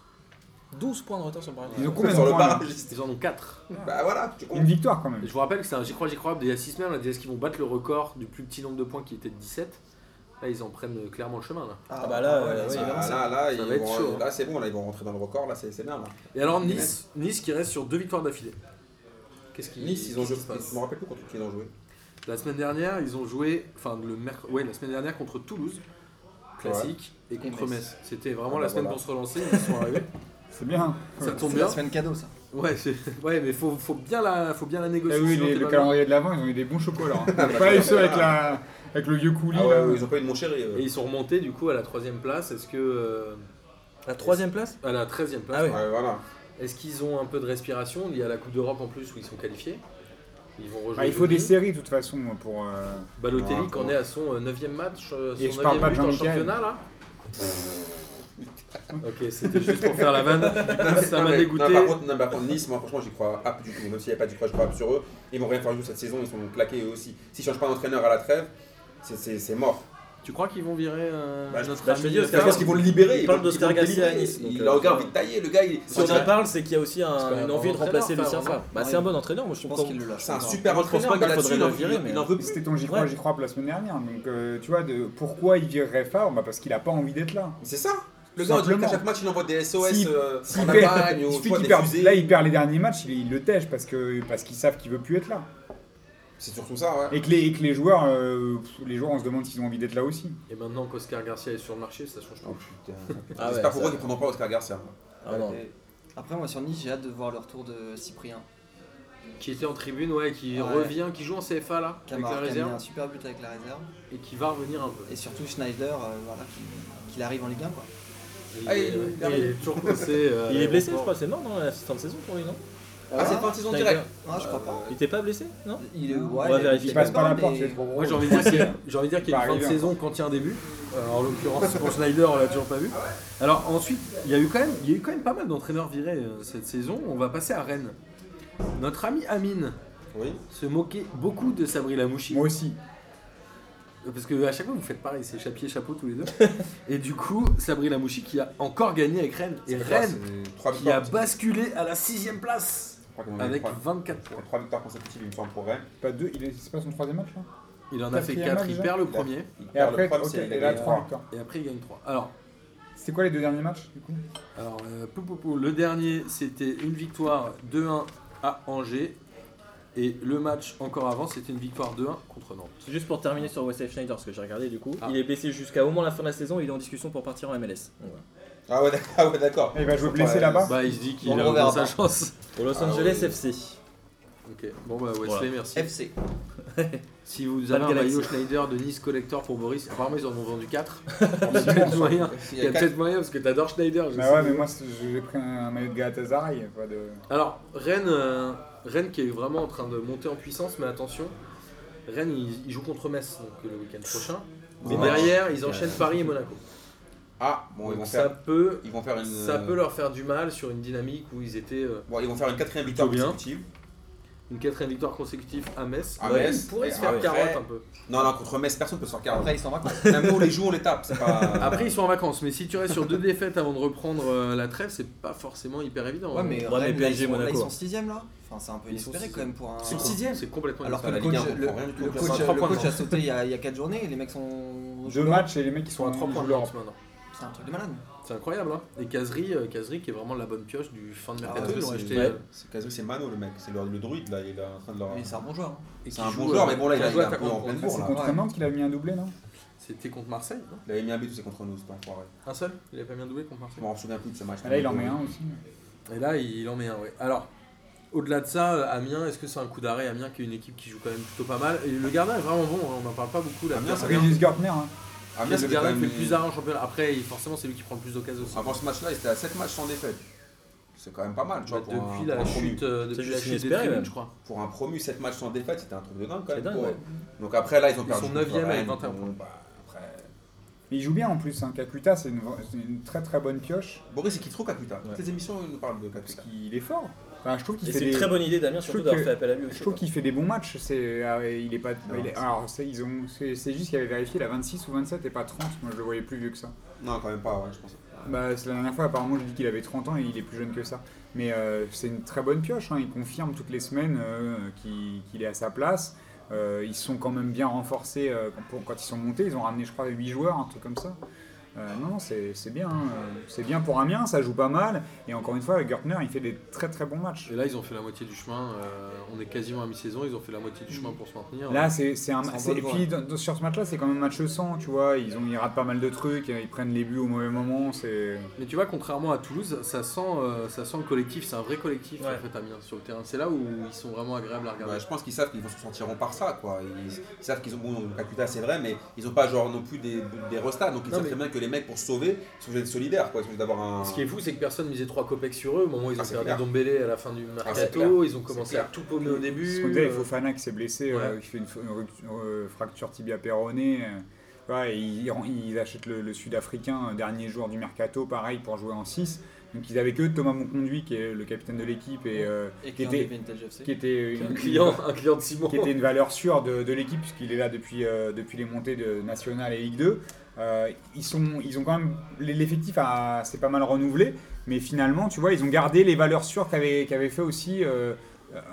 Speaker 5: 12 points de retard sur Paris.
Speaker 3: Ils ont combien de
Speaker 2: Sur Ah, le
Speaker 3: points là
Speaker 2: barragiste.
Speaker 1: Ils en ont 4.
Speaker 2: Bah voilà, tu
Speaker 3: Une
Speaker 2: comptes.
Speaker 3: victoire quand même.
Speaker 1: Je vous rappelle que c'est un j'y crois, j'y crois. Il y a 6 semaines, on a dit est-ce qu'ils vont battre le record du plus petit nombre de points qui était de 17 Là, ils en prennent euh, clairement le chemin. Là.
Speaker 5: Ah bah là, euh, ouais,
Speaker 2: Ah,
Speaker 5: vraiment, ça-
Speaker 2: là, là, ils
Speaker 1: va être
Speaker 2: vont-
Speaker 1: chaud, hein.
Speaker 2: là, c'est bon, là, ils vont rentrer dans le record, là, c'est c'est bien, là.
Speaker 1: Et alors,
Speaker 2: Ouais.
Speaker 1: Nice, nice qui reste sur deux victoires d'affilée. Qu'est-ce qu'ils
Speaker 2: Nice, ils ont
Speaker 1: qu'est-ce
Speaker 2: joué.
Speaker 1: qui se passe
Speaker 2: Je me rappelle plus contre qui ils ont joué.
Speaker 1: La semaine dernière, ils ont joué, enfin le merc- ouais, la semaine dernière contre Toulouse, classique, et contre
Speaker 4: Et Metz.
Speaker 1: Metz. C'était vraiment
Speaker 2: Ah bah
Speaker 1: la semaine
Speaker 2: voilà.
Speaker 1: pour se relancer, ils sont arrivés.
Speaker 3: C'est bien.
Speaker 1: Ça tombe
Speaker 4: C'est la
Speaker 1: bien.
Speaker 4: semaine cadeau, ça.
Speaker 1: Ouais, c'est- ouais, mais faut, faut bien la, faut bien la négocier.
Speaker 3: Ah oui,
Speaker 1: sinon
Speaker 3: les-
Speaker 1: t'es
Speaker 3: le
Speaker 1: pas
Speaker 3: calendrier de l'avant, ils ont eu des bons chocolats. hein.
Speaker 2: Ah bah,
Speaker 3: pas eu
Speaker 2: c'est
Speaker 3: ceux
Speaker 2: vrai.
Speaker 3: avec, la, avec le vieux coulis.
Speaker 2: Ah ouais,
Speaker 3: là.
Speaker 2: ouais, ils ont pas eu de mon chéri.
Speaker 1: bon.
Speaker 2: euh.
Speaker 1: hein. Et ils sont remontés du coup à la troisième place. Est-ce que euh,
Speaker 5: La troisième place
Speaker 1: à la 13e place
Speaker 5: Ah ouais.
Speaker 2: Ouais, voilà.
Speaker 1: Est-ce qu'ils ont un peu de respiration Il y a la Coupe d'Europe en plus où ils sont qualifiés. Ils vont rejoindre.
Speaker 3: Bah, il faut des séries de toute façon pour. euh,
Speaker 1: Balotelli
Speaker 2: Ouais,
Speaker 1: quand
Speaker 2: ouais.
Speaker 1: est à son 9 e match, euh, son
Speaker 3: Et je parle
Speaker 1: 9e
Speaker 3: pas de
Speaker 1: but en
Speaker 3: Jean-Michel.
Speaker 1: championnat là Ok, c'était juste pour faire la vanne. Ça
Speaker 2: Non,
Speaker 1: m'a
Speaker 2: mais-
Speaker 1: dégoûté.
Speaker 2: Non, par contre, non, par contre, Nice, moi, franchement, j'y crois pas du tout. Même s'il n'y a pas d'y croire, je crois pas sur eux. Ils vont rien faire jouer cette saison, ils sont claqués eux aussi. S'ils changent pas d'entraîneur à la trêve, c'est- c'est c'est mort.
Speaker 1: Tu crois qu'ils vont virer euh,
Speaker 2: Bah, je-
Speaker 1: notre
Speaker 5: bah, je te
Speaker 1: ami
Speaker 5: dis,
Speaker 2: Je pense qu'ils vont le libérer.
Speaker 5: Il
Speaker 2: ils
Speaker 5: parle
Speaker 2: vont-
Speaker 5: d'Oscar
Speaker 2: ils vont le
Speaker 5: Garcia à
Speaker 2: libérer.
Speaker 5: Nice, donc,
Speaker 2: Il
Speaker 5: euh,
Speaker 2: a encore envie de tailler, le gars. il-
Speaker 5: Si on en parle, c'est qu'il y a aussi un-
Speaker 1: C'est quand même
Speaker 5: une
Speaker 1: un
Speaker 5: envie de
Speaker 1: entraîneur,
Speaker 5: remplacer
Speaker 1: enfin,
Speaker 5: Lucien
Speaker 1: vraiment.
Speaker 5: Favre. Bah, c'est un bon entraîneur, moi je
Speaker 4: Je pense
Speaker 5: comprends.
Speaker 4: qu'il le lâche.
Speaker 2: C'est un
Speaker 4: pas.
Speaker 2: super
Speaker 5: Moi, je pense
Speaker 2: entraîneur,
Speaker 5: pas qu'il
Speaker 2: mais là-dessus,
Speaker 5: faudrait
Speaker 2: il en-
Speaker 5: le virer,
Speaker 2: il-
Speaker 5: mais- hein.
Speaker 2: il en veut plus.
Speaker 3: C'était ton j'y crois,
Speaker 5: Ouais.
Speaker 3: j'y crois pour la semaine dernière. Donc euh, tu vois, de, pourquoi il virerait Favre bah, Parce qu'il a pas envie d'être là.
Speaker 2: C'est ça. Le
Speaker 3: Tout
Speaker 2: gars, on dirait
Speaker 3: simplement.
Speaker 2: qu'à chaque match, il envoie des SOS
Speaker 3: S'il-
Speaker 2: euh,
Speaker 3: S'il
Speaker 2: en
Speaker 3: perd-
Speaker 2: Allemagne
Speaker 3: il
Speaker 2: ou
Speaker 3: suffit
Speaker 2: soit
Speaker 3: qu'il
Speaker 2: des
Speaker 3: perd-
Speaker 2: fusées.
Speaker 3: là, il perd les derniers matchs, il, il le tège parce que parce qu'ils savent qu'il veut plus être là.
Speaker 2: C'est surtout ça, ouais.
Speaker 3: Et que les, et que les joueurs, euh, pff, les joueurs, on se demande s'ils ont envie d'être là aussi.
Speaker 1: Et maintenant qu'Oscar Garcia est sur le marché, ça change
Speaker 2: Oh
Speaker 1: tout.
Speaker 2: putain.
Speaker 5: Ah ouais,
Speaker 2: J'espère pour
Speaker 5: ça-
Speaker 2: eux qu'ils prendront pas Oscar Garcia.
Speaker 5: Ah non.
Speaker 4: Après, moi, sur Nice, j'ai hâte de voir le retour de Cyprien.
Speaker 1: Qui était en tribune, ouais, qui
Speaker 4: Ouais.
Speaker 1: revient, qui joue en CFA là,
Speaker 4: Qui a,
Speaker 1: avec la
Speaker 4: marqué- qui a mis
Speaker 1: réserve,
Speaker 4: un super but avec la réserve.
Speaker 1: et qui va revenir un peu.
Speaker 4: Et surtout Schneider, euh, voilà, qu'il qu'il arrive en Ligue 1, quoi.
Speaker 1: Il,
Speaker 2: Ah, il-
Speaker 1: est,
Speaker 2: il-
Speaker 1: euh, il est toujours coincé. euh,
Speaker 5: Il est blessé, je
Speaker 1: l'aéroport.
Speaker 5: crois, c'est mort, non La fin de saison pour lui, non
Speaker 2: Ah, c'est
Speaker 4: ouais.
Speaker 2: pas une saison
Speaker 5: Snyder.
Speaker 2: directe.
Speaker 4: Non, Ah, je crois pas.
Speaker 5: Il était pas blessé, non
Speaker 4: Il est, ouais, il
Speaker 5: va
Speaker 4: est- il
Speaker 5: vérifier.
Speaker 3: Il
Speaker 4: est
Speaker 3: passe pas la
Speaker 4: mais-
Speaker 3: porte, c'est trop gros.
Speaker 1: Moi j'ai envie de dire qu'il y a- j'ai envie de dire qu'il y a
Speaker 3: Bah,
Speaker 1: une fin de
Speaker 3: arrivé,
Speaker 1: saison quand il y a un début. Euh, en l'occurrence pour Snyder on l'a toujours pas vu. Alors ensuite il y a eu quand même il y a eu quand même pas mal d'entraîneurs virés euh, cette saison. On va passer à Rennes. Notre ami Amine
Speaker 2: Oui.
Speaker 1: se moquait beaucoup de Sabri Lamouchi.
Speaker 3: Moi aussi.
Speaker 1: Euh, Parce que à chaque fois vous faites pareil, c'est chapier chapeau tous les deux. et du coup Sabri Lamouchi qui a encore gagné avec Rennes. Et Rennes
Speaker 2: Trois
Speaker 1: qui a
Speaker 2: victoires.
Speaker 1: basculé à la sixième place
Speaker 2: Je crois qu'on en a eu
Speaker 1: avec
Speaker 2: trois.
Speaker 1: 24 points.
Speaker 2: Trois victoires consécutives, il me semble, pour Rennes.
Speaker 3: Pas deux, il est- c'est pas son troisième match là
Speaker 1: Il en a fait
Speaker 3: Quatrième
Speaker 1: 4,
Speaker 3: match,
Speaker 1: il
Speaker 3: déjà
Speaker 1: perd le premier
Speaker 2: Il
Speaker 3: Et
Speaker 2: perd
Speaker 3: après,
Speaker 2: le problème,
Speaker 3: ok,
Speaker 2: c'est
Speaker 3: et là, trois victoires.
Speaker 1: et après il gagne 3. Alors
Speaker 3: C'était quoi les deux derniers matchs du coup
Speaker 1: Alors, euh, pou, pou, pou, le dernier, c'était une victoire 2-1 à Angers. Et le match encore avant, c'était une victoire 2-1 contre Nantes.
Speaker 5: Juste pour terminer sur Wesley Schneider, ce que j'ai regardé du coup,
Speaker 1: Ah.
Speaker 5: il est blessé jusqu'à au moins la fin de la saison, il est en discussion pour partir en MLS. Donc, voilà.
Speaker 2: Ah ouais, d'accord. Ah ouais, d'accord.
Speaker 3: Il va jouer
Speaker 2: Ouais,
Speaker 3: blessé là-bas
Speaker 1: Bah, il se dit qu'il
Speaker 4: On le
Speaker 1: a
Speaker 4: reverra
Speaker 1: sa
Speaker 4: pas.
Speaker 1: chance.
Speaker 5: Pour Los
Speaker 2: Ah
Speaker 5: Angeles
Speaker 2: oui.
Speaker 5: FC.
Speaker 1: Ok, bon bah Wesley,
Speaker 5: Voilà.
Speaker 1: merci.
Speaker 4: FC.
Speaker 1: Si vous
Speaker 5: Pas
Speaker 1: avez
Speaker 5: de
Speaker 1: un
Speaker 5: Galaxy.
Speaker 1: maillot Schneider de Nice Collector pour Boris, apparemment ils en ont vendu 4. Il y a peut-être
Speaker 2: Il
Speaker 1: moyen.
Speaker 2: y
Speaker 1: Il y a
Speaker 2: a quatre-
Speaker 1: peut-être moyen parce que t'adores Schneider. je
Speaker 3: Bah
Speaker 1: sais.
Speaker 3: ouais, mais moi c'est- j'ai pris un maillot de Galatasaray. il y a Pas de...
Speaker 1: Alors, Rennes, euh, Rennes qui est vraiment en train de monter en puissance, mais attention, Rennes il, il joue contre Metz donc, le week-end prochain. Mais
Speaker 5: Oh.
Speaker 2: Ouais.
Speaker 1: derrière, ils enchaînent Paris et Monaco.
Speaker 2: Ah, bon, ils vont
Speaker 1: donc ça
Speaker 2: faire.
Speaker 1: peut
Speaker 2: Ils vont faire une. euh,
Speaker 1: Ça peut leur faire du mal sur une dynamique où ils étaient euh,
Speaker 2: Bon, ils vont faire une quatrième victoire
Speaker 1: Plutôt bien.
Speaker 2: consécutive.
Speaker 1: une quatrième victoire consécutive à Metz.
Speaker 2: À
Speaker 1: Ouais,
Speaker 2: Metz. Ah
Speaker 1: ils pourraient se
Speaker 2: Et
Speaker 1: faire
Speaker 2: après-
Speaker 1: carotte un peu.
Speaker 2: Non, non, contre Metz, personne peut se faire carotte.
Speaker 4: Après, il s'en va, quoi.
Speaker 2: Même nous, on les joue, on les tape. C'est pas.
Speaker 1: Après, ils sont en vacances, mais si tu restes sur deux défaites avant de reprendre euh, la trêve, c'est pas forcément hyper évident. hein.
Speaker 4: Ouais, mais,
Speaker 5: Ouais, mais
Speaker 4: Rennes, là, ils
Speaker 5: PSG
Speaker 4: sont- là,
Speaker 5: Monaco.
Speaker 4: ils sont 6ème là. Enfin, c'est un peu
Speaker 1: euh, Ils sont
Speaker 4: inespéré
Speaker 1: sixième.
Speaker 4: quand même pour un.
Speaker 1: C'est sixième, c'est complètement
Speaker 4: Alors que
Speaker 2: la
Speaker 4: le
Speaker 1: inespéré.
Speaker 4: coach,
Speaker 2: Ligue 1, on
Speaker 4: le,
Speaker 2: comprend rien du tout.
Speaker 4: le
Speaker 2: Ils
Speaker 1: sont
Speaker 4: coach,
Speaker 1: à trois
Speaker 4: le
Speaker 1: points de
Speaker 4: coach a
Speaker 1: Nantes.
Speaker 4: sauté il y a, il y a 4 journées et les mecs sont.
Speaker 3: Deux matchs et les mecs qui
Speaker 1: Ils sont à 3 points de
Speaker 3: joueurs.
Speaker 1: Nantes maintenant.
Speaker 4: C'est un truc de malade.
Speaker 1: hein. C'est incroyable, hein. Et Casery, euh, Casery qui est vraiment la bonne pioche du fin de mercato,
Speaker 4: Ah,
Speaker 1: ils l'ont
Speaker 2: c'est-
Speaker 1: acheté.
Speaker 5: ouais.
Speaker 1: euh,
Speaker 2: C'est quasi- c'est Mano le mec, c'est le, le druide là, il est en train de leur.
Speaker 4: Mais c'est un bon joueur. hein.
Speaker 1: et
Speaker 2: C'est
Speaker 1: qui
Speaker 2: un bon
Speaker 1: joue,
Speaker 2: joueur,
Speaker 1: euh,
Speaker 2: mais bon là,
Speaker 1: qui
Speaker 2: il
Speaker 1: a joué
Speaker 2: est un
Speaker 1: attaquant
Speaker 2: peu en
Speaker 1: contre
Speaker 2: pleine
Speaker 1: Nantes.
Speaker 2: bourre
Speaker 3: Ah, C'est
Speaker 2: là.
Speaker 3: contre
Speaker 4: Ouais.
Speaker 3: Nantes qu'il avait mis un doublé, non
Speaker 1: C'était contre Marseille, non
Speaker 2: Il avait mis un but, c'est contre nous, c'est pas enfoiré.
Speaker 1: Un seul Il avait pas bien doublé contre
Speaker 2: Je
Speaker 1: Marseille.
Speaker 2: m'en souviens plus de ce match.
Speaker 3: Ah, Là, il en met un aussi.
Speaker 1: Et là, il en met un, ouais. Alors, au-delà de ça, euh, Amiens, est-ce que c'est un coup d'arrêt Amiens qui est une équipe qui joue quand même plutôt pas mal. Et le gardien est vraiment bon, hein, on n'en parle pas beaucoup là.
Speaker 2: Amiens, ça vient.
Speaker 3: Régis Gartner, hein.
Speaker 2: Ah, bien,
Speaker 1: Le
Speaker 2: c'était quand
Speaker 1: gardien
Speaker 2: même. Ah,
Speaker 1: fait le plus d'arrêts en championnat. Après, il- forcément, c'est lui qui prend le plus d'occasions aussi.
Speaker 2: Avant ce match là, il était à 7 matchs sans défaite. C'est quand même pas mal, tu vois.
Speaker 1: Bah,
Speaker 2: Pour un,
Speaker 1: depuis
Speaker 2: pour
Speaker 1: la
Speaker 2: un promu.
Speaker 1: chute, euh, depuis
Speaker 5: C'est
Speaker 1: la
Speaker 5: juste
Speaker 1: chute des
Speaker 5: inespéré,
Speaker 1: tribunes,
Speaker 5: même.
Speaker 1: je crois.
Speaker 2: Pour un promu, 7 matchs sans défaite, c'était un truc de dingue quand
Speaker 5: C'est
Speaker 2: même.
Speaker 5: dingue,
Speaker 2: pour
Speaker 5: ouais.
Speaker 2: eux. Donc après là, ils ont
Speaker 1: Ils
Speaker 2: perdu.
Speaker 1: sont
Speaker 2: contre
Speaker 1: 9e avec
Speaker 2: Rennes,
Speaker 1: 21
Speaker 2: bon,
Speaker 1: points.
Speaker 2: bah, après-
Speaker 3: Mais il joue bien en plus, hein. Kakuta, c'est une, c'est une très très bonne pioche.
Speaker 2: Boris, c'est qui trop Kakuta Toutes
Speaker 5: Ouais.
Speaker 2: les émissions, ils nous parlent de Kakuta.
Speaker 3: Parce qu'il est fort. Enfin, je trouve qu'il
Speaker 5: Et
Speaker 3: fait
Speaker 5: c'est une
Speaker 3: des...
Speaker 5: très bonne idée, Damien, surtout
Speaker 3: trouve
Speaker 5: d'avoir
Speaker 3: que-
Speaker 5: fait appel à lui aussi.
Speaker 3: Je trouve
Speaker 5: quoi.
Speaker 3: qu'il fait des bons matchs. C'est, ah ouais, il est pas.
Speaker 2: Non,
Speaker 3: il est-
Speaker 2: c'est-
Speaker 3: alors, c'est, ils ont, c'est, c'est juste qu'il avait vérifié la 26 ou 27 et pas 30. Moi, je le voyais plus vieux que ça.
Speaker 2: Non, quand même pas, ouais, je pense.
Speaker 3: Bah, c'est la dernière fois, apparemment, je dis qu'il avait 30 ans et il est plus jeune que ça. Mais euh, c'est une très bonne pioche. hein. Il confirme toutes les semaines euh, qu'il, qu'il est à sa place. Euh, ils sont quand même bien renforcés euh, quand, pour- quand ils sont montés. Ils ont ramené, je crois, 8 joueurs, un truc comme ça. Euh, non, non, c'est c'est bien. hein. C'est bien pour Amiens, ça joue pas mal. Et encore une fois, Gertner, il fait des très très bons matchs.
Speaker 1: Et là, ils ont fait la moitié du chemin. euh, on est quasiment à mi-saison. Ils ont fait la moitié du chemin pour se maintenir.
Speaker 3: Là, c'est c'est un.
Speaker 4: C'est en
Speaker 3: c'est- Et
Speaker 4: bonne voie.
Speaker 3: puis, dans- dans- sur ce match-là, c'est quand même un match sans, tu vois. Ils, ont, ils ratent pas mal de trucs, ils prennent les buts au mauvais moment. C'est.
Speaker 1: Mais tu vois, contrairement à Toulouse, ça sent, euh, ça sent le collectif. C'est un vrai collectif
Speaker 5: Ouais.
Speaker 1: en fait, Amiens sur le terrain. C'est là où ils sont vraiment agréables à regarder.
Speaker 2: Ouais, Bah, je pense qu'ils savent qu'ils vont se sentiront par ça, quoi. Ils, ils savent qu'ils ont. Bon, Kakuta, c'est vrai, mais ils ont pas, genre, non plus des, des restats. Donc, ils
Speaker 1: Non,
Speaker 2: savent
Speaker 1: mais-
Speaker 2: très bien que les mecs, pour se sauver, ils sont obligés d'être solidaires, quoi. Ils sont obligés d'avoir un.
Speaker 1: Ce qui est fou, c'est que personne misait trois copecs sur eux. Au moment où ils
Speaker 2: Ah,
Speaker 1: ont
Speaker 2: c'est
Speaker 1: perdu
Speaker 2: clair. Ah,
Speaker 1: Dombélé à la fin du
Speaker 2: c'est
Speaker 1: mercato,
Speaker 2: clair.
Speaker 1: ils ont commencé à
Speaker 2: clair.
Speaker 1: tout paumer au
Speaker 3: Ce
Speaker 1: début.
Speaker 3: qu'on disait, il
Speaker 1: euh,
Speaker 3: faut Fana qui s'est blessé, euh,
Speaker 1: Ouais.
Speaker 3: qui fait une, fa- une ruct- euh, fracture tibia péronée. euh. Ouais, et ils, ils achètent le, le Sud-Africain, euh, dernier joueur du mercato, pareil, pour jouer en 6. Donc ils avaient que Thomas Monconduit, qui est le capitaine de l'équipe, et euh,
Speaker 4: Et
Speaker 3: qui
Speaker 4: qui
Speaker 3: était,
Speaker 4: est Vintage FC.
Speaker 3: qui était
Speaker 1: un
Speaker 3: une,
Speaker 1: client, un client de Simon.
Speaker 3: qui était une valeur sûre de, de l'équipe, puisqu'il est là depuis, euh, depuis les montées de National et Ligue 2. Euh, ils, sont, ils ont quand même. L'effectif a- s'est pas mal renouvelé, mais finalement, tu vois, ils ont gardé les valeurs sûres qu'avait qu'avait fait aussi euh,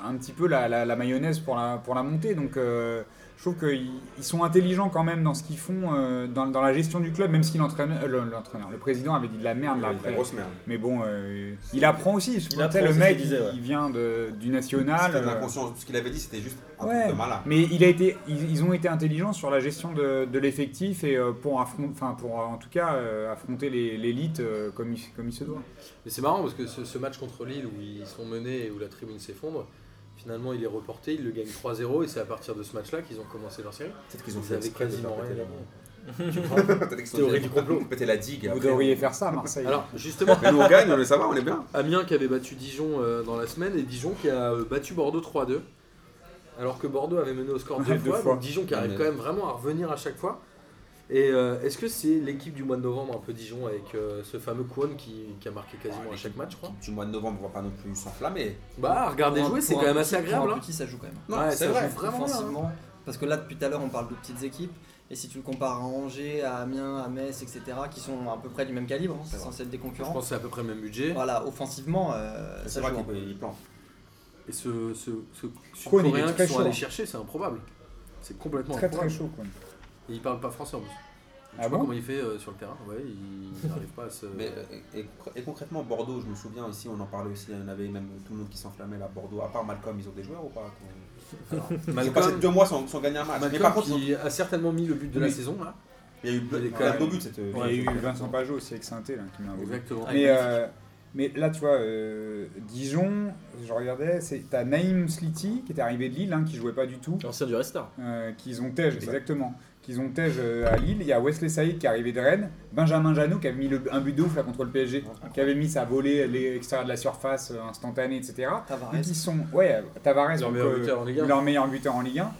Speaker 3: un petit peu la, la- la mayonnaise pour la, pour la montée. Donc. euh, je trouve qu'ils ils sont intelligents quand même dans ce qu'ils font, euh, dans, dans la gestion du club, même si l'entraîneur, euh, le- l'entraîneur, le président avait dit de la merde là
Speaker 2: Ouais, la
Speaker 3: après.
Speaker 2: grosse merde.
Speaker 3: Mais bon, euh, il apprend aussi. Je
Speaker 5: Il
Speaker 3: sais pas,
Speaker 5: apprend,
Speaker 3: le
Speaker 5: c'est ce
Speaker 3: mec,
Speaker 5: qu'il disait,
Speaker 3: il-
Speaker 5: ouais.
Speaker 3: il vient de- du national.
Speaker 2: C'était de
Speaker 3: euh,
Speaker 2: l'inconscience. Ce qu'il avait dit, c'était juste un
Speaker 3: Ouais.
Speaker 2: truc de malin.
Speaker 3: mais il a été, ils, ils ont été intelligents sur la gestion de, de l'effectif et euh, pour, affron- enfin pour euh, en tout cas euh, affronter les- l'élite euh, comme, il, comme il se doit.
Speaker 1: Mais c'est marrant parce que ce, ce match contre Lille où ils sont menés et où la tribune s'effondre, finalement il est reporté, ils le gagnent 3-0 et c'est à partir de ce match-là qu'ils ont commencé leur série.
Speaker 2: Peut-être qu'ils ont
Speaker 1: Ils
Speaker 2: fait
Speaker 1: avaient
Speaker 2: exprès de
Speaker 1: quasiment
Speaker 2: faire péter
Speaker 1: rien
Speaker 2: la-
Speaker 1: gagné.
Speaker 2: Peut-être qu'ils
Speaker 1: Théorie
Speaker 2: ont
Speaker 1: du complot.
Speaker 2: pété la digue.
Speaker 3: Vous
Speaker 2: après.
Speaker 3: devriez faire ça à Marseille.
Speaker 1: Alors justement,
Speaker 2: Mais nous, on gagne, on est ça va, on est bien.
Speaker 1: Amiens qui avait battu Dijon euh, dans la semaine et Dijon qui a euh, battu Bordeaux 3-2. Alors que Bordeaux avait mené au score deux,
Speaker 3: Ouais, deux
Speaker 1: fois,
Speaker 3: fois.
Speaker 1: donc Dijon qui arrive
Speaker 2: Mais-
Speaker 1: quand même vraiment à revenir à chaque fois. Et euh, est-ce que c'est l'équipe du mois de novembre, un peu Dijon, avec euh, ce fameux Kwon qui, qui a marqué quasiment à chaque match, je crois
Speaker 2: Du mois de novembre, on va pas non plus s'enflammer.
Speaker 1: Bah, regardez
Speaker 4: Pour un-
Speaker 1: jouer, c'est
Speaker 4: pour
Speaker 1: quand
Speaker 4: un
Speaker 1: même
Speaker 4: petit-
Speaker 1: assez
Speaker 4: pour
Speaker 1: agréable.
Speaker 4: un
Speaker 1: hein.
Speaker 4: petit, ça joue quand même.
Speaker 2: Non,
Speaker 1: Ouais,
Speaker 2: c'est
Speaker 1: ça
Speaker 2: vrai.
Speaker 1: joue vraiment. là, hein.
Speaker 4: offensivement. Parce que là, depuis tout à l'heure, on parle de petites équipes. Et si tu le compares à Angers, à Amiens, à Metz, etc., qui sont à peu près du même calibre, hein,
Speaker 1: C'est
Speaker 4: c'est
Speaker 1: vrai.
Speaker 4: censé être des
Speaker 1: Je
Speaker 4: concurrents.
Speaker 1: pense que c'est à peu près le même budget.
Speaker 4: Voilà, offensivement, euh,
Speaker 2: C'est
Speaker 4: ça
Speaker 2: vrai
Speaker 4: joue.
Speaker 2: qu'ils plantent.
Speaker 1: Et ce, ce, ce
Speaker 3: Kwon, il est
Speaker 1: Sud-Coréen
Speaker 3: très
Speaker 1: qui sont
Speaker 3: chaud,
Speaker 1: allés
Speaker 3: hein.
Speaker 1: chercher, c'est improbable. C'est complètement
Speaker 3: très très
Speaker 1: improbable.
Speaker 3: chaud. Quoi.
Speaker 1: Et il parle pas français en plus. Je
Speaker 3: Ah
Speaker 1: sais pas
Speaker 3: bon
Speaker 1: comment il fait euh, sur le terrain. Ouais, il n'arrive pas à se.
Speaker 2: Mais, euh, et, et- et concrètement, Bordeaux, je me souviens ici, on en parlait aussi, on avait même tout le monde qui s'enflammait là, Bordeaux, à part Malcolm, ils ont des joueurs ou pas qu'on- Alors, Ils ont passé
Speaker 1: Malcolm,
Speaker 2: deux mois sans, sans gagner un match. mais
Speaker 1: Malcolm
Speaker 2: par contre, ils ont-
Speaker 1: qui a certainement mis le but de la
Speaker 3: Oui.
Speaker 1: saison hein. là.
Speaker 2: il y a eu
Speaker 1: il est
Speaker 2: deux,
Speaker 1: quand
Speaker 2: il y a
Speaker 1: même-
Speaker 2: deux buts cette.
Speaker 3: Il y a eu Vincent Pajot aussi avec saint là, qui m'a
Speaker 1: Exactement.
Speaker 3: mais, euh, mais là, tu vois, euh, Dijon, je regardais, c'est- t'as Naïm Sliti qui était arrivé de Lille, hein, qui jouait pas du tout.
Speaker 5: L'ancien du Restart.
Speaker 3: Euh, qu'ils ont Tej, exactement. Qu'ils ont Tej euh, à Lille. Il y a Wesley Saïd qui est arrivé de Rennes. Benjamin Janot qui avait mis le- un but de ouf là, contre le PSG, qui avait mis sa volée à l'extérieur de la surface euh, instantanée, etc.
Speaker 4: Tavares.
Speaker 3: Donc ils sont, ouais, Tavares,
Speaker 1: Leur
Speaker 3: donc,
Speaker 1: meilleur
Speaker 3: euh,
Speaker 1: buteur en Ligue 1.
Speaker 3: leur meilleur buteur en Ligue 1.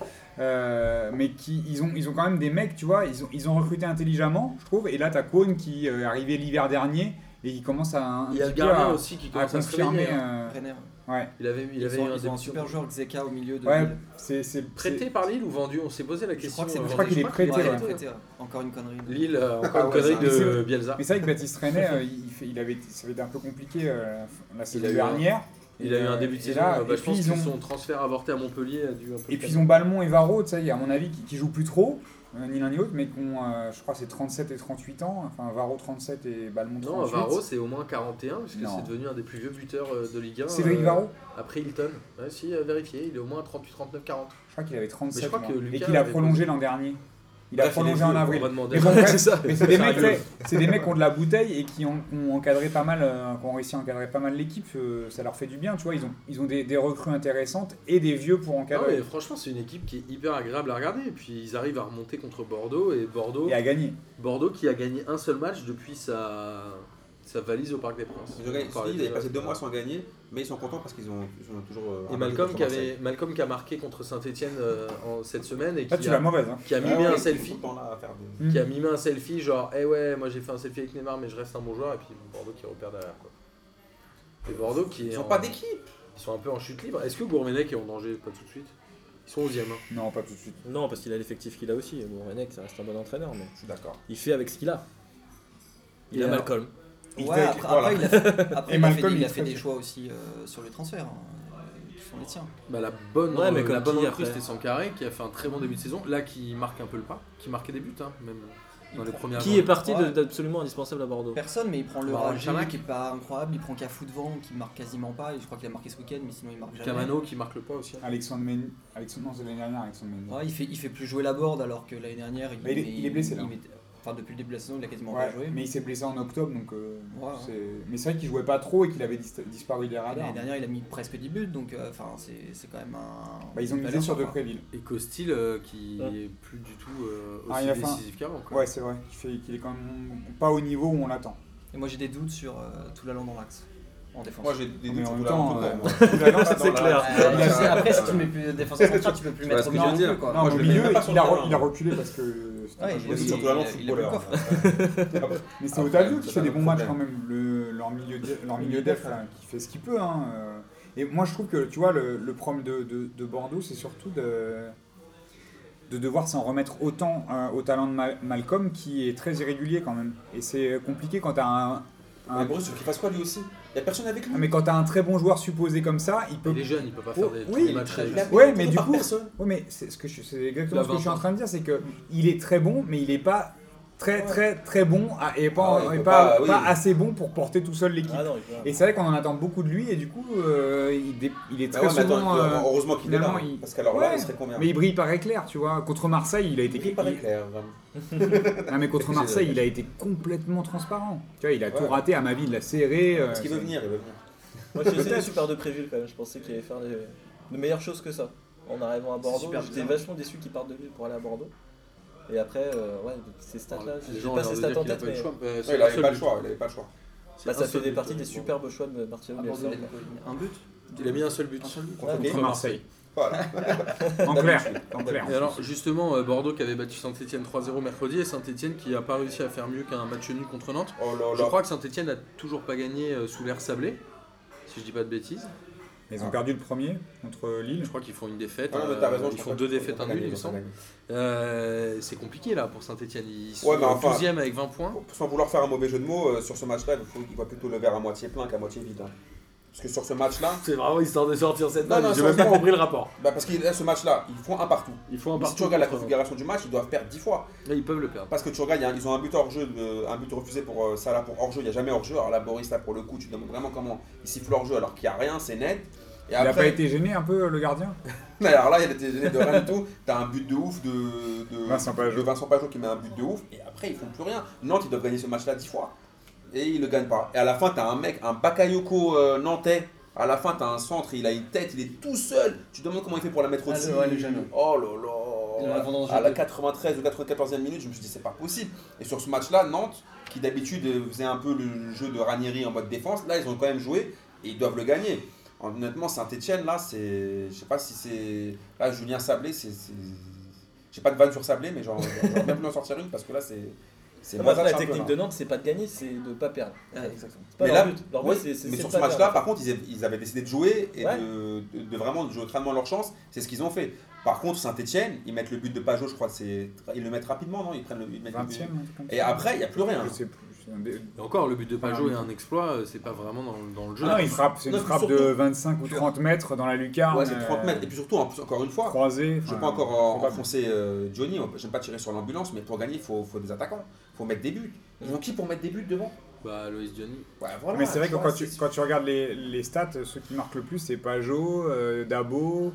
Speaker 3: Euh, mais qui, ils, ont, ils ont quand même des mecs, tu vois, ils ont, ils ont recruté intelligemment, je trouve. Et là, t'as Kwon qui euh, est arrivé l'hiver dernier et qui commence à un, un
Speaker 1: Il y a
Speaker 3: petit
Speaker 1: le
Speaker 3: peu
Speaker 1: gardien
Speaker 3: à-
Speaker 1: aussi qui
Speaker 3: à
Speaker 1: commence à se
Speaker 3: confirmer.
Speaker 1: réveiller, hein.
Speaker 3: euh,
Speaker 4: Renner.
Speaker 3: ouais,
Speaker 1: Il avait, il
Speaker 4: Ils
Speaker 1: avait eu
Speaker 4: ont,
Speaker 1: un
Speaker 4: ils ont un
Speaker 1: début-
Speaker 4: super joueur Xeka au milieu de.
Speaker 3: ouais,
Speaker 4: Lille.
Speaker 3: c'est c'est-
Speaker 1: Prêté par Lille ou vendu On s'est posé la
Speaker 4: Je
Speaker 1: question.
Speaker 4: crois que c'est
Speaker 1: euh,
Speaker 4: prêté.
Speaker 3: crois qu'il est
Speaker 4: Ouais,
Speaker 3: prêté,
Speaker 4: il est
Speaker 3: ouais.
Speaker 4: prêté, ouais. Encore une connerie.
Speaker 1: Lille, euh, encore
Speaker 2: Ah
Speaker 1: une
Speaker 2: ouais,
Speaker 1: connerie
Speaker 2: c'est
Speaker 3: vrai.
Speaker 1: de Bielsa.
Speaker 3: Mais c'est vrai que Baptiste René, euh, il, fait- il avait, ça avait été un peu compliqué euh, la
Speaker 1: a
Speaker 3: saison
Speaker 1: eu
Speaker 3: dernière.
Speaker 1: Il a eu un début de
Speaker 3: Et
Speaker 1: saison.
Speaker 3: là,
Speaker 1: euh, bah,
Speaker 3: et
Speaker 1: je
Speaker 3: puis
Speaker 1: pense
Speaker 3: ils
Speaker 1: que
Speaker 3: ont,
Speaker 1: son transfert avorté à Montpellier a dû un peu.
Speaker 3: et puis ils ont Balmont et Varro, tu sais, à mon avis, qui, qui jouent plus trop, euh, ni l'un ni l'autre, mais qui ont, euh, je crois, c'est 37 et 38 ans. Enfin, Varro 37 et Balmont
Speaker 1: Non,
Speaker 3: 38.
Speaker 1: Varro, c'est au moins 41, puisque
Speaker 3: Non.
Speaker 1: c'est devenu un des plus vieux buteurs euh, de Ligue 1.
Speaker 3: Cédric
Speaker 1: euh,
Speaker 3: Varro
Speaker 1: Après Hilton. Ouais, si, euh, vérifiez, il est au moins 38, 39, 40.
Speaker 3: Je crois qu'il avait 37
Speaker 1: Mais je crois
Speaker 3: moi,
Speaker 1: que
Speaker 3: et
Speaker 1: Lucas
Speaker 3: qu'il a
Speaker 1: avait-
Speaker 3: prolongé l'an dernier. Il a
Speaker 2: Bref, il est
Speaker 3: prolongé
Speaker 2: vieux,
Speaker 3: en
Speaker 2: on
Speaker 1: On
Speaker 3: avril.
Speaker 1: va demander.
Speaker 3: Mais bon, bref,
Speaker 5: ça.
Speaker 3: Mais c'est des,
Speaker 1: Ça
Speaker 3: mecs, tu
Speaker 1: rigole.
Speaker 3: sais, c'est des mecs qui ont de la bouteille et qui ont, qui ont encadré pas mal, euh, qui ont réussi à encadrer pas mal l'équipe. euh, ça leur fait du bien, tu vois. Ils ont, ils ont des, des recrues intéressantes et des vieux pour
Speaker 1: Non,
Speaker 3: encadrer
Speaker 1: mais franchement, c'est une équipe qui est hyper agréable à regarder. Et puis ils arrivent à remonter contre Bordeaux. Et Bordeaux,
Speaker 3: et à gagner.
Speaker 1: Bordeaux qui a gagné un seul match depuis sa, sa valise au Parc des Princes.
Speaker 2: Ils ont gagné-
Speaker 1: On parlait
Speaker 2: ils avaient
Speaker 1: déjà
Speaker 2: passé
Speaker 1: de
Speaker 2: deux
Speaker 1: ça.
Speaker 2: mois sans gagner, mais ils sont contents parce qu'ils ont, ils ont toujours. euh,
Speaker 1: Et
Speaker 2: un
Speaker 1: Malcolm
Speaker 2: peu
Speaker 1: qui,
Speaker 2: de Marseille.
Speaker 1: avait, Malcolm qui a marqué contre Saint-Etienne en cette semaine et
Speaker 3: Là,
Speaker 1: qui
Speaker 3: tu l'as
Speaker 1: a,
Speaker 3: mauvaise. Hein.
Speaker 1: qui a
Speaker 2: Ah
Speaker 1: mimé
Speaker 2: ouais,
Speaker 1: un
Speaker 2: ils sont
Speaker 1: selfie.
Speaker 2: tout le temps là à faire des-
Speaker 1: Qui a mimé un selfie, genre, eh ouais, moi j'ai fait un selfie avec Neymar, mais je reste un bon joueur. Et puis Bordeaux qui repère derrière. Quoi. Et Bordeaux qui est
Speaker 2: Ils
Speaker 1: en-
Speaker 2: ont pas d'équipe.
Speaker 1: ils sont un peu en chute libre. Est-ce que Gourmenek est en danger Pas tout de suite. Ils sont 11e. hein.
Speaker 3: Non, pas tout de suite.
Speaker 5: Non, parce qu'il a l'effectif qu'il a aussi. Bon, Renek, ça reste un bon entraîneur, mais
Speaker 2: Je suis d'accord.
Speaker 5: il fait avec ce qu'il a. euh, Il
Speaker 3: Et
Speaker 5: a
Speaker 3: alors-
Speaker 5: Malcolm.
Speaker 4: Ouais,
Speaker 3: Il t'a-
Speaker 4: après, après, il a fait, après,
Speaker 3: Et
Speaker 4: il a fait
Speaker 3: Malcolm,
Speaker 4: des- il
Speaker 3: il
Speaker 4: a fait
Speaker 3: fait-
Speaker 4: des choix aussi euh, sur les transferts, hein, euh, qui sont les tiens.
Speaker 1: Bah, la bonne,
Speaker 5: Ouais, mais
Speaker 1: euh,
Speaker 5: comme
Speaker 1: la bonne
Speaker 5: qui,
Speaker 1: recrue,
Speaker 5: après
Speaker 1: c'était Sankaré qui a fait un très bon début de saison. Là, qui marque un peu le pas, qui marquait des buts, hein, même. dans les premières
Speaker 5: Qui est
Speaker 1: journées.
Speaker 5: parti de- d'absolument indispensable à Bordeaux
Speaker 4: Personne, mais il prend le
Speaker 1: Bah,
Speaker 4: Ragé,
Speaker 1: Chamac.
Speaker 4: qui est pas incroyable, il prend Cafou devant, qui marque quasiment pas, et je crois qu'il a marqué ce week-end, mais sinon il marque jamais.
Speaker 1: Camano qui marque le pas aussi.
Speaker 3: Alexandre Mendy. Alexandre, non, c'est l'année dernière, Alexandre Mendy.
Speaker 4: Ouais, il, fait, il fait plus jouer la board alors que l'année dernière
Speaker 3: Bah, il est-
Speaker 4: met-
Speaker 3: il est blessé, là.
Speaker 4: met- enfin, depuis le début de la saison, il a quasiment
Speaker 3: Ouais,
Speaker 4: pas joué.
Speaker 3: mais il s'est blessé en octobre, donc. euh,
Speaker 4: Ouais, ouais.
Speaker 3: c'est- Mais c'est vrai qu'il jouait pas trop et qu'il avait dis- disparu des radars.
Speaker 4: L'année dernière, il a mis presque 10 buts, donc euh, enfin, c'est c'est quand même un.
Speaker 3: Bah, ils ont
Speaker 4: une
Speaker 3: misé
Speaker 4: valeur
Speaker 3: sur
Speaker 4: sûre,
Speaker 3: De
Speaker 4: quoi.
Speaker 3: Préville.
Speaker 1: Et Costil euh, qui
Speaker 5: Ouais.
Speaker 1: est plus du tout euh,
Speaker 3: Ah,
Speaker 1: aussi
Speaker 3: il a fait un-
Speaker 1: décisif qu'avant. quoi.
Speaker 3: Ouais, c'est vrai. Qui fait qu'il est quand même pas au niveau où on l'attend.
Speaker 4: Et moi j'ai des doutes sur euh, tout dans l'axe en défense.
Speaker 2: Moi j'ai des
Speaker 3: Mais
Speaker 2: doutes
Speaker 3: en
Speaker 2: sur
Speaker 3: même
Speaker 2: la
Speaker 3: temps,
Speaker 2: rencontre,
Speaker 3: euh,
Speaker 2: moi.
Speaker 3: Toulalan, Ah, c'est
Speaker 2: Dans la-
Speaker 5: clair.
Speaker 4: Euh,
Speaker 2: Ouais,
Speaker 4: c'est- après, si
Speaker 2: ouais.
Speaker 4: tu mets plus défenseur central, tu peux plus
Speaker 1: Tu vois
Speaker 4: mettre
Speaker 1: ce que je veux
Speaker 4: non
Speaker 1: dire
Speaker 4: plus, quoi.
Speaker 3: Non,
Speaker 2: Moi, je
Speaker 3: au
Speaker 2: le mets
Speaker 3: milieu,
Speaker 2: même pas sur
Speaker 3: il a,
Speaker 2: le terrain.
Speaker 3: il a reculé parce que. c'était
Speaker 4: Ouais,
Speaker 3: pas
Speaker 4: il-
Speaker 3: joué.
Speaker 2: Mais
Speaker 4: il-
Speaker 2: c'est surtout
Speaker 4: il-
Speaker 2: la lance
Speaker 4: il- il a plus le
Speaker 2: footballeur. hein.
Speaker 4: coffre.
Speaker 3: mais c'est Otavio qui fait des bons matchs quand même, le- leur milieu, de- leur milieu def, là, qui fait ce qu'il peut. hein, euh. Et moi, je trouve que, tu vois, le, le problème de, de- de Bordeaux, c'est surtout de, de devoir s'en remettre autant euh, au talent de Ma- Malcolm, qui est très irrégulier quand même. Et c'est compliqué quand t'as un, un-
Speaker 2: Mais Bruce, il faut qu'il fasse quoi lui aussi Il y a personne avec lui.
Speaker 3: Ah, mais quand t'as un très bon joueur supposé comme ça, il peut
Speaker 1: Il est jeune, il peut pas faire des, tous
Speaker 3: Oui,
Speaker 1: les
Speaker 3: il est
Speaker 1: matchs. euh,
Speaker 2: Il a-
Speaker 1: avec-
Speaker 2: il a-
Speaker 3: Ouais,
Speaker 2: il est
Speaker 3: mais
Speaker 2: entouré
Speaker 3: du
Speaker 2: par
Speaker 3: coup-
Speaker 2: personne.
Speaker 3: Oui, mais c'est ce que je- c'est
Speaker 1: Il
Speaker 3: exactement
Speaker 1: a
Speaker 3: ce que je suis
Speaker 1: 20
Speaker 3: en
Speaker 1: ans.
Speaker 3: train de dire, c'est que
Speaker 2: Mm.
Speaker 3: il est très bon, mais il est pas très très très bon à- et pas,
Speaker 2: Ah ouais, il
Speaker 3: et
Speaker 2: peut
Speaker 3: pas,
Speaker 2: pas, oui.
Speaker 3: pas assez bon pour porter tout seul l'équipe.
Speaker 5: Ah non, il peut-
Speaker 3: et c'est vrai qu'on en attend beaucoup de lui et du coup euh, il, dé- il est
Speaker 2: Bah
Speaker 3: très
Speaker 2: ouais, mais attends,
Speaker 3: souvent,
Speaker 2: il doit-
Speaker 3: euh,
Speaker 2: heureusement qu'il est là. hein.
Speaker 3: finalement, il-
Speaker 2: Parce qu'alors là,
Speaker 3: Ouais.
Speaker 2: il serait combien
Speaker 3: mais il brille par éclair, tu vois. Contre Marseille, il a été
Speaker 2: Il paraît clair, vraiment.
Speaker 3: il- non, mais contre Marseille, il a été complètement transparent. Tu vois, il a tout
Speaker 2: Ouais.
Speaker 3: raté à ma vie, il l'a serré. euh,
Speaker 2: Parce qu'il veut venir, il veut venir.
Speaker 5: Moi j'étais
Speaker 3: Peut-être.
Speaker 5: déçu par De Préville quand même, je pensais qu'il allait faire des- de meilleures choses que ça. En arrivant à Bordeaux,
Speaker 4: super
Speaker 5: j'étais
Speaker 4: bizarre.
Speaker 5: vachement déçu qu'il parte de Ville pour aller à Bordeaux. Et après, euh, ouais, ces stats là,
Speaker 1: Les
Speaker 5: j'ai
Speaker 1: gens
Speaker 5: pas
Speaker 1: ont
Speaker 5: ces
Speaker 1: l'air de
Speaker 5: stats
Speaker 1: dire
Speaker 5: en
Speaker 1: qu'il a
Speaker 5: tête,
Speaker 1: pas eu
Speaker 5: mais
Speaker 1: le choix. euh,
Speaker 2: Ouais,
Speaker 1: c'est
Speaker 2: Il
Speaker 1: un
Speaker 2: avait
Speaker 1: seul
Speaker 2: pas
Speaker 1: but,
Speaker 2: le choix, il
Speaker 1: euh,
Speaker 2: avait pas le choix.
Speaker 1: c'est
Speaker 5: bah,
Speaker 1: un
Speaker 5: ça fait
Speaker 1: seul
Speaker 5: des
Speaker 1: but,
Speaker 5: parties
Speaker 1: euh,
Speaker 5: des superbes choix
Speaker 4: À
Speaker 5: de
Speaker 1: Ah,
Speaker 5: Martino. mais
Speaker 4: Bordeaux,
Speaker 5: c'est-
Speaker 4: il a- Un but
Speaker 1: Il a mis un seul but.
Speaker 4: Un seul but.
Speaker 2: Contre
Speaker 5: ok.
Speaker 3: contre
Speaker 2: Marseille.
Speaker 3: Marseille.
Speaker 2: Voilà.
Speaker 3: En clair, en clair.
Speaker 1: Et alors justement, euh, Bordeaux qui avait battu Saint-Etienne 3-0 mercredi et Saint-Etienne qui n'a pas réussi à faire mieux qu'un match nul contre Nantes.
Speaker 2: Oh là
Speaker 1: Je
Speaker 2: là.
Speaker 1: crois que Saint-Etienne n'a toujours pas gagné euh, sous l'air sablé, si je dis pas de bêtises.
Speaker 3: Ils ont perdu le premier contre Lille.
Speaker 1: Je crois qu'ils font une défaite.
Speaker 2: Ah non, mais
Speaker 1: euh,
Speaker 2: t'as raison, je
Speaker 1: ils
Speaker 2: pense
Speaker 1: font
Speaker 2: pas
Speaker 1: deux
Speaker 2: qu'ils ont
Speaker 1: défaites, un
Speaker 2: gagné,
Speaker 1: nul, il
Speaker 2: ils
Speaker 1: me
Speaker 2: ont
Speaker 1: semble.
Speaker 2: gagné.
Speaker 1: Euh, c'est compliqué là pour Saint-Etienne. Ils sont
Speaker 2: Ouais, mais enfin-
Speaker 1: 12e avec 20 points.
Speaker 2: Bon, Sans vouloir faire un mauvais jeu de mots, euh, sur ce match-là, il faut qu'il voit plutôt le verre à moitié plein qu'à moitié vide. hein. Parce que sur ce match-là,
Speaker 1: C'est vraiment histoire de sortir cette
Speaker 2: Non,
Speaker 1: balle,
Speaker 2: non,
Speaker 1: J'ai
Speaker 2: ça
Speaker 1: même pas
Speaker 2: va.
Speaker 1: compris le rapport.
Speaker 2: bah parce que là, ce match-là, ils font un partout.
Speaker 1: Ils font un
Speaker 2: Mais si tu
Speaker 1: partout
Speaker 2: regardes la
Speaker 1: contre-
Speaker 2: configuration du match, ils doivent perdre 10 fois.
Speaker 1: Là, ils peuvent le perdre.
Speaker 2: Parce que tu regardes, il y a- ils ont un but hors jeu, un but refusé pour euh, Salah pour hors jeu, il n'y a jamais hors jeu. Alors là, Boris, là pour le coup, tu te demandes vraiment comment il siffle hors jeu alors qu'il n'y a rien, c'est net. Et
Speaker 3: Il a pas
Speaker 2: après,
Speaker 3: été gêné un peu le gardien
Speaker 2: alors là, il a été gêné de rien du tout. T'as un but de ouf de, de
Speaker 3: Vincent Pajot.
Speaker 2: de Vincent Pajot qui met un but de ouf. Et après, ils font plus rien. Nantes, ils doivent gagner ce match-là 10 fois. Et ils le gagnent pas. Et à la fin, t'as un mec, un Bakayoko euh, nantais. À la fin, t'as un centre, il a une tête, il est tout seul. Tu te demandes comment il fait pour la mettre
Speaker 4: Ah, le-
Speaker 2: au-dessus.
Speaker 4: ouais, le jeune.
Speaker 2: oh
Speaker 4: Il
Speaker 2: là
Speaker 4: a la
Speaker 2: là.
Speaker 4: vendange
Speaker 2: À la
Speaker 4: de-
Speaker 2: 93 ou 94e minute, je me suis dit, c'est pas possible. Et sur ce match-là, Nantes, qui d'habitude euh, faisait un peu le jeu de Ranieri en mode défense, là, ils ont quand même joué et ils doivent le gagner. Honnêtement, Saint-Etienne, là, c'est. Je sais pas si c'est. Là, Julien Sablé, c'est. c'est- J'ai pas de vanne sur Sablé, mais genre, j'aurais bien pu en sortir une parce que là, c'est. C'est
Speaker 5: Après,
Speaker 2: moins un
Speaker 5: la
Speaker 2: championnat.
Speaker 5: technique de Nantes, c'est pas de gagner, c'est de pas perdre.
Speaker 4: Ouais, exactement.
Speaker 5: C'est pas
Speaker 2: Mais
Speaker 5: leur
Speaker 2: là-
Speaker 5: but. Leur
Speaker 2: Oui,
Speaker 5: but, c'est- c'est
Speaker 2: mais
Speaker 5: de
Speaker 2: sur
Speaker 5: pas
Speaker 2: ce
Speaker 5: perdre.
Speaker 2: match-là, par contre, ils, avaient- ils avaient décidé de jouer et
Speaker 5: Ouais.
Speaker 2: de, de- de vraiment de jouer crânement leur chance. C'est ce qu'ils ont fait. Par contre, Saint-Etienne, ils mettent le but de Pajot, je crois, c'est ils le mettent rapidement, non Ils prennent le, ils mettent le
Speaker 3: 20
Speaker 2: but.
Speaker 3: e
Speaker 2: Et après, il n'y a plus rien.
Speaker 3: Je sais plus. je sais- un des-
Speaker 1: Et encore, le but de Pajot
Speaker 3: Ah,
Speaker 1: est
Speaker 3: oui.
Speaker 1: un exploit, euh, c'est pas vraiment dans, dans le jeu.
Speaker 3: Ah non, il frappe, c'est une
Speaker 2: Non,
Speaker 3: frappe de
Speaker 2: surtout-
Speaker 3: 25 ou 30 mètres dans la lucarne.
Speaker 2: Ouais, c'est 30
Speaker 3: euh,
Speaker 2: mètres. Et puis surtout, en plus, encore une fois,
Speaker 3: Croisée.
Speaker 2: Je ne
Speaker 3: enfin,
Speaker 2: pas encore en-
Speaker 3: faut pas-
Speaker 2: enfoncer euh, Johnny, j'aime pas tirer sur l'ambulance, mais pour gagner, il faut, faut des attaquants, il faut mettre des buts. Ils ont qui pour mettre des buts devant
Speaker 1: Bah, Loïs Diony.
Speaker 2: Ouais, voilà,
Speaker 3: mais c'est vrai que
Speaker 2: tu vois,
Speaker 3: quand tu,
Speaker 2: c'est-
Speaker 3: quand tu regardes les, les stats, ceux qui marquent le plus, c'est Pajot, euh, Dabo.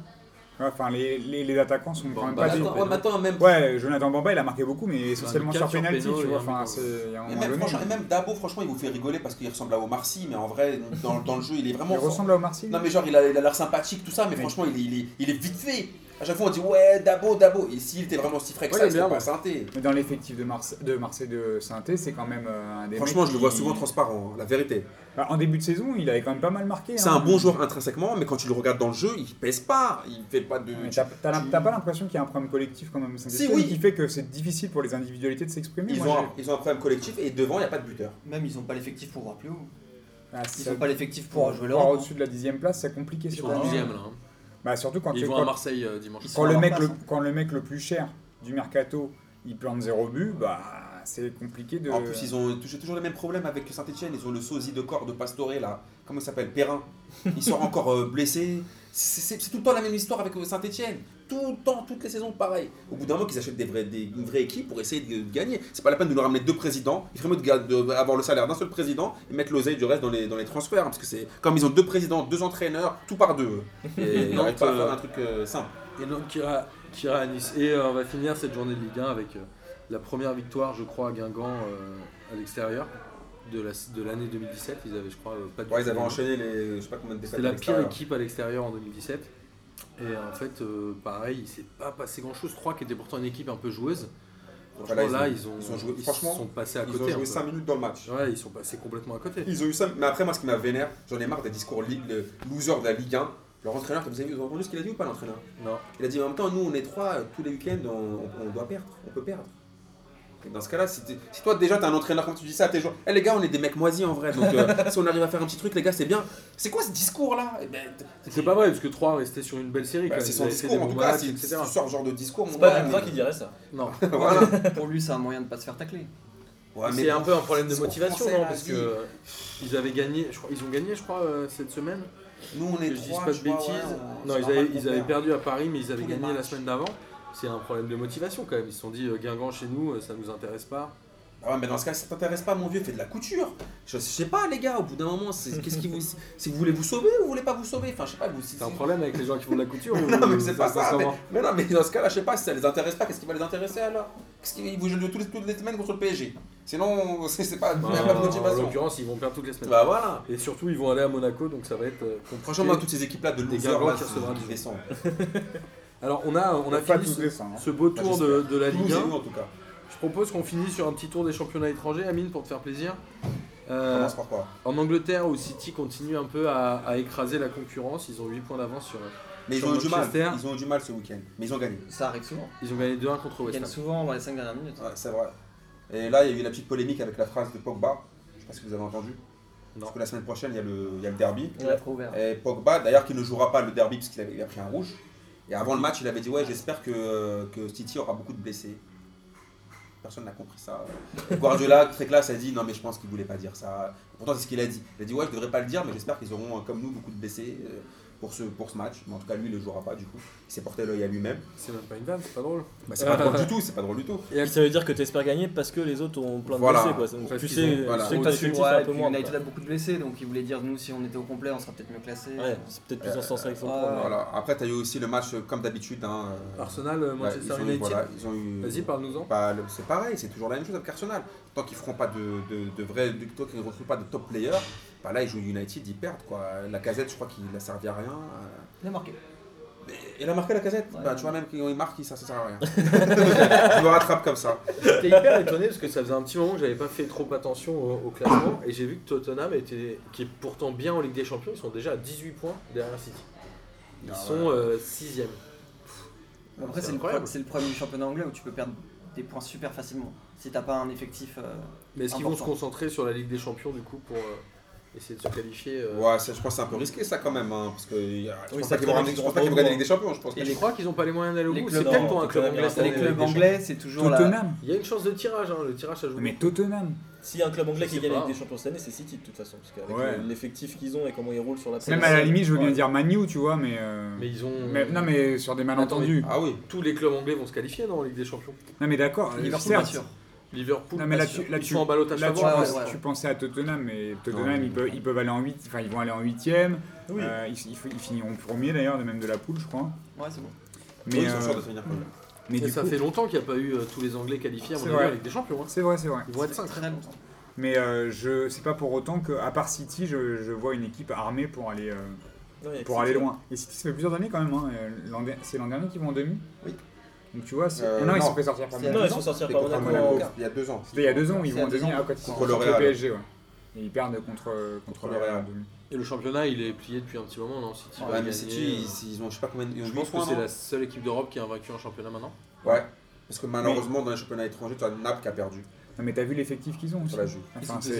Speaker 3: Ouais, Enfin, les, les, les attaquants sont
Speaker 1: Bon,
Speaker 3: quand même
Speaker 1: bah,
Speaker 3: pas des.
Speaker 2: Attends, hein. ouais, mais attends, même,
Speaker 3: Ouais, Jonathan Bamba, il a marqué beaucoup, mais essentiellement
Speaker 1: quatre
Speaker 3: Bah, sur
Speaker 1: sur
Speaker 3: penalty,
Speaker 1: péno
Speaker 3: tu
Speaker 1: et
Speaker 3: vois.
Speaker 1: un
Speaker 3: Enfin,
Speaker 1: but.
Speaker 3: c'est il y a un
Speaker 2: et
Speaker 3: moment
Speaker 2: même,
Speaker 3: donné.
Speaker 2: franchement, et même Dabo, franchement, il vous fait rigoler parce qu'il ressemble à Omar Sy, mais en vrai, dans, dans le jeu, il est
Speaker 3: Il
Speaker 2: vraiment. fort.
Speaker 3: ressemble à Omar Sy.
Speaker 2: Non, mais genre, il a il a l'air sympathique, tout ça, mais
Speaker 3: Mais-
Speaker 2: franchement, il est, il, est, il est vite fait. À chaque fois, on dit ouais, Dabo, Dabo. Et s'il était vraiment si frais que
Speaker 1: Ouais,
Speaker 2: ça,
Speaker 1: il est
Speaker 2: il serait
Speaker 1: bien,
Speaker 2: pas
Speaker 1: ouais.
Speaker 2: synthé.
Speaker 3: Mais dans l'effectif de, Marse- de Marseille de Sainté, c'est quand même euh, un des.
Speaker 2: Franchement,
Speaker 3: mecs
Speaker 2: je le vois
Speaker 3: qui-
Speaker 2: souvent transparent, hein, la vérité.
Speaker 3: Bah, en début de saison, il avait quand même pas mal marqué.
Speaker 2: C'est
Speaker 3: hein.
Speaker 2: un bon joueur intrinsèquement, mais quand tu le regardes dans le jeu, il pèse pas, il fait pas de.
Speaker 3: Mais T'as t'as l'im- t'as pas l'impression qu'il y a un problème collectif quand même au sein de
Speaker 2: Euh, Si,
Speaker 3: l'équipe
Speaker 2: oui.
Speaker 3: qui fait que c'est difficile pour les individualités de s'exprimer.
Speaker 2: Ils
Speaker 3: Moi,
Speaker 2: ont,
Speaker 3: j'ai-
Speaker 2: un, ils ont un problème collectif et devant, il n'y a pas de buteur.
Speaker 4: Même ils ont pas l'effectif pour voir plus haut.
Speaker 3: Ah,
Speaker 4: Ils
Speaker 3: ça-
Speaker 4: ont pas l'effectif pour jouer
Speaker 3: voir
Speaker 4: l'Europe.
Speaker 3: au-dessus de la dixième place, c'est compliqué.
Speaker 1: Ils
Speaker 3: cette
Speaker 1: sont
Speaker 3: année.
Speaker 1: 12e là. hein.
Speaker 3: Bah surtout
Speaker 2: Ah,
Speaker 3: quand,
Speaker 1: Ils
Speaker 3: tu-
Speaker 1: vont à
Speaker 3: quand,
Speaker 1: Marseille euh, dimanche.
Speaker 4: Ils sont
Speaker 3: quand
Speaker 4: à
Speaker 3: le
Speaker 4: leur
Speaker 3: mec
Speaker 4: place,
Speaker 3: le
Speaker 4: hein.
Speaker 3: quand le mec le plus cher du mercato, il plante zéro but, bah c'est compliqué de.
Speaker 2: En plus, ils ont touché toujours les mêmes problèmes avec Saint-Etienne. Ils ont le sosie de corps de Pastoré, là. Comment il s'appelle Perrin. Il sort encore euh, blessé. C'est- C'est c'est tout le temps la même histoire avec Saint-Etienne. tout le temps, toutes les saisons, pareil. Au bout d'un moment, qu'ils achètent des vrais, des, une vraie équipe pour essayer de, de gagner. C'est pas la peine de nous ramener deux présidents. Il ferait mieux de, ga- de- avoir le salaire d'un seul président et mettre l'oseille du reste dans les, dans les transferts. hein, parce que c'est comme ils ont deux présidents, deux entraîneurs, tout par deux. eux. Et ils
Speaker 1: Non,
Speaker 2: n'arrivent pas à
Speaker 1: euh,
Speaker 2: faire un truc euh, simple.
Speaker 1: Et donc Kira, Kira à Nice. Et euh, on va finir cette journée de Ligue 1 avec euh, la première victoire, je crois, à Guingamp euh, à l'extérieur de la- de l'année 2017. Ils avaient, je crois, euh, pas de
Speaker 2: Ouais, ils avaient enchaîné les. Je sais pas combien de défaites.
Speaker 1: C'était la
Speaker 2: à
Speaker 1: pire
Speaker 2: l'extérieur.
Speaker 1: équipe à l'extérieur en 2017. Et en fait, euh, pareil, il s'est pas passé grand-chose. 3 qui était pourtant une équipe un peu joueuse. Franchement,
Speaker 2: Voilà, ils
Speaker 1: là, ils,
Speaker 2: ont-
Speaker 1: ont,
Speaker 2: ils ont joué-
Speaker 1: ils
Speaker 2: franchement,
Speaker 1: sont passés à
Speaker 2: Ils
Speaker 1: côté.
Speaker 2: ont
Speaker 1: un peu.
Speaker 2: joué 5 minutes dans le match.
Speaker 1: Ouais, ils sont passés complètement à côté.
Speaker 2: Ils ont eu ça, mais après, moi, ce qui m'a vénère, j'en ai marre des discours li- le loser de la Ligue 1. Leur entraîneur, vous avez vous avez entendu ce qu'il a dit ou pas, l'entraîneur
Speaker 1: Non.
Speaker 2: Il a dit, en même temps, nous, on est trois, euh, tous les week-ends, on, on- on doit perdre, on peut perdre. Et Dans ce cas-là, si, t'es- si toi déjà t'es un entraîneur, quand tu dis ça à tes joueurs, Eh, les gars, on est des mecs moisis en vrai, donc euh, si on arrive à faire un petit truc, les gars, c'est bien. C'est quoi ce discours-là Eh ben, t-
Speaker 1: C'est pas vrai, parce que 3 restait sur une belle série.
Speaker 2: bah,
Speaker 1: quand
Speaker 2: C'est
Speaker 1: même. Ils avaient
Speaker 2: son
Speaker 1: fait
Speaker 2: discours,
Speaker 1: des
Speaker 2: en
Speaker 1: bons
Speaker 2: tout cas,
Speaker 1: matchs,
Speaker 2: si, si
Speaker 1: etc.
Speaker 2: tu sors ce genre de discours, mon
Speaker 5: C'est pas
Speaker 2: gars,
Speaker 5: même toi
Speaker 2: mais-
Speaker 5: qui dirait ça.
Speaker 1: Non.
Speaker 2: Voilà.
Speaker 4: Pour lui, c'est un moyen de pas se faire tacler.
Speaker 2: Ouais, Bah, mais
Speaker 1: c'est un
Speaker 2: bon,
Speaker 1: peu un problème de
Speaker 2: discours
Speaker 1: motivation,
Speaker 2: français,
Speaker 1: non
Speaker 2: la
Speaker 1: Parce que
Speaker 2: vie.
Speaker 1: euh, ils avaient gagné, je crois, ils ont gagné, je crois, euh, cette semaine.
Speaker 2: Nous, on est
Speaker 1: que je dise
Speaker 2: trois,
Speaker 1: pas de
Speaker 2: tu vois,
Speaker 1: bêtises.
Speaker 2: ouais, on-
Speaker 1: non,
Speaker 2: c'est
Speaker 1: ils
Speaker 2: normal
Speaker 1: avaient,
Speaker 2: qu'on
Speaker 1: ils avaient
Speaker 2: perde.
Speaker 1: perdu à Paris, mais ils avaient
Speaker 2: Tous les
Speaker 1: gagné la
Speaker 2: matchs.
Speaker 1: semaine d'avant. C'est un problème de motivation quand même. Ils se sont dit euh, Guingamp chez nous, euh, ça nous intéresse pas.
Speaker 2: Ah Ouais, mais dans ce cas, ça t'intéresse pas, mon vieux, fais de la couture. Je, je sais pas, les gars, au bout d'un moment, c'est qu'est-ce qui vous. Si vous voulez vous sauver ou vous voulez pas vous sauver Enfin, je sais pas, vous. si-
Speaker 1: C'est un
Speaker 2: si-
Speaker 1: problème avec les gens qui font de la couture.
Speaker 2: Non, mais c'est pas ça. Mais,
Speaker 1: comment
Speaker 2: mais non, mais dans ce cas-là, je sais pas, si ça les intéresse pas, qu'est-ce qui va les intéresser alors Qu'est-ce qui vous jouez tous les- toutes les semaines contre le PSG Sinon, c'est c'est pas. Il n'y a pas de
Speaker 1: Bah, En
Speaker 2: motivation.
Speaker 1: l'occurrence, ils vont perdre toutes les semaines.
Speaker 2: Bah voilà.
Speaker 1: Et surtout, ils vont aller à Monaco, donc ça va être euh, compliqué.
Speaker 2: Franchement, moi, toutes ces équipes-là de
Speaker 1: Des
Speaker 2: losers,
Speaker 1: gargotes
Speaker 2: là,
Speaker 1: qui recevra
Speaker 2: qui
Speaker 1: du-
Speaker 2: descendent.
Speaker 1: Alors, on a, on a
Speaker 3: Pas
Speaker 1: fini
Speaker 3: toutes
Speaker 1: ce,
Speaker 3: les fins. hein.
Speaker 1: ce beau
Speaker 2: Bah,
Speaker 1: tour de, de la
Speaker 2: Toulouse
Speaker 1: Ligue
Speaker 2: et
Speaker 1: 1.
Speaker 2: nous, en tout cas.
Speaker 1: Je propose qu'on finisse sur un petit tour des championnats étrangers, Amine, pour te faire plaisir.
Speaker 2: On
Speaker 1: Euh,
Speaker 2: Commence par quoi
Speaker 1: en Angleterre, où City continue un peu à, à écraser la concurrence, ils ont 8 points d'avance sur.
Speaker 2: Mais ils
Speaker 1: sur
Speaker 2: ont eu du mal.
Speaker 1: Manchester.
Speaker 2: Ils ont eu du mal ce week-end. Mais ils ont gagné.
Speaker 4: Ça arrive souvent.
Speaker 1: Ils ont gagné 2-1 contre
Speaker 4: Il
Speaker 1: West
Speaker 4: gagne
Speaker 1: Ham.
Speaker 4: souvent dans les 5 dernières minutes.
Speaker 2: Ouais, c'est vrai. Et là, il y a eu la petite polémique avec la phrase de Pogba. Je sais pas si vous avez entendu.
Speaker 1: Non.
Speaker 2: Parce que la semaine prochaine, il y a le, il y a le derby.
Speaker 4: Il l'a trop ouvert.
Speaker 2: Et Pogba, d'ailleurs, qui ne jouera pas le derby parce qu'il avait- il a pris un rouge. Et avant le match, il avait dit Ouais, j'espère que, que City aura beaucoup de blessés. Personne n'a compris ça. Guardiola, très classe, a dit Non, mais je pense qu'il voulait pas dire ça. Pourtant, c'est ce qu'il a dit. Il a dit Ouais, je devrais pas le dire, mais j'espère qu'ils auront, euh, comme nous, beaucoup de blessés euh, pour ce, pour ce match. Mais en tout cas, lui, il ne jouera pas du coup. Il s'est porté l'œil à lui-même.
Speaker 1: C'est même pas une vanne, c'est pas drôle.
Speaker 2: Bah, c'est pas drôle du tout, c'est pas drôle du tout.
Speaker 1: Et à-
Speaker 5: Ça veut dire que t'espères gagner parce que les autres ont plein de
Speaker 2: Voilà.
Speaker 5: blessés, quoi. Donc,
Speaker 1: Parce
Speaker 5: tu
Speaker 1: qu'ils
Speaker 5: sais,
Speaker 1: ont-
Speaker 5: tu
Speaker 2: voilà.
Speaker 5: sais que t'as des
Speaker 4: Au-dessus,
Speaker 5: effectifs
Speaker 4: ouais,
Speaker 5: un
Speaker 4: et
Speaker 5: peu
Speaker 4: puis
Speaker 5: moins.
Speaker 4: United
Speaker 5: quoi.
Speaker 4: a beaucoup de blessés, donc il voulait dire nous si on était au complet, on serait peut-être mieux classé.
Speaker 5: Ouais, c'est peut-être plus dans ce sens-là qu'il faut le
Speaker 4: Euh,
Speaker 5: prendre. mais-
Speaker 2: Voilà. Après, tu as eu aussi le match euh, comme d'habitude. hein, euh,
Speaker 1: Arsenal, euh,
Speaker 2: ouais, ils
Speaker 1: Manchester
Speaker 2: ont eu-
Speaker 1: United.
Speaker 2: voilà, ils ont eu-
Speaker 1: Vas-y, parle-nous-en.
Speaker 2: Bah, le- c'est pareil, c'est toujours la même chose avec Arsenal. Tant qu'ils feront pas de, de, de vrais, de- tant qu'ils ne retrouvent pas de top players, bah là ils jouent United, ils perdent quoi. La casette, je crois qu'il ne servi à rien. euh.
Speaker 4: Il a marqué.
Speaker 2: Mais il a marqué la casette.
Speaker 4: Ouais.
Speaker 2: Bah, tu vois même quand il marque, ça ne sert à rien. tu le rattrapes comme ça.
Speaker 1: J'étais hyper étonné parce que ça faisait un petit moment que j'avais pas fait trop attention au, au classement et j'ai vu que Tottenham était, qui est pourtant bien en Ligue des Champions, ils sont déjà à 18 points derrière City. Ils
Speaker 2: Ah,
Speaker 1: sont 6 e
Speaker 4: Après,
Speaker 1: C'est
Speaker 4: c'est le,
Speaker 1: incroyable.
Speaker 4: pro- c'est le problème du championnat anglais où tu peux perdre des points super facilement si t'as pas un effectif. euh,
Speaker 1: Mais est-ce qu'ils vont se
Speaker 4: Important.
Speaker 1: concentrer sur la Ligue des Champions du coup pour euh, essayer de se qualifier euh
Speaker 2: Ouais, ça, je pense que c'est un peu risqué ça quand même. hein, parce que il y a- je
Speaker 5: Oui,
Speaker 2: pense
Speaker 5: ça
Speaker 2: pas qu'ils vont
Speaker 5: crée
Speaker 2: ramener-
Speaker 5: des
Speaker 2: je pense
Speaker 5: gros
Speaker 2: pas qu'ils vont gagner
Speaker 5: gros.
Speaker 2: avec des champions, je pense.
Speaker 1: Et
Speaker 2: que-
Speaker 1: je crois qu'ils n'ont pas les moyens d'aller au
Speaker 4: Les
Speaker 1: bout.
Speaker 4: clubs-
Speaker 1: C'est peut-être
Speaker 5: non,
Speaker 1: pour un club
Speaker 5: Tottenham,
Speaker 1: anglais.
Speaker 5: il y a
Speaker 1: cette
Speaker 5: un
Speaker 4: les
Speaker 1: année, la
Speaker 4: clubs
Speaker 1: Ligue des
Speaker 4: anglais, c'est toujours la.
Speaker 3: Tottenham
Speaker 1: Champions. Il y a une chance de tirage, hein, le tirage ça joue.
Speaker 3: Mais
Speaker 1: beaucoup.
Speaker 3: Tottenham
Speaker 5: S'il y a un club anglais
Speaker 1: Je
Speaker 5: qui
Speaker 1: sais
Speaker 5: gagne
Speaker 1: pas.
Speaker 2: hein.
Speaker 5: avec des champions cette année, c'est City de toute façon. Parce qu'avec
Speaker 3: Ouais.
Speaker 5: le- l'effectif qu'ils ont et comment ils roulent sur la
Speaker 3: Même
Speaker 5: première
Speaker 3: à la
Speaker 5: scène,
Speaker 3: limite, je veux bien
Speaker 5: ouais.
Speaker 3: dire Manu, tu vois, mais. euh,
Speaker 1: Mais ils ont.
Speaker 3: mais- non, mais sur des malentendus.
Speaker 2: Ah oui.
Speaker 1: Tous les clubs anglais vont se qualifier non, en Ligue des Champions.
Speaker 3: Non, mais d'accord,
Speaker 4: Liverpool,
Speaker 3: certes.
Speaker 4: bien sûr.
Speaker 1: Liverpool,
Speaker 3: Non, mais
Speaker 1: pas
Speaker 3: là,
Speaker 1: sûr.
Speaker 3: tu- là,
Speaker 1: ils
Speaker 3: tu-
Speaker 1: sont en ballottage
Speaker 3: Là, tu,
Speaker 1: favorable.
Speaker 3: penses-
Speaker 4: ouais, ouais.
Speaker 3: tu pensais à Tottenham, mais
Speaker 2: Non,
Speaker 3: Tottenham,
Speaker 2: mais-
Speaker 3: ils, peuvent, ils peuvent aller en 8, enfin, ils vont aller en 8ème.
Speaker 5: Oui.
Speaker 3: ils, ils f- ils finiront premier d'ailleurs, de même de la poule, je crois.
Speaker 4: Ouais, c'est bon.
Speaker 3: Mais,
Speaker 2: Oui, ils sont sûrs
Speaker 3: euh,
Speaker 2: de se finir.
Speaker 3: mais
Speaker 1: Et
Speaker 3: du
Speaker 1: ça
Speaker 3: coup,
Speaker 1: fait longtemps qu'il n'y a pas eu euh, tous les Anglais qualifiés à mon
Speaker 3: C'est
Speaker 1: avis,
Speaker 3: vrai.
Speaker 1: avec des champions. hein.
Speaker 3: c'est vrai, c'est vrai.
Speaker 1: Ils vont être 5.
Speaker 2: hein.
Speaker 4: Très longtemps.
Speaker 3: Mais euh, je, c'est pas pour autant que, à part City, je, je vois une équipe armée pour aller, euh,
Speaker 5: Non, mais
Speaker 3: pour
Speaker 5: City,
Speaker 3: aller loin. Et City, ça fait plusieurs années quand même. hein. Euh, l'an der- C'est l'an dernier qu'ils vont en demi
Speaker 2: Oui.
Speaker 3: Donc tu vois, c'est...
Speaker 2: Euh,
Speaker 3: Ah non, ils
Speaker 2: non.
Speaker 3: se sont fait sortir par
Speaker 4: C'est-
Speaker 3: Monaco.
Speaker 5: Non, ils sont sortis par
Speaker 2: Contre
Speaker 5: Monaco.
Speaker 2: Monaco, Il y a deux ans.
Speaker 3: C'était il y a deux ans, ils
Speaker 4: C'est
Speaker 3: vont
Speaker 4: à
Speaker 3: en
Speaker 4: deux
Speaker 3: demi
Speaker 4: ans.
Speaker 3: ah, quand ils sont
Speaker 2: Contre le
Speaker 3: sortis au
Speaker 2: Real.
Speaker 3: PSG. Ouais. Et ils perdent contre, contre
Speaker 2: le
Speaker 3: le Real.
Speaker 2: Real.
Speaker 3: en demi.
Speaker 1: Et le championnat, il est plié depuis un petit moment, non City
Speaker 2: Ouais,
Speaker 1: va
Speaker 2: mais
Speaker 1: gagner,
Speaker 2: City,
Speaker 1: euh,
Speaker 2: ils, ils ont je sais pas combien. ils ont
Speaker 1: Je
Speaker 2: huit
Speaker 1: pense que
Speaker 2: points,
Speaker 1: c'est
Speaker 2: non
Speaker 1: la seule équipe d'Europe qui a vaincu en championnat maintenant.
Speaker 2: Ouais. Parce que malheureusement, dans les championnats étrangers, tu as Naples qui a perdu
Speaker 3: Non, mais t'as vu l'effectif qu'ils ont
Speaker 2: sur
Speaker 3: aussi.
Speaker 2: la Juve.
Speaker 3: Enfin,
Speaker 4: Ils ont deux
Speaker 3: c'est-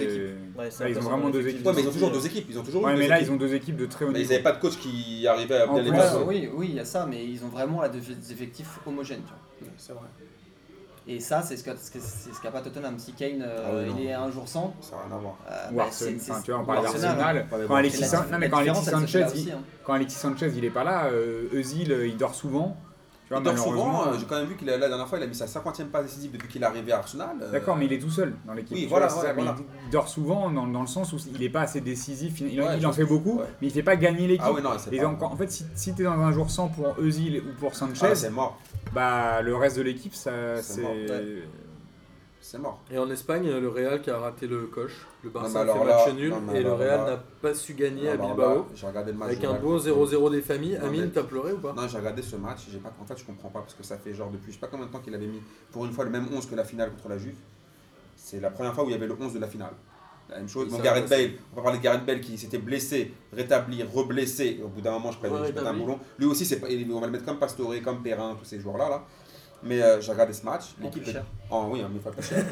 Speaker 5: Ouais, c'est
Speaker 3: Là, ils ont vraiment deux équipes.
Speaker 2: Ouais, mais ils ont toujours deux équipes. Ils ont toujours
Speaker 3: Ouais,
Speaker 2: deux
Speaker 3: mais là,
Speaker 2: équipes.
Speaker 3: ils ont deux équipes de très haut
Speaker 2: Mais ils
Speaker 3: niveau.
Speaker 2: n'avaient pas de coach qui arrivait à
Speaker 3: En
Speaker 2: bien les
Speaker 3: plus,
Speaker 2: passer.
Speaker 3: euh,
Speaker 4: oui, oui, il y a ça, mais ils ont vraiment la def- des effectifs homogènes. tu vois.
Speaker 2: C'est vrai.
Speaker 4: Et ça, c'est ce qu'a ce que- c'est ce qu'a pas Tottenham. Si Kane euh,
Speaker 2: Ah oui, non.
Speaker 4: il est à un jour sans,
Speaker 2: Ça n'a rien à voir.
Speaker 4: euh,
Speaker 3: Ou
Speaker 4: bah,
Speaker 3: Arsenal,
Speaker 4: c'est-
Speaker 3: enfin,
Speaker 4: c'est-
Speaker 3: tu vois, on
Speaker 4: ou
Speaker 3: parle
Speaker 4: Arsenal. hein.
Speaker 3: d'Arsenal.
Speaker 2: Pas les
Speaker 3: Quand
Speaker 2: bons.
Speaker 3: Alexis,
Speaker 4: Et la
Speaker 3: San-
Speaker 4: dif-
Speaker 3: non, mais
Speaker 4: la
Speaker 3: quand Alexis
Speaker 4: différence, elle se fait
Speaker 3: Sanchez,
Speaker 4: là
Speaker 3: il-
Speaker 4: aussi, hein.
Speaker 3: quand Alexis Sanchez il est pas là, euh, Özil euh, il dort souvent. Tu vois,
Speaker 2: il dort
Speaker 3: malheureusement,
Speaker 2: souvent, euh, j'ai quand même vu qu'il a la dernière fois, il a mis sa 50e passe décisive depuis qu'il est arrivé à Arsenal. euh,
Speaker 3: D'accord, mais il est tout seul dans l'équipe.
Speaker 2: Oui,
Speaker 3: tu
Speaker 2: voilà,
Speaker 3: vois, c'est
Speaker 2: ouais,
Speaker 3: ça, mais
Speaker 2: voilà.
Speaker 3: Il dort souvent dans, dans le sens où il n'est pas assez décisif. Il, il
Speaker 2: Ouais,
Speaker 3: en
Speaker 2: je
Speaker 3: fait
Speaker 2: pense que-
Speaker 3: beaucoup,
Speaker 2: ouais.
Speaker 3: mais il ne fait pas gagner l'équipe.
Speaker 2: Ah ouais, non, c'est
Speaker 3: Et
Speaker 2: pas-
Speaker 3: donc, en fait, si, tu es dans un jour sans pour Eusil ou pour Sanchez,
Speaker 2: Ah, c'est mort,
Speaker 3: bah, le reste de l'équipe, ça,
Speaker 2: C'est
Speaker 3: c'est.
Speaker 2: mort, c'est mort.
Speaker 1: Et en Espagne, le Real qui a raté le coche, le
Speaker 2: mais
Speaker 1: Barça a
Speaker 2: alors
Speaker 1: fait
Speaker 2: là-
Speaker 1: match nul
Speaker 2: non, mais
Speaker 1: et le
Speaker 2: alors
Speaker 1: Real
Speaker 2: là-
Speaker 1: n'a pas su gagner à
Speaker 2: Alors là,
Speaker 1: Bilbao
Speaker 2: J'ai regardé le match.
Speaker 1: avec
Speaker 2: de
Speaker 1: un
Speaker 2: la-
Speaker 1: beau 0-0 des familles.
Speaker 2: Non,
Speaker 1: Amine,
Speaker 2: mais-
Speaker 1: t'as pleuré ou pas
Speaker 2: Non, j'ai regardé ce match, j'ai pas, en fait, je comprends pas parce que ça fait genre depuis je sais pas combien de temps qu'il avait mis pour une fois le même 11 que la finale contre la Juve. C'est la première fois où il y avait le 11 de la finale. La même chose.
Speaker 1: Et
Speaker 2: Bon,
Speaker 1: ça,
Speaker 2: Gareth
Speaker 1: ça,
Speaker 2: Bale, on va parler de Gareth Bale qui s'était blessé, rétabli, reblessé. Et au bout d'un moment, je pète
Speaker 1: Ouais,
Speaker 2: je pète un
Speaker 1: rétabli.
Speaker 2: boulon. Lui aussi, c'est pas, il- on va le mettre comme Pastore, comme Perrin, tous ces joueurs-là. Là. Mais euh, j'ai regardé ce match.
Speaker 4: En plus
Speaker 2: est-
Speaker 4: cher.
Speaker 2: en- Oh oui, hein, en mille fois plus cher.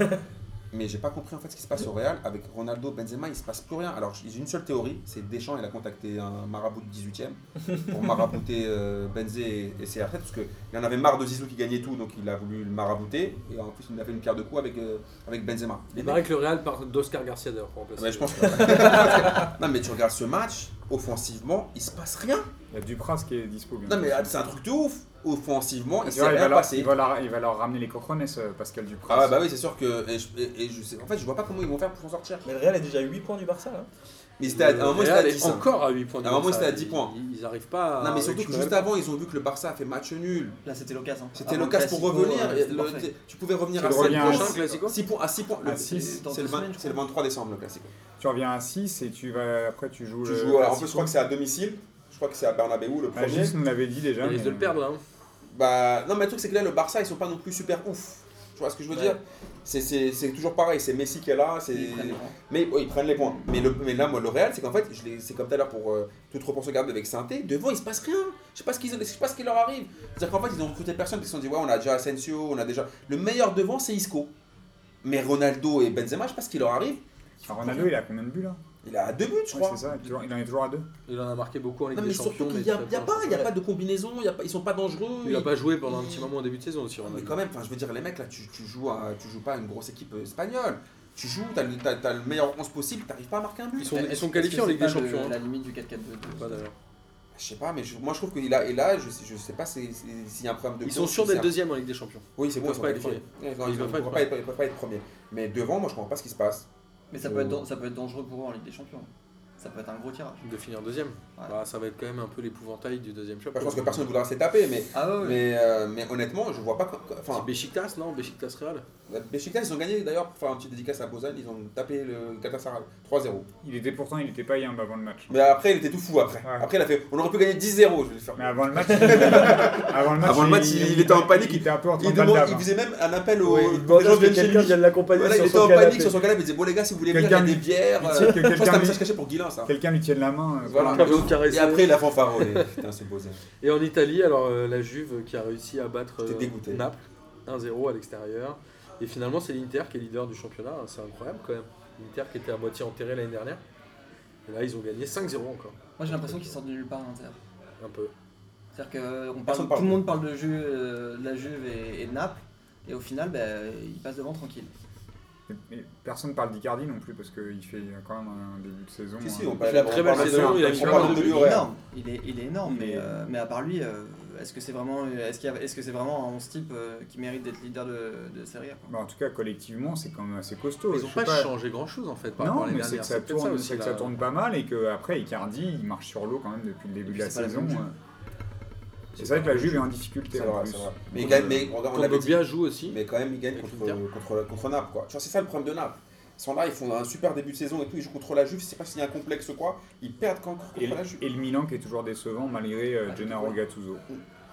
Speaker 2: Mais j'ai pas compris en fait ce qui se passe au Real avec Ronaldo, Benzema, il se passe plus rien. Alors j'ai une seule théorie, c'est Deschamps, il a contacté un marabout du 18e pour marabouter euh, Benzé et, et CR7 parce qu'il en avait marre de Zizou qui gagnait tout, donc il a voulu le marabouter et en plus il a fait une pierre de coup avec, euh, avec Benzema. Les
Speaker 1: Il paraît que le Real part d'Oscar Garcia d'ailleurs pour
Speaker 2: mecs-
Speaker 1: remplacer.
Speaker 2: Ouais, je pense que- non mais tu regardes ce match, offensivement, il se passe rien.
Speaker 3: Il y a Dupras qui est dispo. bien
Speaker 2: Non mais
Speaker 3: sûr.
Speaker 2: c'est un truc de ouf. Offensivement, il
Speaker 3: Tu
Speaker 2: s'est
Speaker 3: vois, il,
Speaker 2: rien
Speaker 3: va leur,
Speaker 2: passé.
Speaker 3: il va leur- il va leur ramener les cochonnes, Pascal Dupras.
Speaker 2: Ah ouais, bah oui, c'est sûr que. et je- et- et je sais- en fait, je vois pas comment ils vont faire pour s'en sortir.
Speaker 5: Mais le Real a déjà 8 points du Barça là.
Speaker 2: Mais c'était à, à
Speaker 1: Le
Speaker 2: un moment,
Speaker 1: Real
Speaker 2: c'était à
Speaker 1: est
Speaker 2: 10. hein.
Speaker 1: encore à 8 points. du
Speaker 2: À un moment,
Speaker 1: Barça.
Speaker 2: c'était à 10 points.
Speaker 1: Ils- Ils arrivent pas.
Speaker 2: Non,
Speaker 1: à
Speaker 2: mais surtout que
Speaker 1: récupérer
Speaker 2: juste
Speaker 1: le-
Speaker 2: avant, ils ont vu que le Barça a fait match nul.
Speaker 1: Ah,
Speaker 4: Là, c'était l'occasion. hein.
Speaker 2: C'était
Speaker 4: Avant
Speaker 2: l'occasion pour
Speaker 4: Classico,
Speaker 2: revenir.
Speaker 4: euh,
Speaker 2: et
Speaker 4: c'était
Speaker 2: le-
Speaker 4: parfait.
Speaker 2: t- tu pouvais revenir
Speaker 3: Tu
Speaker 2: à
Speaker 3: le
Speaker 2: 5
Speaker 3: reviens à
Speaker 2: points.
Speaker 1: six. Classico
Speaker 2: 6 points. À 6 points.
Speaker 3: À
Speaker 2: Le-
Speaker 3: six.
Speaker 2: C'est le,
Speaker 4: Dans deux semaines,
Speaker 2: 20
Speaker 4: je
Speaker 2: c'est le 23 décembre, le classico.
Speaker 3: Tu reviens à 6 et tu vas, après tu joues
Speaker 2: Tu
Speaker 3: le.
Speaker 2: joues, alors, en
Speaker 3: Classico.
Speaker 2: plus, je crois que c'est à domicile. Je crois que c'est à Bernabeu, le
Speaker 3: Ah,
Speaker 2: premier.
Speaker 3: Gilles nous l'avait dit déjà.
Speaker 1: Ils risquent
Speaker 3: mais-
Speaker 1: de le perdre. hein.
Speaker 2: Bah, non, mais le truc, c'est que là, le Barça, ils sont pas non plus super ouf. Tu vois ce que je veux
Speaker 1: Ouais.
Speaker 2: dire C'est- C'est c'est toujours pareil. C'est Messi qui est là. c'est-
Speaker 4: Ils prennent les points.
Speaker 2: Mais ouais, ils prennent les points. Mais, le- mais là, moi, le Real, c'est qu'en fait, je l'ai- c'est comme tout à l'heure pour euh, tout trop pour se garder avec Sainté. Devant, il se passe rien. Je sais pas ce qu'ils- je sais pas ce qui leur arrive. C'est-à-dire qu'en fait, ils ont recruté personne. Ils se sont dit, ouais, on a déjà Asensio, on a déjà. Le meilleur devant, c'est Isco. Mais Ronaldo et Benzema, je sais pas ce qui leur arrive.
Speaker 3: Ah, Ronaldo, il a combien de buts là
Speaker 2: Il a deux buts, je
Speaker 3: Ouais,
Speaker 2: crois.
Speaker 3: C'est ça, il en est toujours à 2.
Speaker 1: Il en a marqué beaucoup en Ligue
Speaker 2: non,
Speaker 1: des
Speaker 2: mais surtout
Speaker 1: Champions.
Speaker 2: qu'il n'y a,
Speaker 1: très
Speaker 2: il y a
Speaker 1: peu en
Speaker 2: pas, il y a
Speaker 1: championnat.
Speaker 2: pas de combinaison, il y a pas- ils sont pas dangereux.
Speaker 1: Il a
Speaker 2: ils-
Speaker 1: pas joué pendant un petit moment au début de saison aussi.
Speaker 2: Non,
Speaker 1: Ronaldo.
Speaker 2: mais quand même, enfin, je veux dire, les mecs, là, tu, tu joues, à- tu joues pas à une grosse équipe euh, espagnole. Tu joues, t'as le, t'as- t'as le meilleur 11 possible, t'arrives pas à marquer un but.
Speaker 1: Ils sont, ils
Speaker 4: Est-ce-
Speaker 1: sont
Speaker 4: est-ce
Speaker 1: qualifiés
Speaker 4: que
Speaker 1: en
Speaker 4: c'est
Speaker 1: Ligue des
Speaker 4: pas le-
Speaker 1: Champions. hein.
Speaker 4: La limite du 4-4-2.
Speaker 1: Pas d'ailleurs.
Speaker 2: Je sais pas, mais je- moi je trouve qu'il a, et là, je sais, je sais pas si- si- s'il y a un problème de.
Speaker 1: Ils
Speaker 2: coach,
Speaker 1: sont sûrs
Speaker 2: si c'est
Speaker 1: d'être
Speaker 2: un-
Speaker 1: deuxième en Ligue des Champions.
Speaker 2: Oui, c'est
Speaker 1: Ils
Speaker 2: bon,
Speaker 1: peuvent
Speaker 2: ils sont
Speaker 1: pas être
Speaker 2: qualifiés. Ouais, non,
Speaker 1: Ils
Speaker 2: Ils
Speaker 1: peuvent
Speaker 2: peuvent
Speaker 1: pas être
Speaker 2: pas être- ils peuvent pas être premiers. Mais devant, moi je comprends pas ce qui se passe.
Speaker 4: Mais ça peut, être, dan- ça peut être dangereux pour eux en Ligue des Champions. hein. Ça peut être un gros tirage.
Speaker 1: De finir deuxième. Bah, ça va être quand même un peu l'épouvantail du deuxième
Speaker 2: Enfin,
Speaker 1: champion.
Speaker 2: Bah, je pense que personne ne voudra se taper, mais,
Speaker 4: Ah ouais, ouais.
Speaker 2: mais, euh, mais honnêtement, je vois pas. que- que-
Speaker 1: C'est
Speaker 2: Enfin,
Speaker 1: Besiktas, non Besiktas Real
Speaker 2: Beşiktaş, ils ont gagné d'ailleurs, pour faire une petite dédicace à Bozan, ils ont tapé le Galatasaray 3-0.
Speaker 3: Il était pourtant, il était pas yamb avant le match.
Speaker 2: Mais après, il était tout fou après.
Speaker 3: Ouais.
Speaker 2: Après, il a fait. On aurait pu gagner 10-0, je vais le faire.
Speaker 3: Mais avant le match, il... avant le match,
Speaker 2: Avant le match, il- il était en panique.
Speaker 3: Il était un peu en train
Speaker 2: Il,
Speaker 3: de balle
Speaker 2: demande-
Speaker 3: d'âme.
Speaker 2: il faisait même un appel au.
Speaker 5: Ouais,
Speaker 2: aux
Speaker 5: il demande
Speaker 2: gens de
Speaker 5: que
Speaker 2: chez lui.
Speaker 5: quelqu'un vienne l'accompagner
Speaker 2: Voilà, il
Speaker 5: sur
Speaker 2: était
Speaker 5: son
Speaker 2: en
Speaker 5: canapé.
Speaker 2: panique sur son canapé, il disait Bon, les gars, si vous voulez bien, il y a
Speaker 3: Quelqu'un
Speaker 2: des
Speaker 3: lui-
Speaker 2: bières.
Speaker 3: il
Speaker 2: euh, Je
Speaker 3: tient que
Speaker 2: pense que c'était
Speaker 3: quelqu'un
Speaker 2: un
Speaker 3: lui-
Speaker 2: message caché pour Guilin, ça.
Speaker 3: Quelqu'un lui tienne la main. euh,
Speaker 2: Voilà.
Speaker 3: pour-
Speaker 2: Et après, il a fanfaronné. Putain, ce beau zèle.
Speaker 1: Et en Italie, alors euh, la Juve qui a réussi à battre
Speaker 2: J'étais
Speaker 1: euh,
Speaker 2: dégoûté.
Speaker 1: Naples 1-0 à l'extérieur. Et finalement, c'est l'Inter qui est leader du championnat. hein, C'est incroyable quand même. L'Inter qui était à moitié enterré l'année dernière. Et là, ils ont gagné 5-0 encore.
Speaker 4: Moi j'ai l'impression qu'ils sortent de nulle part à l'Inter.
Speaker 1: Un peu.
Speaker 3: Oh,
Speaker 4: C'est-à-dire que euh, on
Speaker 2: Personne
Speaker 4: parle,
Speaker 2: parle.
Speaker 4: tout le monde parle de, Ju- euh, de la Juve et, et de Naples, et au final ben, ils passent devant tranquille.
Speaker 3: Mais personne parle d'Icardi non plus parce qu'il fait quand même un début de saison.
Speaker 2: Si, si,
Speaker 3: hein.
Speaker 2: on peut
Speaker 1: Il
Speaker 2: aller
Speaker 1: fait une très belle saison, il a mis
Speaker 2: on
Speaker 1: plein de
Speaker 2: parle de
Speaker 1: buts.
Speaker 2: lui,
Speaker 4: il,
Speaker 2: ouais.
Speaker 4: est énorme, il, est, il est énorme,
Speaker 3: Il
Speaker 4: mais,
Speaker 3: est-
Speaker 4: euh, mais à part lui, euh, est-ce que c'est vraiment, est-ce qu'il y a- est-ce que c'est vraiment un 11 type euh, qui mérite d'être leader de, de Serie A quoi
Speaker 3: Bah, en tout cas, collectivement, c'est quand même assez costaud.
Speaker 1: Ils
Speaker 3: Je
Speaker 1: n'ont
Speaker 3: sais
Speaker 1: pas, changé grand-chose en fait par rapport à
Speaker 3: Non,
Speaker 1: l'année
Speaker 3: mais c'est
Speaker 1: dernière.
Speaker 3: que ça
Speaker 1: peut-être
Speaker 3: tourne, c'est que ça
Speaker 1: la-
Speaker 3: tourne pas mal et qu'après, Icardi, il marche sur l'eau quand même depuis le début
Speaker 4: puis,
Speaker 3: de la
Speaker 4: c'est pas la
Speaker 3: saison.
Speaker 4: même
Speaker 3: euh. Et c'est vrai que la Juve est en difficulté.
Speaker 2: C'est
Speaker 3: en
Speaker 2: vrai,
Speaker 3: plus.
Speaker 2: c'est vrai. Mais il gagne, mais on- on
Speaker 1: Quand
Speaker 2: l'avait dit.
Speaker 1: Bobia joue aussi.
Speaker 2: Mais quand même, ils gagnent
Speaker 1: Avec
Speaker 2: contre,
Speaker 1: l'Inter.
Speaker 2: contre, contre Naples. Quoi. Tu vois, c'est ça le problème de Naples. Ils sont là, ils font un super début de saison et tout. Ils jouent contre la Juve, je sais pas s'il y a un complexe ou quoi. Ils perdent quand encore contre
Speaker 3: Et,
Speaker 2: la Juve.
Speaker 3: et le Milan qui est toujours décevant malgré euh, Gennaro Gattuso.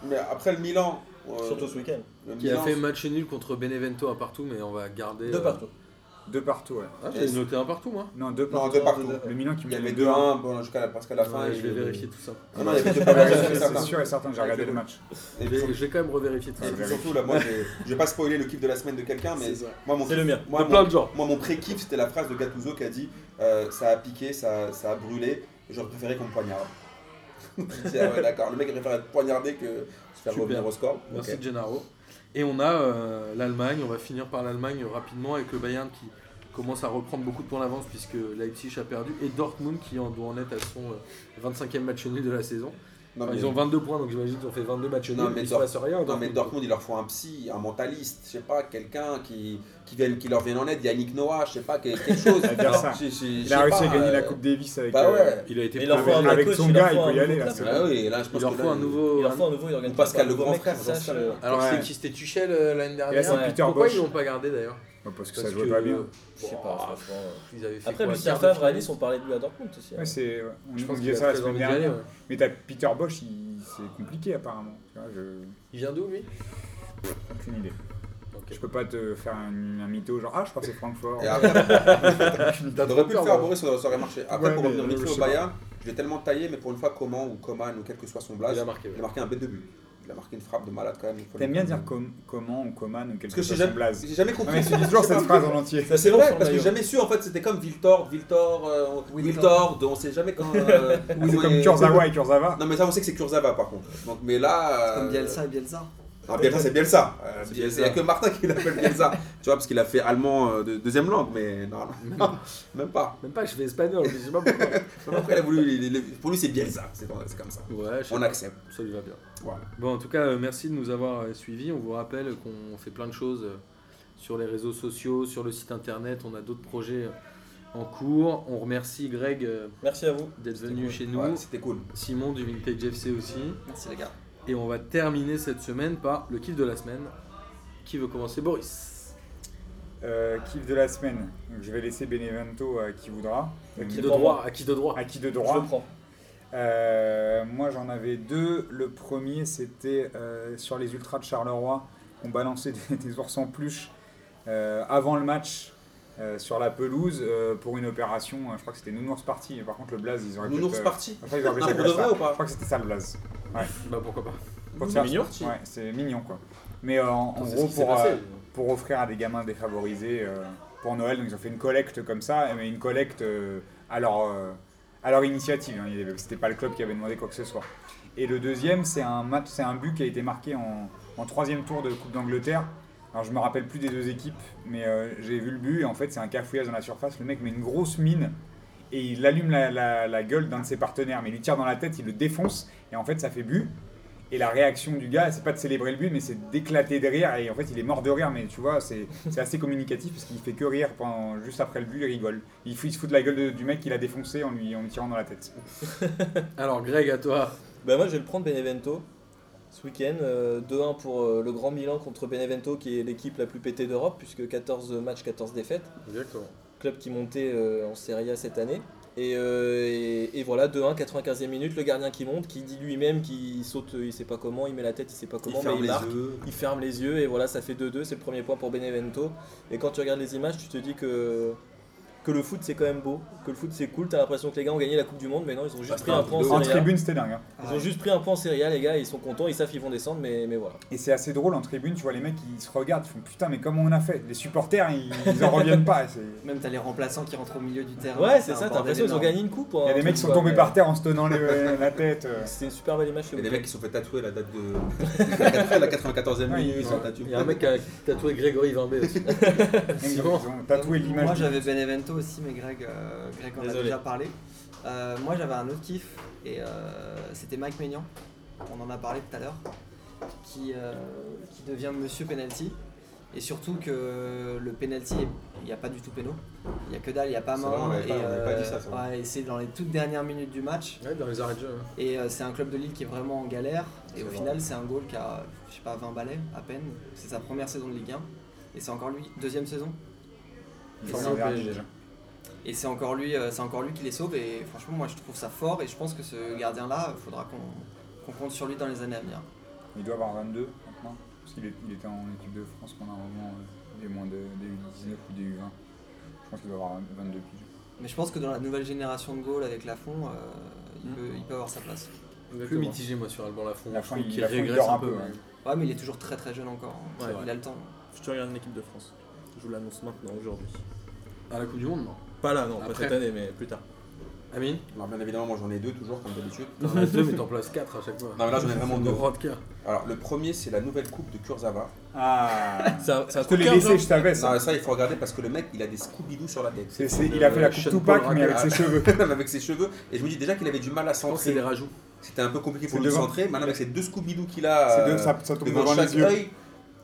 Speaker 2: Mais après le Milan. euh,
Speaker 5: Surtout ce week-end.
Speaker 2: le
Speaker 1: Qui a
Speaker 2: Milan,
Speaker 1: fait match nul contre Benevento un partout, mais on va garder.
Speaker 5: De
Speaker 1: euh,
Speaker 5: partout.
Speaker 3: Deux partout, ouais.
Speaker 1: Ah, j'ai noté un partout, moi.
Speaker 3: Non, deux
Speaker 2: Non,
Speaker 3: partout.
Speaker 2: deux partout.
Speaker 3: Le Milan qui
Speaker 2: Il y
Speaker 3: met
Speaker 2: avait
Speaker 3: 2-1.
Speaker 2: 2-1 bon, jusqu'à la, presque à la fin.
Speaker 1: Ouais,
Speaker 2: et
Speaker 1: je vais
Speaker 2: le-
Speaker 1: vérifier tout ça.
Speaker 2: Non, non, il y avait 2-1.
Speaker 3: Ouais,
Speaker 2: c'est
Speaker 3: C'est
Speaker 2: certain.
Speaker 3: sûr et certain, j'ai regardé le match.
Speaker 2: Et
Speaker 1: Je vais-
Speaker 2: puis-
Speaker 1: je vais quand même revérifier tout ça.
Speaker 2: et puis
Speaker 3: Ouais,
Speaker 2: surtout, là, moi, j'ai- je vais pas spoiler le kiff de la semaine de quelqu'un, mais
Speaker 1: C'est ça.
Speaker 2: moi, mon
Speaker 5: C'est le mien.
Speaker 2: Moi,
Speaker 1: De
Speaker 2: mon-
Speaker 1: plein de gens.
Speaker 2: Moi, mon pré-kiff, c'était la phrase de Gattuso qui a dit euh, Ça a piqué, ça, ça a brûlé, j'aurais préféré qu'on me poignarde. Je dis, ah ouais, d'accord, le mec il préfère être poignardé que se faire
Speaker 1: Super.
Speaker 2: revenir au score.
Speaker 1: Merci
Speaker 2: Ok.
Speaker 1: Gennaro. Et on a euh, l'Allemagne, on va finir par l'Allemagne rapidement avec le Bayern qui commence à reprendre beaucoup de points d'avance puisque Leipzig a perdu et Dortmund qui en doit en être à son euh, 25e match nul de la saison.
Speaker 2: Non,
Speaker 1: Enfin,
Speaker 2: mais-
Speaker 1: ils ont 22 points, donc j'imagine qu'ils ont fait 22 matchs
Speaker 2: Non,
Speaker 1: nuls,
Speaker 2: mais
Speaker 1: il se
Speaker 2: Dor-
Speaker 1: passe rien.
Speaker 2: Non, mais
Speaker 1: Dortmund.
Speaker 2: Dortmund, il leur faut un psy, un mentaliste, je sais pas, quelqu'un qui, qui, vienne- qui leur vienne en aide, Yannick Noah, je sais pas, quel- quelque chose.
Speaker 3: va dire ça.
Speaker 2: Je- je- je
Speaker 3: Il
Speaker 2: sais
Speaker 3: a réussi
Speaker 2: pas,
Speaker 3: à gagner la
Speaker 2: euh,
Speaker 3: Coupe Davis avec.
Speaker 2: Bah
Speaker 3: euh,
Speaker 2: ouais.
Speaker 1: Il a été
Speaker 5: Mais il
Speaker 1: pas
Speaker 5: leur faut un
Speaker 1: mal.
Speaker 3: avec
Speaker 5: coach,
Speaker 3: son
Speaker 5: il leur
Speaker 3: gars,
Speaker 5: faut
Speaker 3: il
Speaker 5: un
Speaker 3: peut y aller,
Speaker 5: nouveau
Speaker 3: là,
Speaker 5: club.
Speaker 3: c'est
Speaker 2: Bah oui, là, je
Speaker 1: Il
Speaker 2: pense
Speaker 1: leur
Speaker 2: que
Speaker 1: faut
Speaker 2: là,
Speaker 1: un nouveau.
Speaker 5: Il leur faut un nouveau Jürgen
Speaker 2: Ou Pascal
Speaker 5: Klopp, un nouveau
Speaker 2: Legrand
Speaker 5: mec
Speaker 2: frère,
Speaker 5: qui
Speaker 2: j'en
Speaker 5: sache,
Speaker 2: sais rien.
Speaker 5: euh,
Speaker 1: Alors
Speaker 3: Ouais.
Speaker 1: c'était qui C'était Tuchel euh, l'année
Speaker 3: Et là,
Speaker 1: dernière.
Speaker 3: c'est
Speaker 5: Ouais.
Speaker 3: Peter
Speaker 1: Pourquoi
Speaker 3: Bosch.
Speaker 1: ils l'ont pas gardé d'ailleurs
Speaker 3: Ouais, Parce que ça
Speaker 1: Parce
Speaker 3: jouait
Speaker 1: que- euh,
Speaker 3: pas bien.
Speaker 5: Je sais pas, franchement. euh.
Speaker 1: Ils avaient fait
Speaker 5: Après,
Speaker 1: quoi,
Speaker 5: Lucien
Speaker 1: quart de
Speaker 5: Favre, à
Speaker 1: finale
Speaker 5: Nice, on parlait de lui à Dortmund aussi. hein.
Speaker 3: Ouais, c'est. ouais, On
Speaker 1: Je
Speaker 3: on
Speaker 1: pense
Speaker 3: disait
Speaker 1: qu'il
Speaker 3: ça
Speaker 1: a
Speaker 3: la
Speaker 1: très
Speaker 3: semaine
Speaker 1: envie d'y aller.
Speaker 3: dernière.
Speaker 1: ouais.
Speaker 3: Mais t'as Peter Bosch, il- c'est compliqué apparemment. Tu vois, je...
Speaker 1: Il vient d'où lui
Speaker 3: Aucune idée.
Speaker 1: Ok.
Speaker 3: Je peux pas te faire un, un mytho genre ah je pensais Francfort.
Speaker 2: Et après,
Speaker 1: T'as
Speaker 2: t'aurais
Speaker 1: trop peur,
Speaker 2: pu le
Speaker 1: hein.
Speaker 2: faire,
Speaker 1: moi.
Speaker 2: Boris, ça ça aurait marché. Après,
Speaker 3: Ouais,
Speaker 2: pour
Speaker 3: mais euh,
Speaker 2: revenir vite
Speaker 3: je
Speaker 2: fait au
Speaker 3: sais pas.
Speaker 2: Bayern, je l'ai tellement taillé, mais pour une fois, Coman ou Coman ou quel que soit son blaze,
Speaker 1: Il a marqué. ouais.
Speaker 2: il a marqué un bête de but. Il a marqué une frappe de malade quand même. il faut
Speaker 3: T'aimes
Speaker 2: le-
Speaker 3: bien dire com- comment ou Coman ou quelque
Speaker 2: Parce que
Speaker 3: chose
Speaker 2: j'ai
Speaker 3: comme
Speaker 2: jamais,
Speaker 3: blaze.
Speaker 2: j'ai jamais
Speaker 3: Non
Speaker 2: compris.
Speaker 3: mais tu dis toujours cette phrase en entier.
Speaker 5: Ça,
Speaker 2: C'est
Speaker 5: long
Speaker 2: vrai,
Speaker 5: sur le
Speaker 2: parce que j'ai
Speaker 5: maillot.
Speaker 2: jamais su en fait, c'était comme Viltor, Viltor, euh, Viltor, on sait jamais quand. euh,
Speaker 3: C'est
Speaker 2: comment
Speaker 3: comme
Speaker 2: il-
Speaker 3: Kurzawa et Kurzawa.
Speaker 2: Non mais ça on sait que c'est Kurzawa par contre. Donc mais là.
Speaker 4: Comme
Speaker 2: euh,
Speaker 4: Bielsa et Bielsa.
Speaker 2: Ah, Bielsa c'est Bielsa. Euh,
Speaker 5: C'est
Speaker 2: Bielsa.
Speaker 5: Bielsa.
Speaker 2: Il n'y a que Martin qui l'appelle Bielsa. tu vois parce qu'il a fait allemand euh, de deuxième langue mais non, non, même pas.
Speaker 1: Même pas, je fais espagnol, je sais pas pourquoi.
Speaker 2: Après, il a voulu, il- il- pour lui c'est Bielsa, c'est c'est comme ça.
Speaker 1: Ouais, je sais
Speaker 2: On
Speaker 1: pas,
Speaker 2: accepte.
Speaker 1: ça lui va bien.
Speaker 2: Voilà.
Speaker 1: Bon, en tout cas, euh, merci de nous avoir euh, suivis. On vous rappelle qu'on fait plein de choses euh, sur les réseaux sociaux, sur le site internet. On a d'autres projets euh, en cours. On remercie Greg euh,
Speaker 5: Merci à vous.
Speaker 1: d'être
Speaker 5: C'était
Speaker 1: venu
Speaker 5: cool.
Speaker 1: chez nous,
Speaker 2: Ouais, c'était cool.
Speaker 1: Simon du Vintage FC aussi.
Speaker 4: Merci les gars.
Speaker 1: Et on va terminer cette semaine par le kiff de la semaine. Qui veut commencer Boris
Speaker 3: Euh, kiff de la semaine. Donc, je vais laisser Benevento à qui voudra. Euh,
Speaker 1: À qui
Speaker 5: C'est
Speaker 1: de
Speaker 5: pour
Speaker 1: droit À qui de droit
Speaker 3: À qui de
Speaker 5: Je le
Speaker 3: droit.
Speaker 5: prends.
Speaker 3: Euh, moi j'en avais deux. Le premier c'était euh, sur les ultras de Charleroi. On balançait des, des ours en pluche euh, avant le match euh, sur la pelouse euh, pour une opération. euh, je crois que c'était Nounours Party. Mais Par contre le blaze ils auraient
Speaker 2: Nounours
Speaker 3: peut-être, euh,
Speaker 2: parti.
Speaker 3: je crois qu'ils auraient
Speaker 2: Non,
Speaker 3: appelé
Speaker 2: pour
Speaker 3: ça
Speaker 2: de vrai ou
Speaker 3: comme ça.
Speaker 2: pas
Speaker 3: Je crois que c'était ça le blaze.
Speaker 1: Bah pourquoi pas
Speaker 3: Pour
Speaker 2: Nounours
Speaker 3: faire-
Speaker 2: mignon.
Speaker 3: Ouais, c'est mignon quoi. Mais euh, en, en
Speaker 1: C'est ce
Speaker 3: gros
Speaker 1: qui s'est
Speaker 3: pour,
Speaker 1: passé.
Speaker 3: euh, pour offrir à des gamins défavorisés euh, pour Noël. Donc ils ont fait une collecte comme ça, mais une collecte euh, à, leur, euh, à leur initiative. hein. Il y avait- C'était pas le club qui avait demandé quoi que ce soit. Et le deuxième, c'est un match, c'est un but qui a été marqué en, en troisième tour de Coupe d'Angleterre. Alors je me rappelle plus des deux équipes, mais euh, j'ai vu le but et en fait c'est un cafouillage dans la surface. Le mec met une grosse mine et il allume la, la- la gueule d'un de ses partenaires, mais il lui tire dans la tête, il le défonce et en fait ça fait but. Et la réaction du gars, c'est pas de célébrer le but, mais c'est d'éclater de rire. Et en fait, il est mort de rire, mais tu vois, c'est c'est assez communicatif parce qu'il fait que rire pendant, juste après le but, il rigole. Il, fout- il se fout de la gueule de- du mec qu'il a défoncé en lui, en lui tirant dans la tête.
Speaker 1: Alors Greg, à toi.
Speaker 5: Bah moi je vais le prendre Benevento ce week-end. euh, 2-1 pour euh, le Grand Milan contre Benevento qui est l'équipe la plus pétée d'Europe puisque 14 matchs, 14 défaites.
Speaker 1: Exactement.
Speaker 5: Club qui montait euh, en Serie A cette année. Et, euh, et, et voilà, 2-1, 95e minute, le gardien qui monte, qui dit lui-même qu'il saute, euh, il sait pas comment, il met la tête, il sait pas comment, mais il marque.
Speaker 2: yeux.
Speaker 5: Il ferme les yeux et voilà, ça fait 2-2, c'est le premier point pour Benevento. Et quand tu regardes les images, tu te dis que, que le foot c'est quand même beau, que le foot c'est cool, t'as l'impression que les gars ont gagné la Coupe du Monde, mais non, ils ont juste
Speaker 2: c'est
Speaker 5: pris
Speaker 2: un
Speaker 5: un point
Speaker 2: truc de
Speaker 3: En
Speaker 5: en Serie A.
Speaker 3: tribune, c'était dingue. hein.
Speaker 5: Ils ont juste pris un point en Serie A, les gars, ils sont contents, ils savent qu'ils vont descendre, mais, mais voilà.
Speaker 3: Et c'est assez drôle en tribune, tu vois, les mecs, ils se regardent, ils font putain, mais comment on a fait Les supporters, ils, ils en reviennent pas. c'est-
Speaker 4: Même t'as les remplaçants qui rentrent au milieu du terrain.
Speaker 5: Ouais, c'est
Speaker 4: un
Speaker 5: ça, t'as
Speaker 4: bordel
Speaker 5: l'impression qu'ils ont
Speaker 4: énorme.
Speaker 5: gagné une coupe. hein,
Speaker 3: Il y a des mecs qui sont tombés par terre en se tenant les- la tête. euh.
Speaker 5: C'était une super belle image
Speaker 2: Il
Speaker 5: chez
Speaker 2: y a
Speaker 5: vous.
Speaker 2: des mecs qui se sont fait tatouer la date de la 94e
Speaker 3: Ouais,
Speaker 2: minute, ils sont
Speaker 3: ouais.
Speaker 2: tatoués.
Speaker 1: Il y a un mec qui a tatoué Grégory Vimbé aussi.
Speaker 3: Ils
Speaker 1: bon.
Speaker 3: ont tatoué
Speaker 4: Moi
Speaker 3: l'image. du-
Speaker 4: j'avais Benevento aussi, mais Greg, euh, Greg en a
Speaker 5: Désolé.
Speaker 4: déjà parlé. Euh, moi j'avais un autre kiff, et euh, c'était Mike Maignan, on en a parlé tout à l'heure, qui, euh, qui devient monsieur penalty. Et surtout que le penalty, il n'y a pas du tout péno. Il n'y a que dalle, il n'y a pas
Speaker 2: C'est
Speaker 4: main.
Speaker 2: vrai, on avait
Speaker 4: et, euh,
Speaker 2: pas- on avait pas dit ça, c'est vrai.
Speaker 4: ouais, et c'est dans les toutes dernières minutes du match.
Speaker 1: Ouais, dans les arrêts de jeu. hein.
Speaker 4: Et euh, c'est un club de Lille qui est vraiment en galère. Et
Speaker 1: C'est
Speaker 4: au
Speaker 1: vrai.
Speaker 4: final, c'est un goal qui a, je sais pas, 20 balais à peine. C'est sa première saison de Ligue 1. Et c'est encore lui, deuxième saison.
Speaker 3: Ils sont regardés,
Speaker 1: PSG.
Speaker 3: déjà.
Speaker 4: Et c'est encore lui, euh, c'est encore lui qui les sauve. Et franchement, moi, je trouve ça fort. Et je pense que ce gardien-là, il faudra qu'on qu'on compte sur lui dans les années à venir.
Speaker 3: Il doit avoir 22 maintenant. Parce qu'il est- il était en équipe de France pendant un moment, euh, des moins de, des U19 ou des U20. Je pense qu'il doit avoir 22 piges.
Speaker 4: Mais je pense que dans la nouvelle génération de goals avec Lafont, euh, il,
Speaker 2: Hmm.
Speaker 5: Mm.
Speaker 4: peut, il peut avoir sa place.
Speaker 1: Plus mitigé, moi, sur Alban Lafont.
Speaker 3: Lafont,
Speaker 1: Je trouve
Speaker 3: il-
Speaker 1: qu'il
Speaker 3: Lafont, il
Speaker 1: régresse
Speaker 3: dort
Speaker 1: un
Speaker 3: un
Speaker 1: peu. hein.
Speaker 3: peu, ouais.
Speaker 1: mais-
Speaker 4: Ouais, mais il est toujours très très jeune encore. hein.
Speaker 5: Ouais,
Speaker 4: il
Speaker 5: ouais.
Speaker 4: a le temps.
Speaker 5: Je te regarde l'équipe de France. Je vous l'annonce maintenant, aujourd'hui.
Speaker 1: À la Coupe du Monde, non
Speaker 5: Pas là, non, pas
Speaker 1: Après.
Speaker 5: cette année, mais plus tard.
Speaker 1: Amine
Speaker 2: Alors bien évidemment, moi j'en ai deux toujours comme d'habitude.
Speaker 1: T'en as deux, mais t'en places quatre à chaque fois.
Speaker 2: Non mais là j'en ai vraiment
Speaker 1: C'est
Speaker 2: deux.
Speaker 1: grand cas.
Speaker 2: Alors le premier c'est la nouvelle coupe de Kurzawa.
Speaker 3: Ah
Speaker 5: Ça, ça
Speaker 3: Je te l'ai laissé, je savais ça.
Speaker 2: Non, ça il faut regarder parce que le mec il a des Scooby-Doo sur la tête.
Speaker 3: C'est- c'est- il a fait la
Speaker 1: Sean
Speaker 3: coupe Tupac,
Speaker 1: Paul
Speaker 3: mais avec
Speaker 2: Raga.
Speaker 3: ses cheveux.
Speaker 2: Même avec ses cheveux. Et je me dis déjà qu'il avait du mal à
Speaker 1: Je pense que c'est
Speaker 2: centrer.
Speaker 1: des rajouts.
Speaker 2: C'était un peu compliqué pour
Speaker 3: C'est
Speaker 2: le
Speaker 3: devant-
Speaker 2: centrer. Maintenant, avec ces deux Scooby-Doo qu'il a
Speaker 3: C'est
Speaker 2: euh,
Speaker 3: de- ça, ça tombe
Speaker 2: devant
Speaker 3: devant
Speaker 2: chaque
Speaker 3: les yeux.
Speaker 2: œil,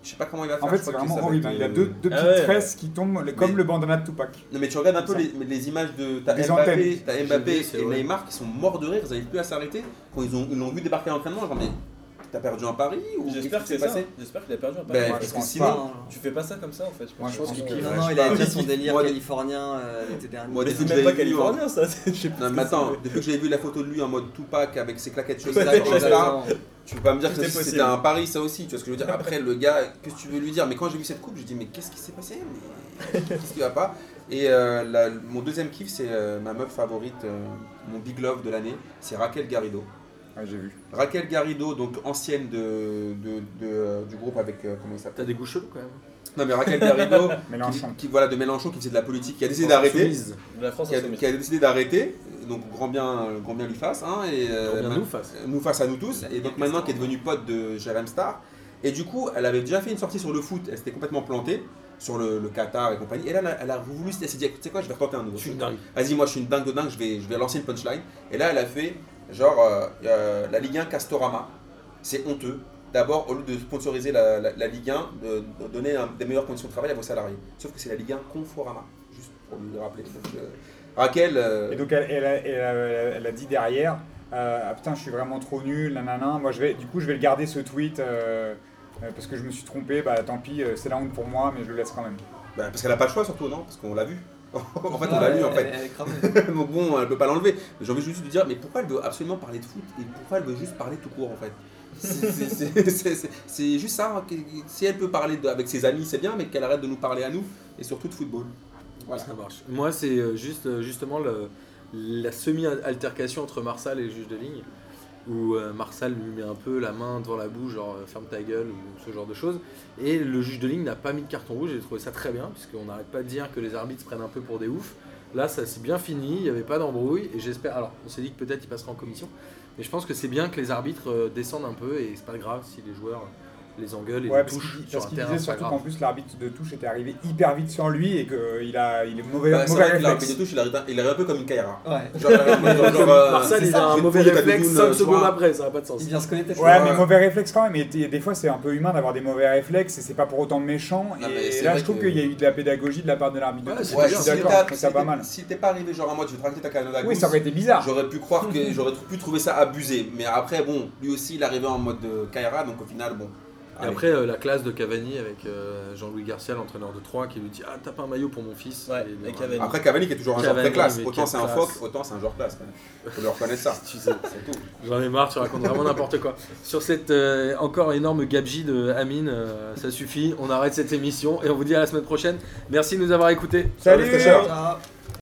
Speaker 2: je sais pas comment il va faire.
Speaker 3: En fait,
Speaker 2: je
Speaker 3: c'est
Speaker 2: crois que ça
Speaker 3: vraiment
Speaker 2: va
Speaker 3: horrible. hein.
Speaker 2: être,
Speaker 3: Il a
Speaker 2: euh,
Speaker 3: deux, deux
Speaker 5: Ah
Speaker 3: petites
Speaker 5: ouais.
Speaker 3: tresses qui tombent le- comme
Speaker 2: Mais-
Speaker 3: le bandana de Tupac.
Speaker 2: Non mais tu regardes un peu
Speaker 3: Ça.
Speaker 2: les, mais les images de t'as
Speaker 3: Des
Speaker 2: Mbappé,
Speaker 3: antennes.
Speaker 2: t'as
Speaker 1: J'ai
Speaker 2: Mbappé
Speaker 1: vu, c'est
Speaker 2: et
Speaker 1: vrai.
Speaker 2: Neymar qui sont morts de rire, ils n'arrivent plus à s'arrêter quand ils ont ils l'ont vu débarquer à l'entraînement. Genre mais t'as perdu un pari ou
Speaker 5: J'espère que
Speaker 2: qu'est-ce qui
Speaker 5: c'est
Speaker 2: s'est
Speaker 5: ça. J'espère qu'il a perdu un pari.
Speaker 2: Ben,
Speaker 3: Moi,
Speaker 2: parce
Speaker 3: je
Speaker 2: que
Speaker 3: pense
Speaker 2: sinon,
Speaker 4: Enfin,
Speaker 5: Tu fais pas hein. ça comme ça en fait.
Speaker 3: Moi, je pense qu'il
Speaker 5: que-
Speaker 3: kiffe.
Speaker 4: Non,
Speaker 2: Ouais,
Speaker 4: non,
Speaker 2: Euh, je
Speaker 4: il a
Speaker 2: sais
Speaker 4: déjà
Speaker 2: pas.
Speaker 4: son délire
Speaker 2: Moi, des-
Speaker 4: californien euh, l'été dernier.
Speaker 2: Moi, des-
Speaker 5: C'est
Speaker 2: Depuis que
Speaker 5: même pas
Speaker 2: je l'ai vu,
Speaker 5: californien ça. Je sais pas
Speaker 2: Non,
Speaker 5: ce
Speaker 2: mais
Speaker 5: que
Speaker 2: attends,
Speaker 5: c'est.
Speaker 2: depuis que j'ai vu la photo de lui en mode Tupac avec ses claquettes chaussées,
Speaker 5: Ouais,
Speaker 2: genre là,
Speaker 4: Exactement.
Speaker 2: tu peux pas me dire que
Speaker 5: C'était
Speaker 2: c'est- c'était
Speaker 5: possible.
Speaker 2: un pari ça aussi, tu vois ce que je veux dire. Après le gars, qu'est-ce que tu veux lui dire Mais quand j'ai vu cette coupe, j'ai dit mais qu'est-ce qui s'est passé Mais Qu'est-ce qui va pas Et euh, la- mon deuxième kiff, c'est euh, ma meuf favorite, euh, mon big love de l'année, c'est Raquel Garrido.
Speaker 3: Ouais, j'ai vu.
Speaker 2: Raquel Garrido, donc ancienne de, de- de- du groupe avec. euh, comment il
Speaker 1: T'as
Speaker 2: s'appelle
Speaker 1: des goûts chelous quand même.
Speaker 2: Non, mais Raquel Garrido,
Speaker 3: Mélenchon.
Speaker 2: qui, qui- voilà, de Mélenchon, qui faisait de la politique, qui a décidé d'arrêter.
Speaker 3: Insoumise.
Speaker 5: De la France
Speaker 2: Qui a,
Speaker 5: insoumise.
Speaker 2: qui a décidé d'arrêter. Donc, grand bien, grand bien lui fasse. Hein, et, euh,
Speaker 1: Combien
Speaker 2: ma-
Speaker 1: nous face
Speaker 2: nous face à nous tous. Et donc, maintenant, qui est devenue pote de Jérém Star. Et du coup, elle avait déjà fait une sortie sur le foot. Elle s'était complètement plantée sur le, le Qatar et compagnie. Et là, elle a, elle a voulu. Elle s'est dit, tu sais quoi, je vais retenter un nouveau.
Speaker 1: Je suis
Speaker 2: truc.
Speaker 1: une dingue.
Speaker 2: Vas-y, moi je suis une dingue de dingue, je vais, je vais lancer une punchline. Et là, elle a fait genre euh, euh, la Ligue 1 Castorama. C'est honteux. D'abord, au lieu de sponsoriser la, la- la Ligue 1, de, de donner un- des meilleures conditions de travail à vos salariés. Sauf que c'est la Ligue 1 Conforama, juste pour lui rappeler. Donc, euh, Raquel, euh,
Speaker 3: Et donc elle, elle a, elle a- elle a- elle a dit derrière, euh, ah putain je suis vraiment trop nul, nanana. Moi je vais, du coup je vais le garder ce tweet euh, euh, parce que je me suis trompé. Bah tant pis, euh, c'est la honte pour moi, mais je le laisse quand même.
Speaker 2: bah, parce qu'elle n'a pas le choix surtout, non Parce qu'on l'a vu. en fait, on
Speaker 4: Ah,
Speaker 2: l'a
Speaker 4: elle-
Speaker 2: lu en fait.
Speaker 4: elle- elle est cramée.
Speaker 2: Donc bon, elle peut pas l'enlever. J'ai envie juste de dire, mais pourquoi elle veut absolument parler de foot et pourquoi elle veut juste parler tout court en fait C'est- c'est- c'est- c'est- c'est- C'est juste ça. hein, que- Si elle peut parler de- avec ses amis, c'est bien, mais qu'elle arrête de nous parler à nous et surtout de football. Voilà.
Speaker 1: Ça marche. Moi, c'est euh, juste euh, justement le- la semi-altercation entre Marsal et le juge de ligne, où euh, Marsal lui met un peu la main devant la bouche, genre euh, ferme ta gueule ou ce genre de choses. Et le juge de ligne n'a pas mis de carton rouge, j'ai trouvé ça très bien, puisqu'on n'arrête pas de dire que les arbitres se prennent un peu pour des oufs. Là, ça s'est bien fini, il n'y avait pas d'embrouille, et j'espère. Alors, on s'est dit que peut-être il passera en commission, mais je pense que c'est bien que les arbitres euh, descendent un peu, et c'est pas grave si les joueurs euh, les engueulent et
Speaker 3: Ouais,
Speaker 1: les
Speaker 3: parce
Speaker 1: touchent
Speaker 3: qu'il
Speaker 1: sur
Speaker 3: parce
Speaker 1: un
Speaker 3: qu'il
Speaker 1: terrain.
Speaker 3: disait
Speaker 1: c'est pas
Speaker 3: surtout
Speaker 1: grave.
Speaker 3: qu'en plus l'arbitre de touche était arrivé hyper vite sur lui et qu'il a, il est mauvais,
Speaker 2: Bah, c'est
Speaker 3: mauvais
Speaker 2: vrai que l'arbitre de
Speaker 3: réflexe.
Speaker 2: touche, il arrive, il arrive un peu comme une Kaira.
Speaker 4: Ouais.
Speaker 2: Genre, genre, genre, euh,
Speaker 1: Marsal,
Speaker 2: c'est
Speaker 1: il
Speaker 2: ça,
Speaker 1: a
Speaker 2: je
Speaker 1: un
Speaker 2: vais
Speaker 1: mauvais
Speaker 2: te prendre ta
Speaker 1: réflexe
Speaker 2: doudoune,
Speaker 1: 5
Speaker 2: euh,
Speaker 1: secondes
Speaker 2: soir.
Speaker 1: après, ça n'a pas de sens.
Speaker 4: Il vient se connaître.
Speaker 3: Ouais,
Speaker 2: Ouais.
Speaker 3: mais mauvais réflexe quand même. Et t- des fois, c'est un peu humain d'avoir des mauvais réflexes et c'est pas pour autant méchant.
Speaker 2: Ah, mais
Speaker 3: et
Speaker 2: c'est
Speaker 3: là,
Speaker 2: vrai
Speaker 3: je trouve
Speaker 2: que-
Speaker 3: qu'il y a eu de la pédagogie de la part de l'arbitre.
Speaker 1: Ouais,
Speaker 3: de touche.
Speaker 1: c'est
Speaker 2: Ouais,
Speaker 3: je
Speaker 1: bien.
Speaker 3: suis
Speaker 2: si
Speaker 3: d'accord,
Speaker 2: t'as-
Speaker 3: je trouve ça
Speaker 2: si
Speaker 3: pas
Speaker 2: t'es-
Speaker 3: mal.
Speaker 2: Si t'es pas arrivé genre en mode, je vais tracter ta canne à
Speaker 3: Oui, ça aurait été bizarre.
Speaker 2: J'aurais pu croire que j'aurais pu trouver ça abusé, mais après bon, lui aussi il arrivait en mode euh, Kaira, donc au final bon.
Speaker 1: Et
Speaker 2: allez.
Speaker 1: après, euh, la classe de Cavani avec euh, Jean-Louis Garcia, l'entraîneur de Troyes, qui lui dit Ah, t'as pas un maillot pour mon fils
Speaker 5: Ouais,
Speaker 1: il
Speaker 5: et
Speaker 1: est-
Speaker 5: Cavani.
Speaker 2: Après Cavani qui est toujours un joueur
Speaker 1: Cavani,
Speaker 2: très classe.
Speaker 1: mais
Speaker 2: Autant
Speaker 1: quelle
Speaker 2: c'est un
Speaker 1: classe.
Speaker 2: phoque, autant c'est un joueur classe. quand même. Faut leur reconnaître ça.
Speaker 1: Ah, Tu sais,
Speaker 2: C'est tout.
Speaker 1: J'en ai marre, tu racontes vraiment n'importe quoi. Sur cette euh, encore énorme gabegie de Amine, euh, ça suffit. On arrête cette émission et on vous dit à la semaine prochaine. Merci de nous avoir écoutés.
Speaker 3: Salut
Speaker 2: Salut, fraîcheur.
Speaker 4: Ciao.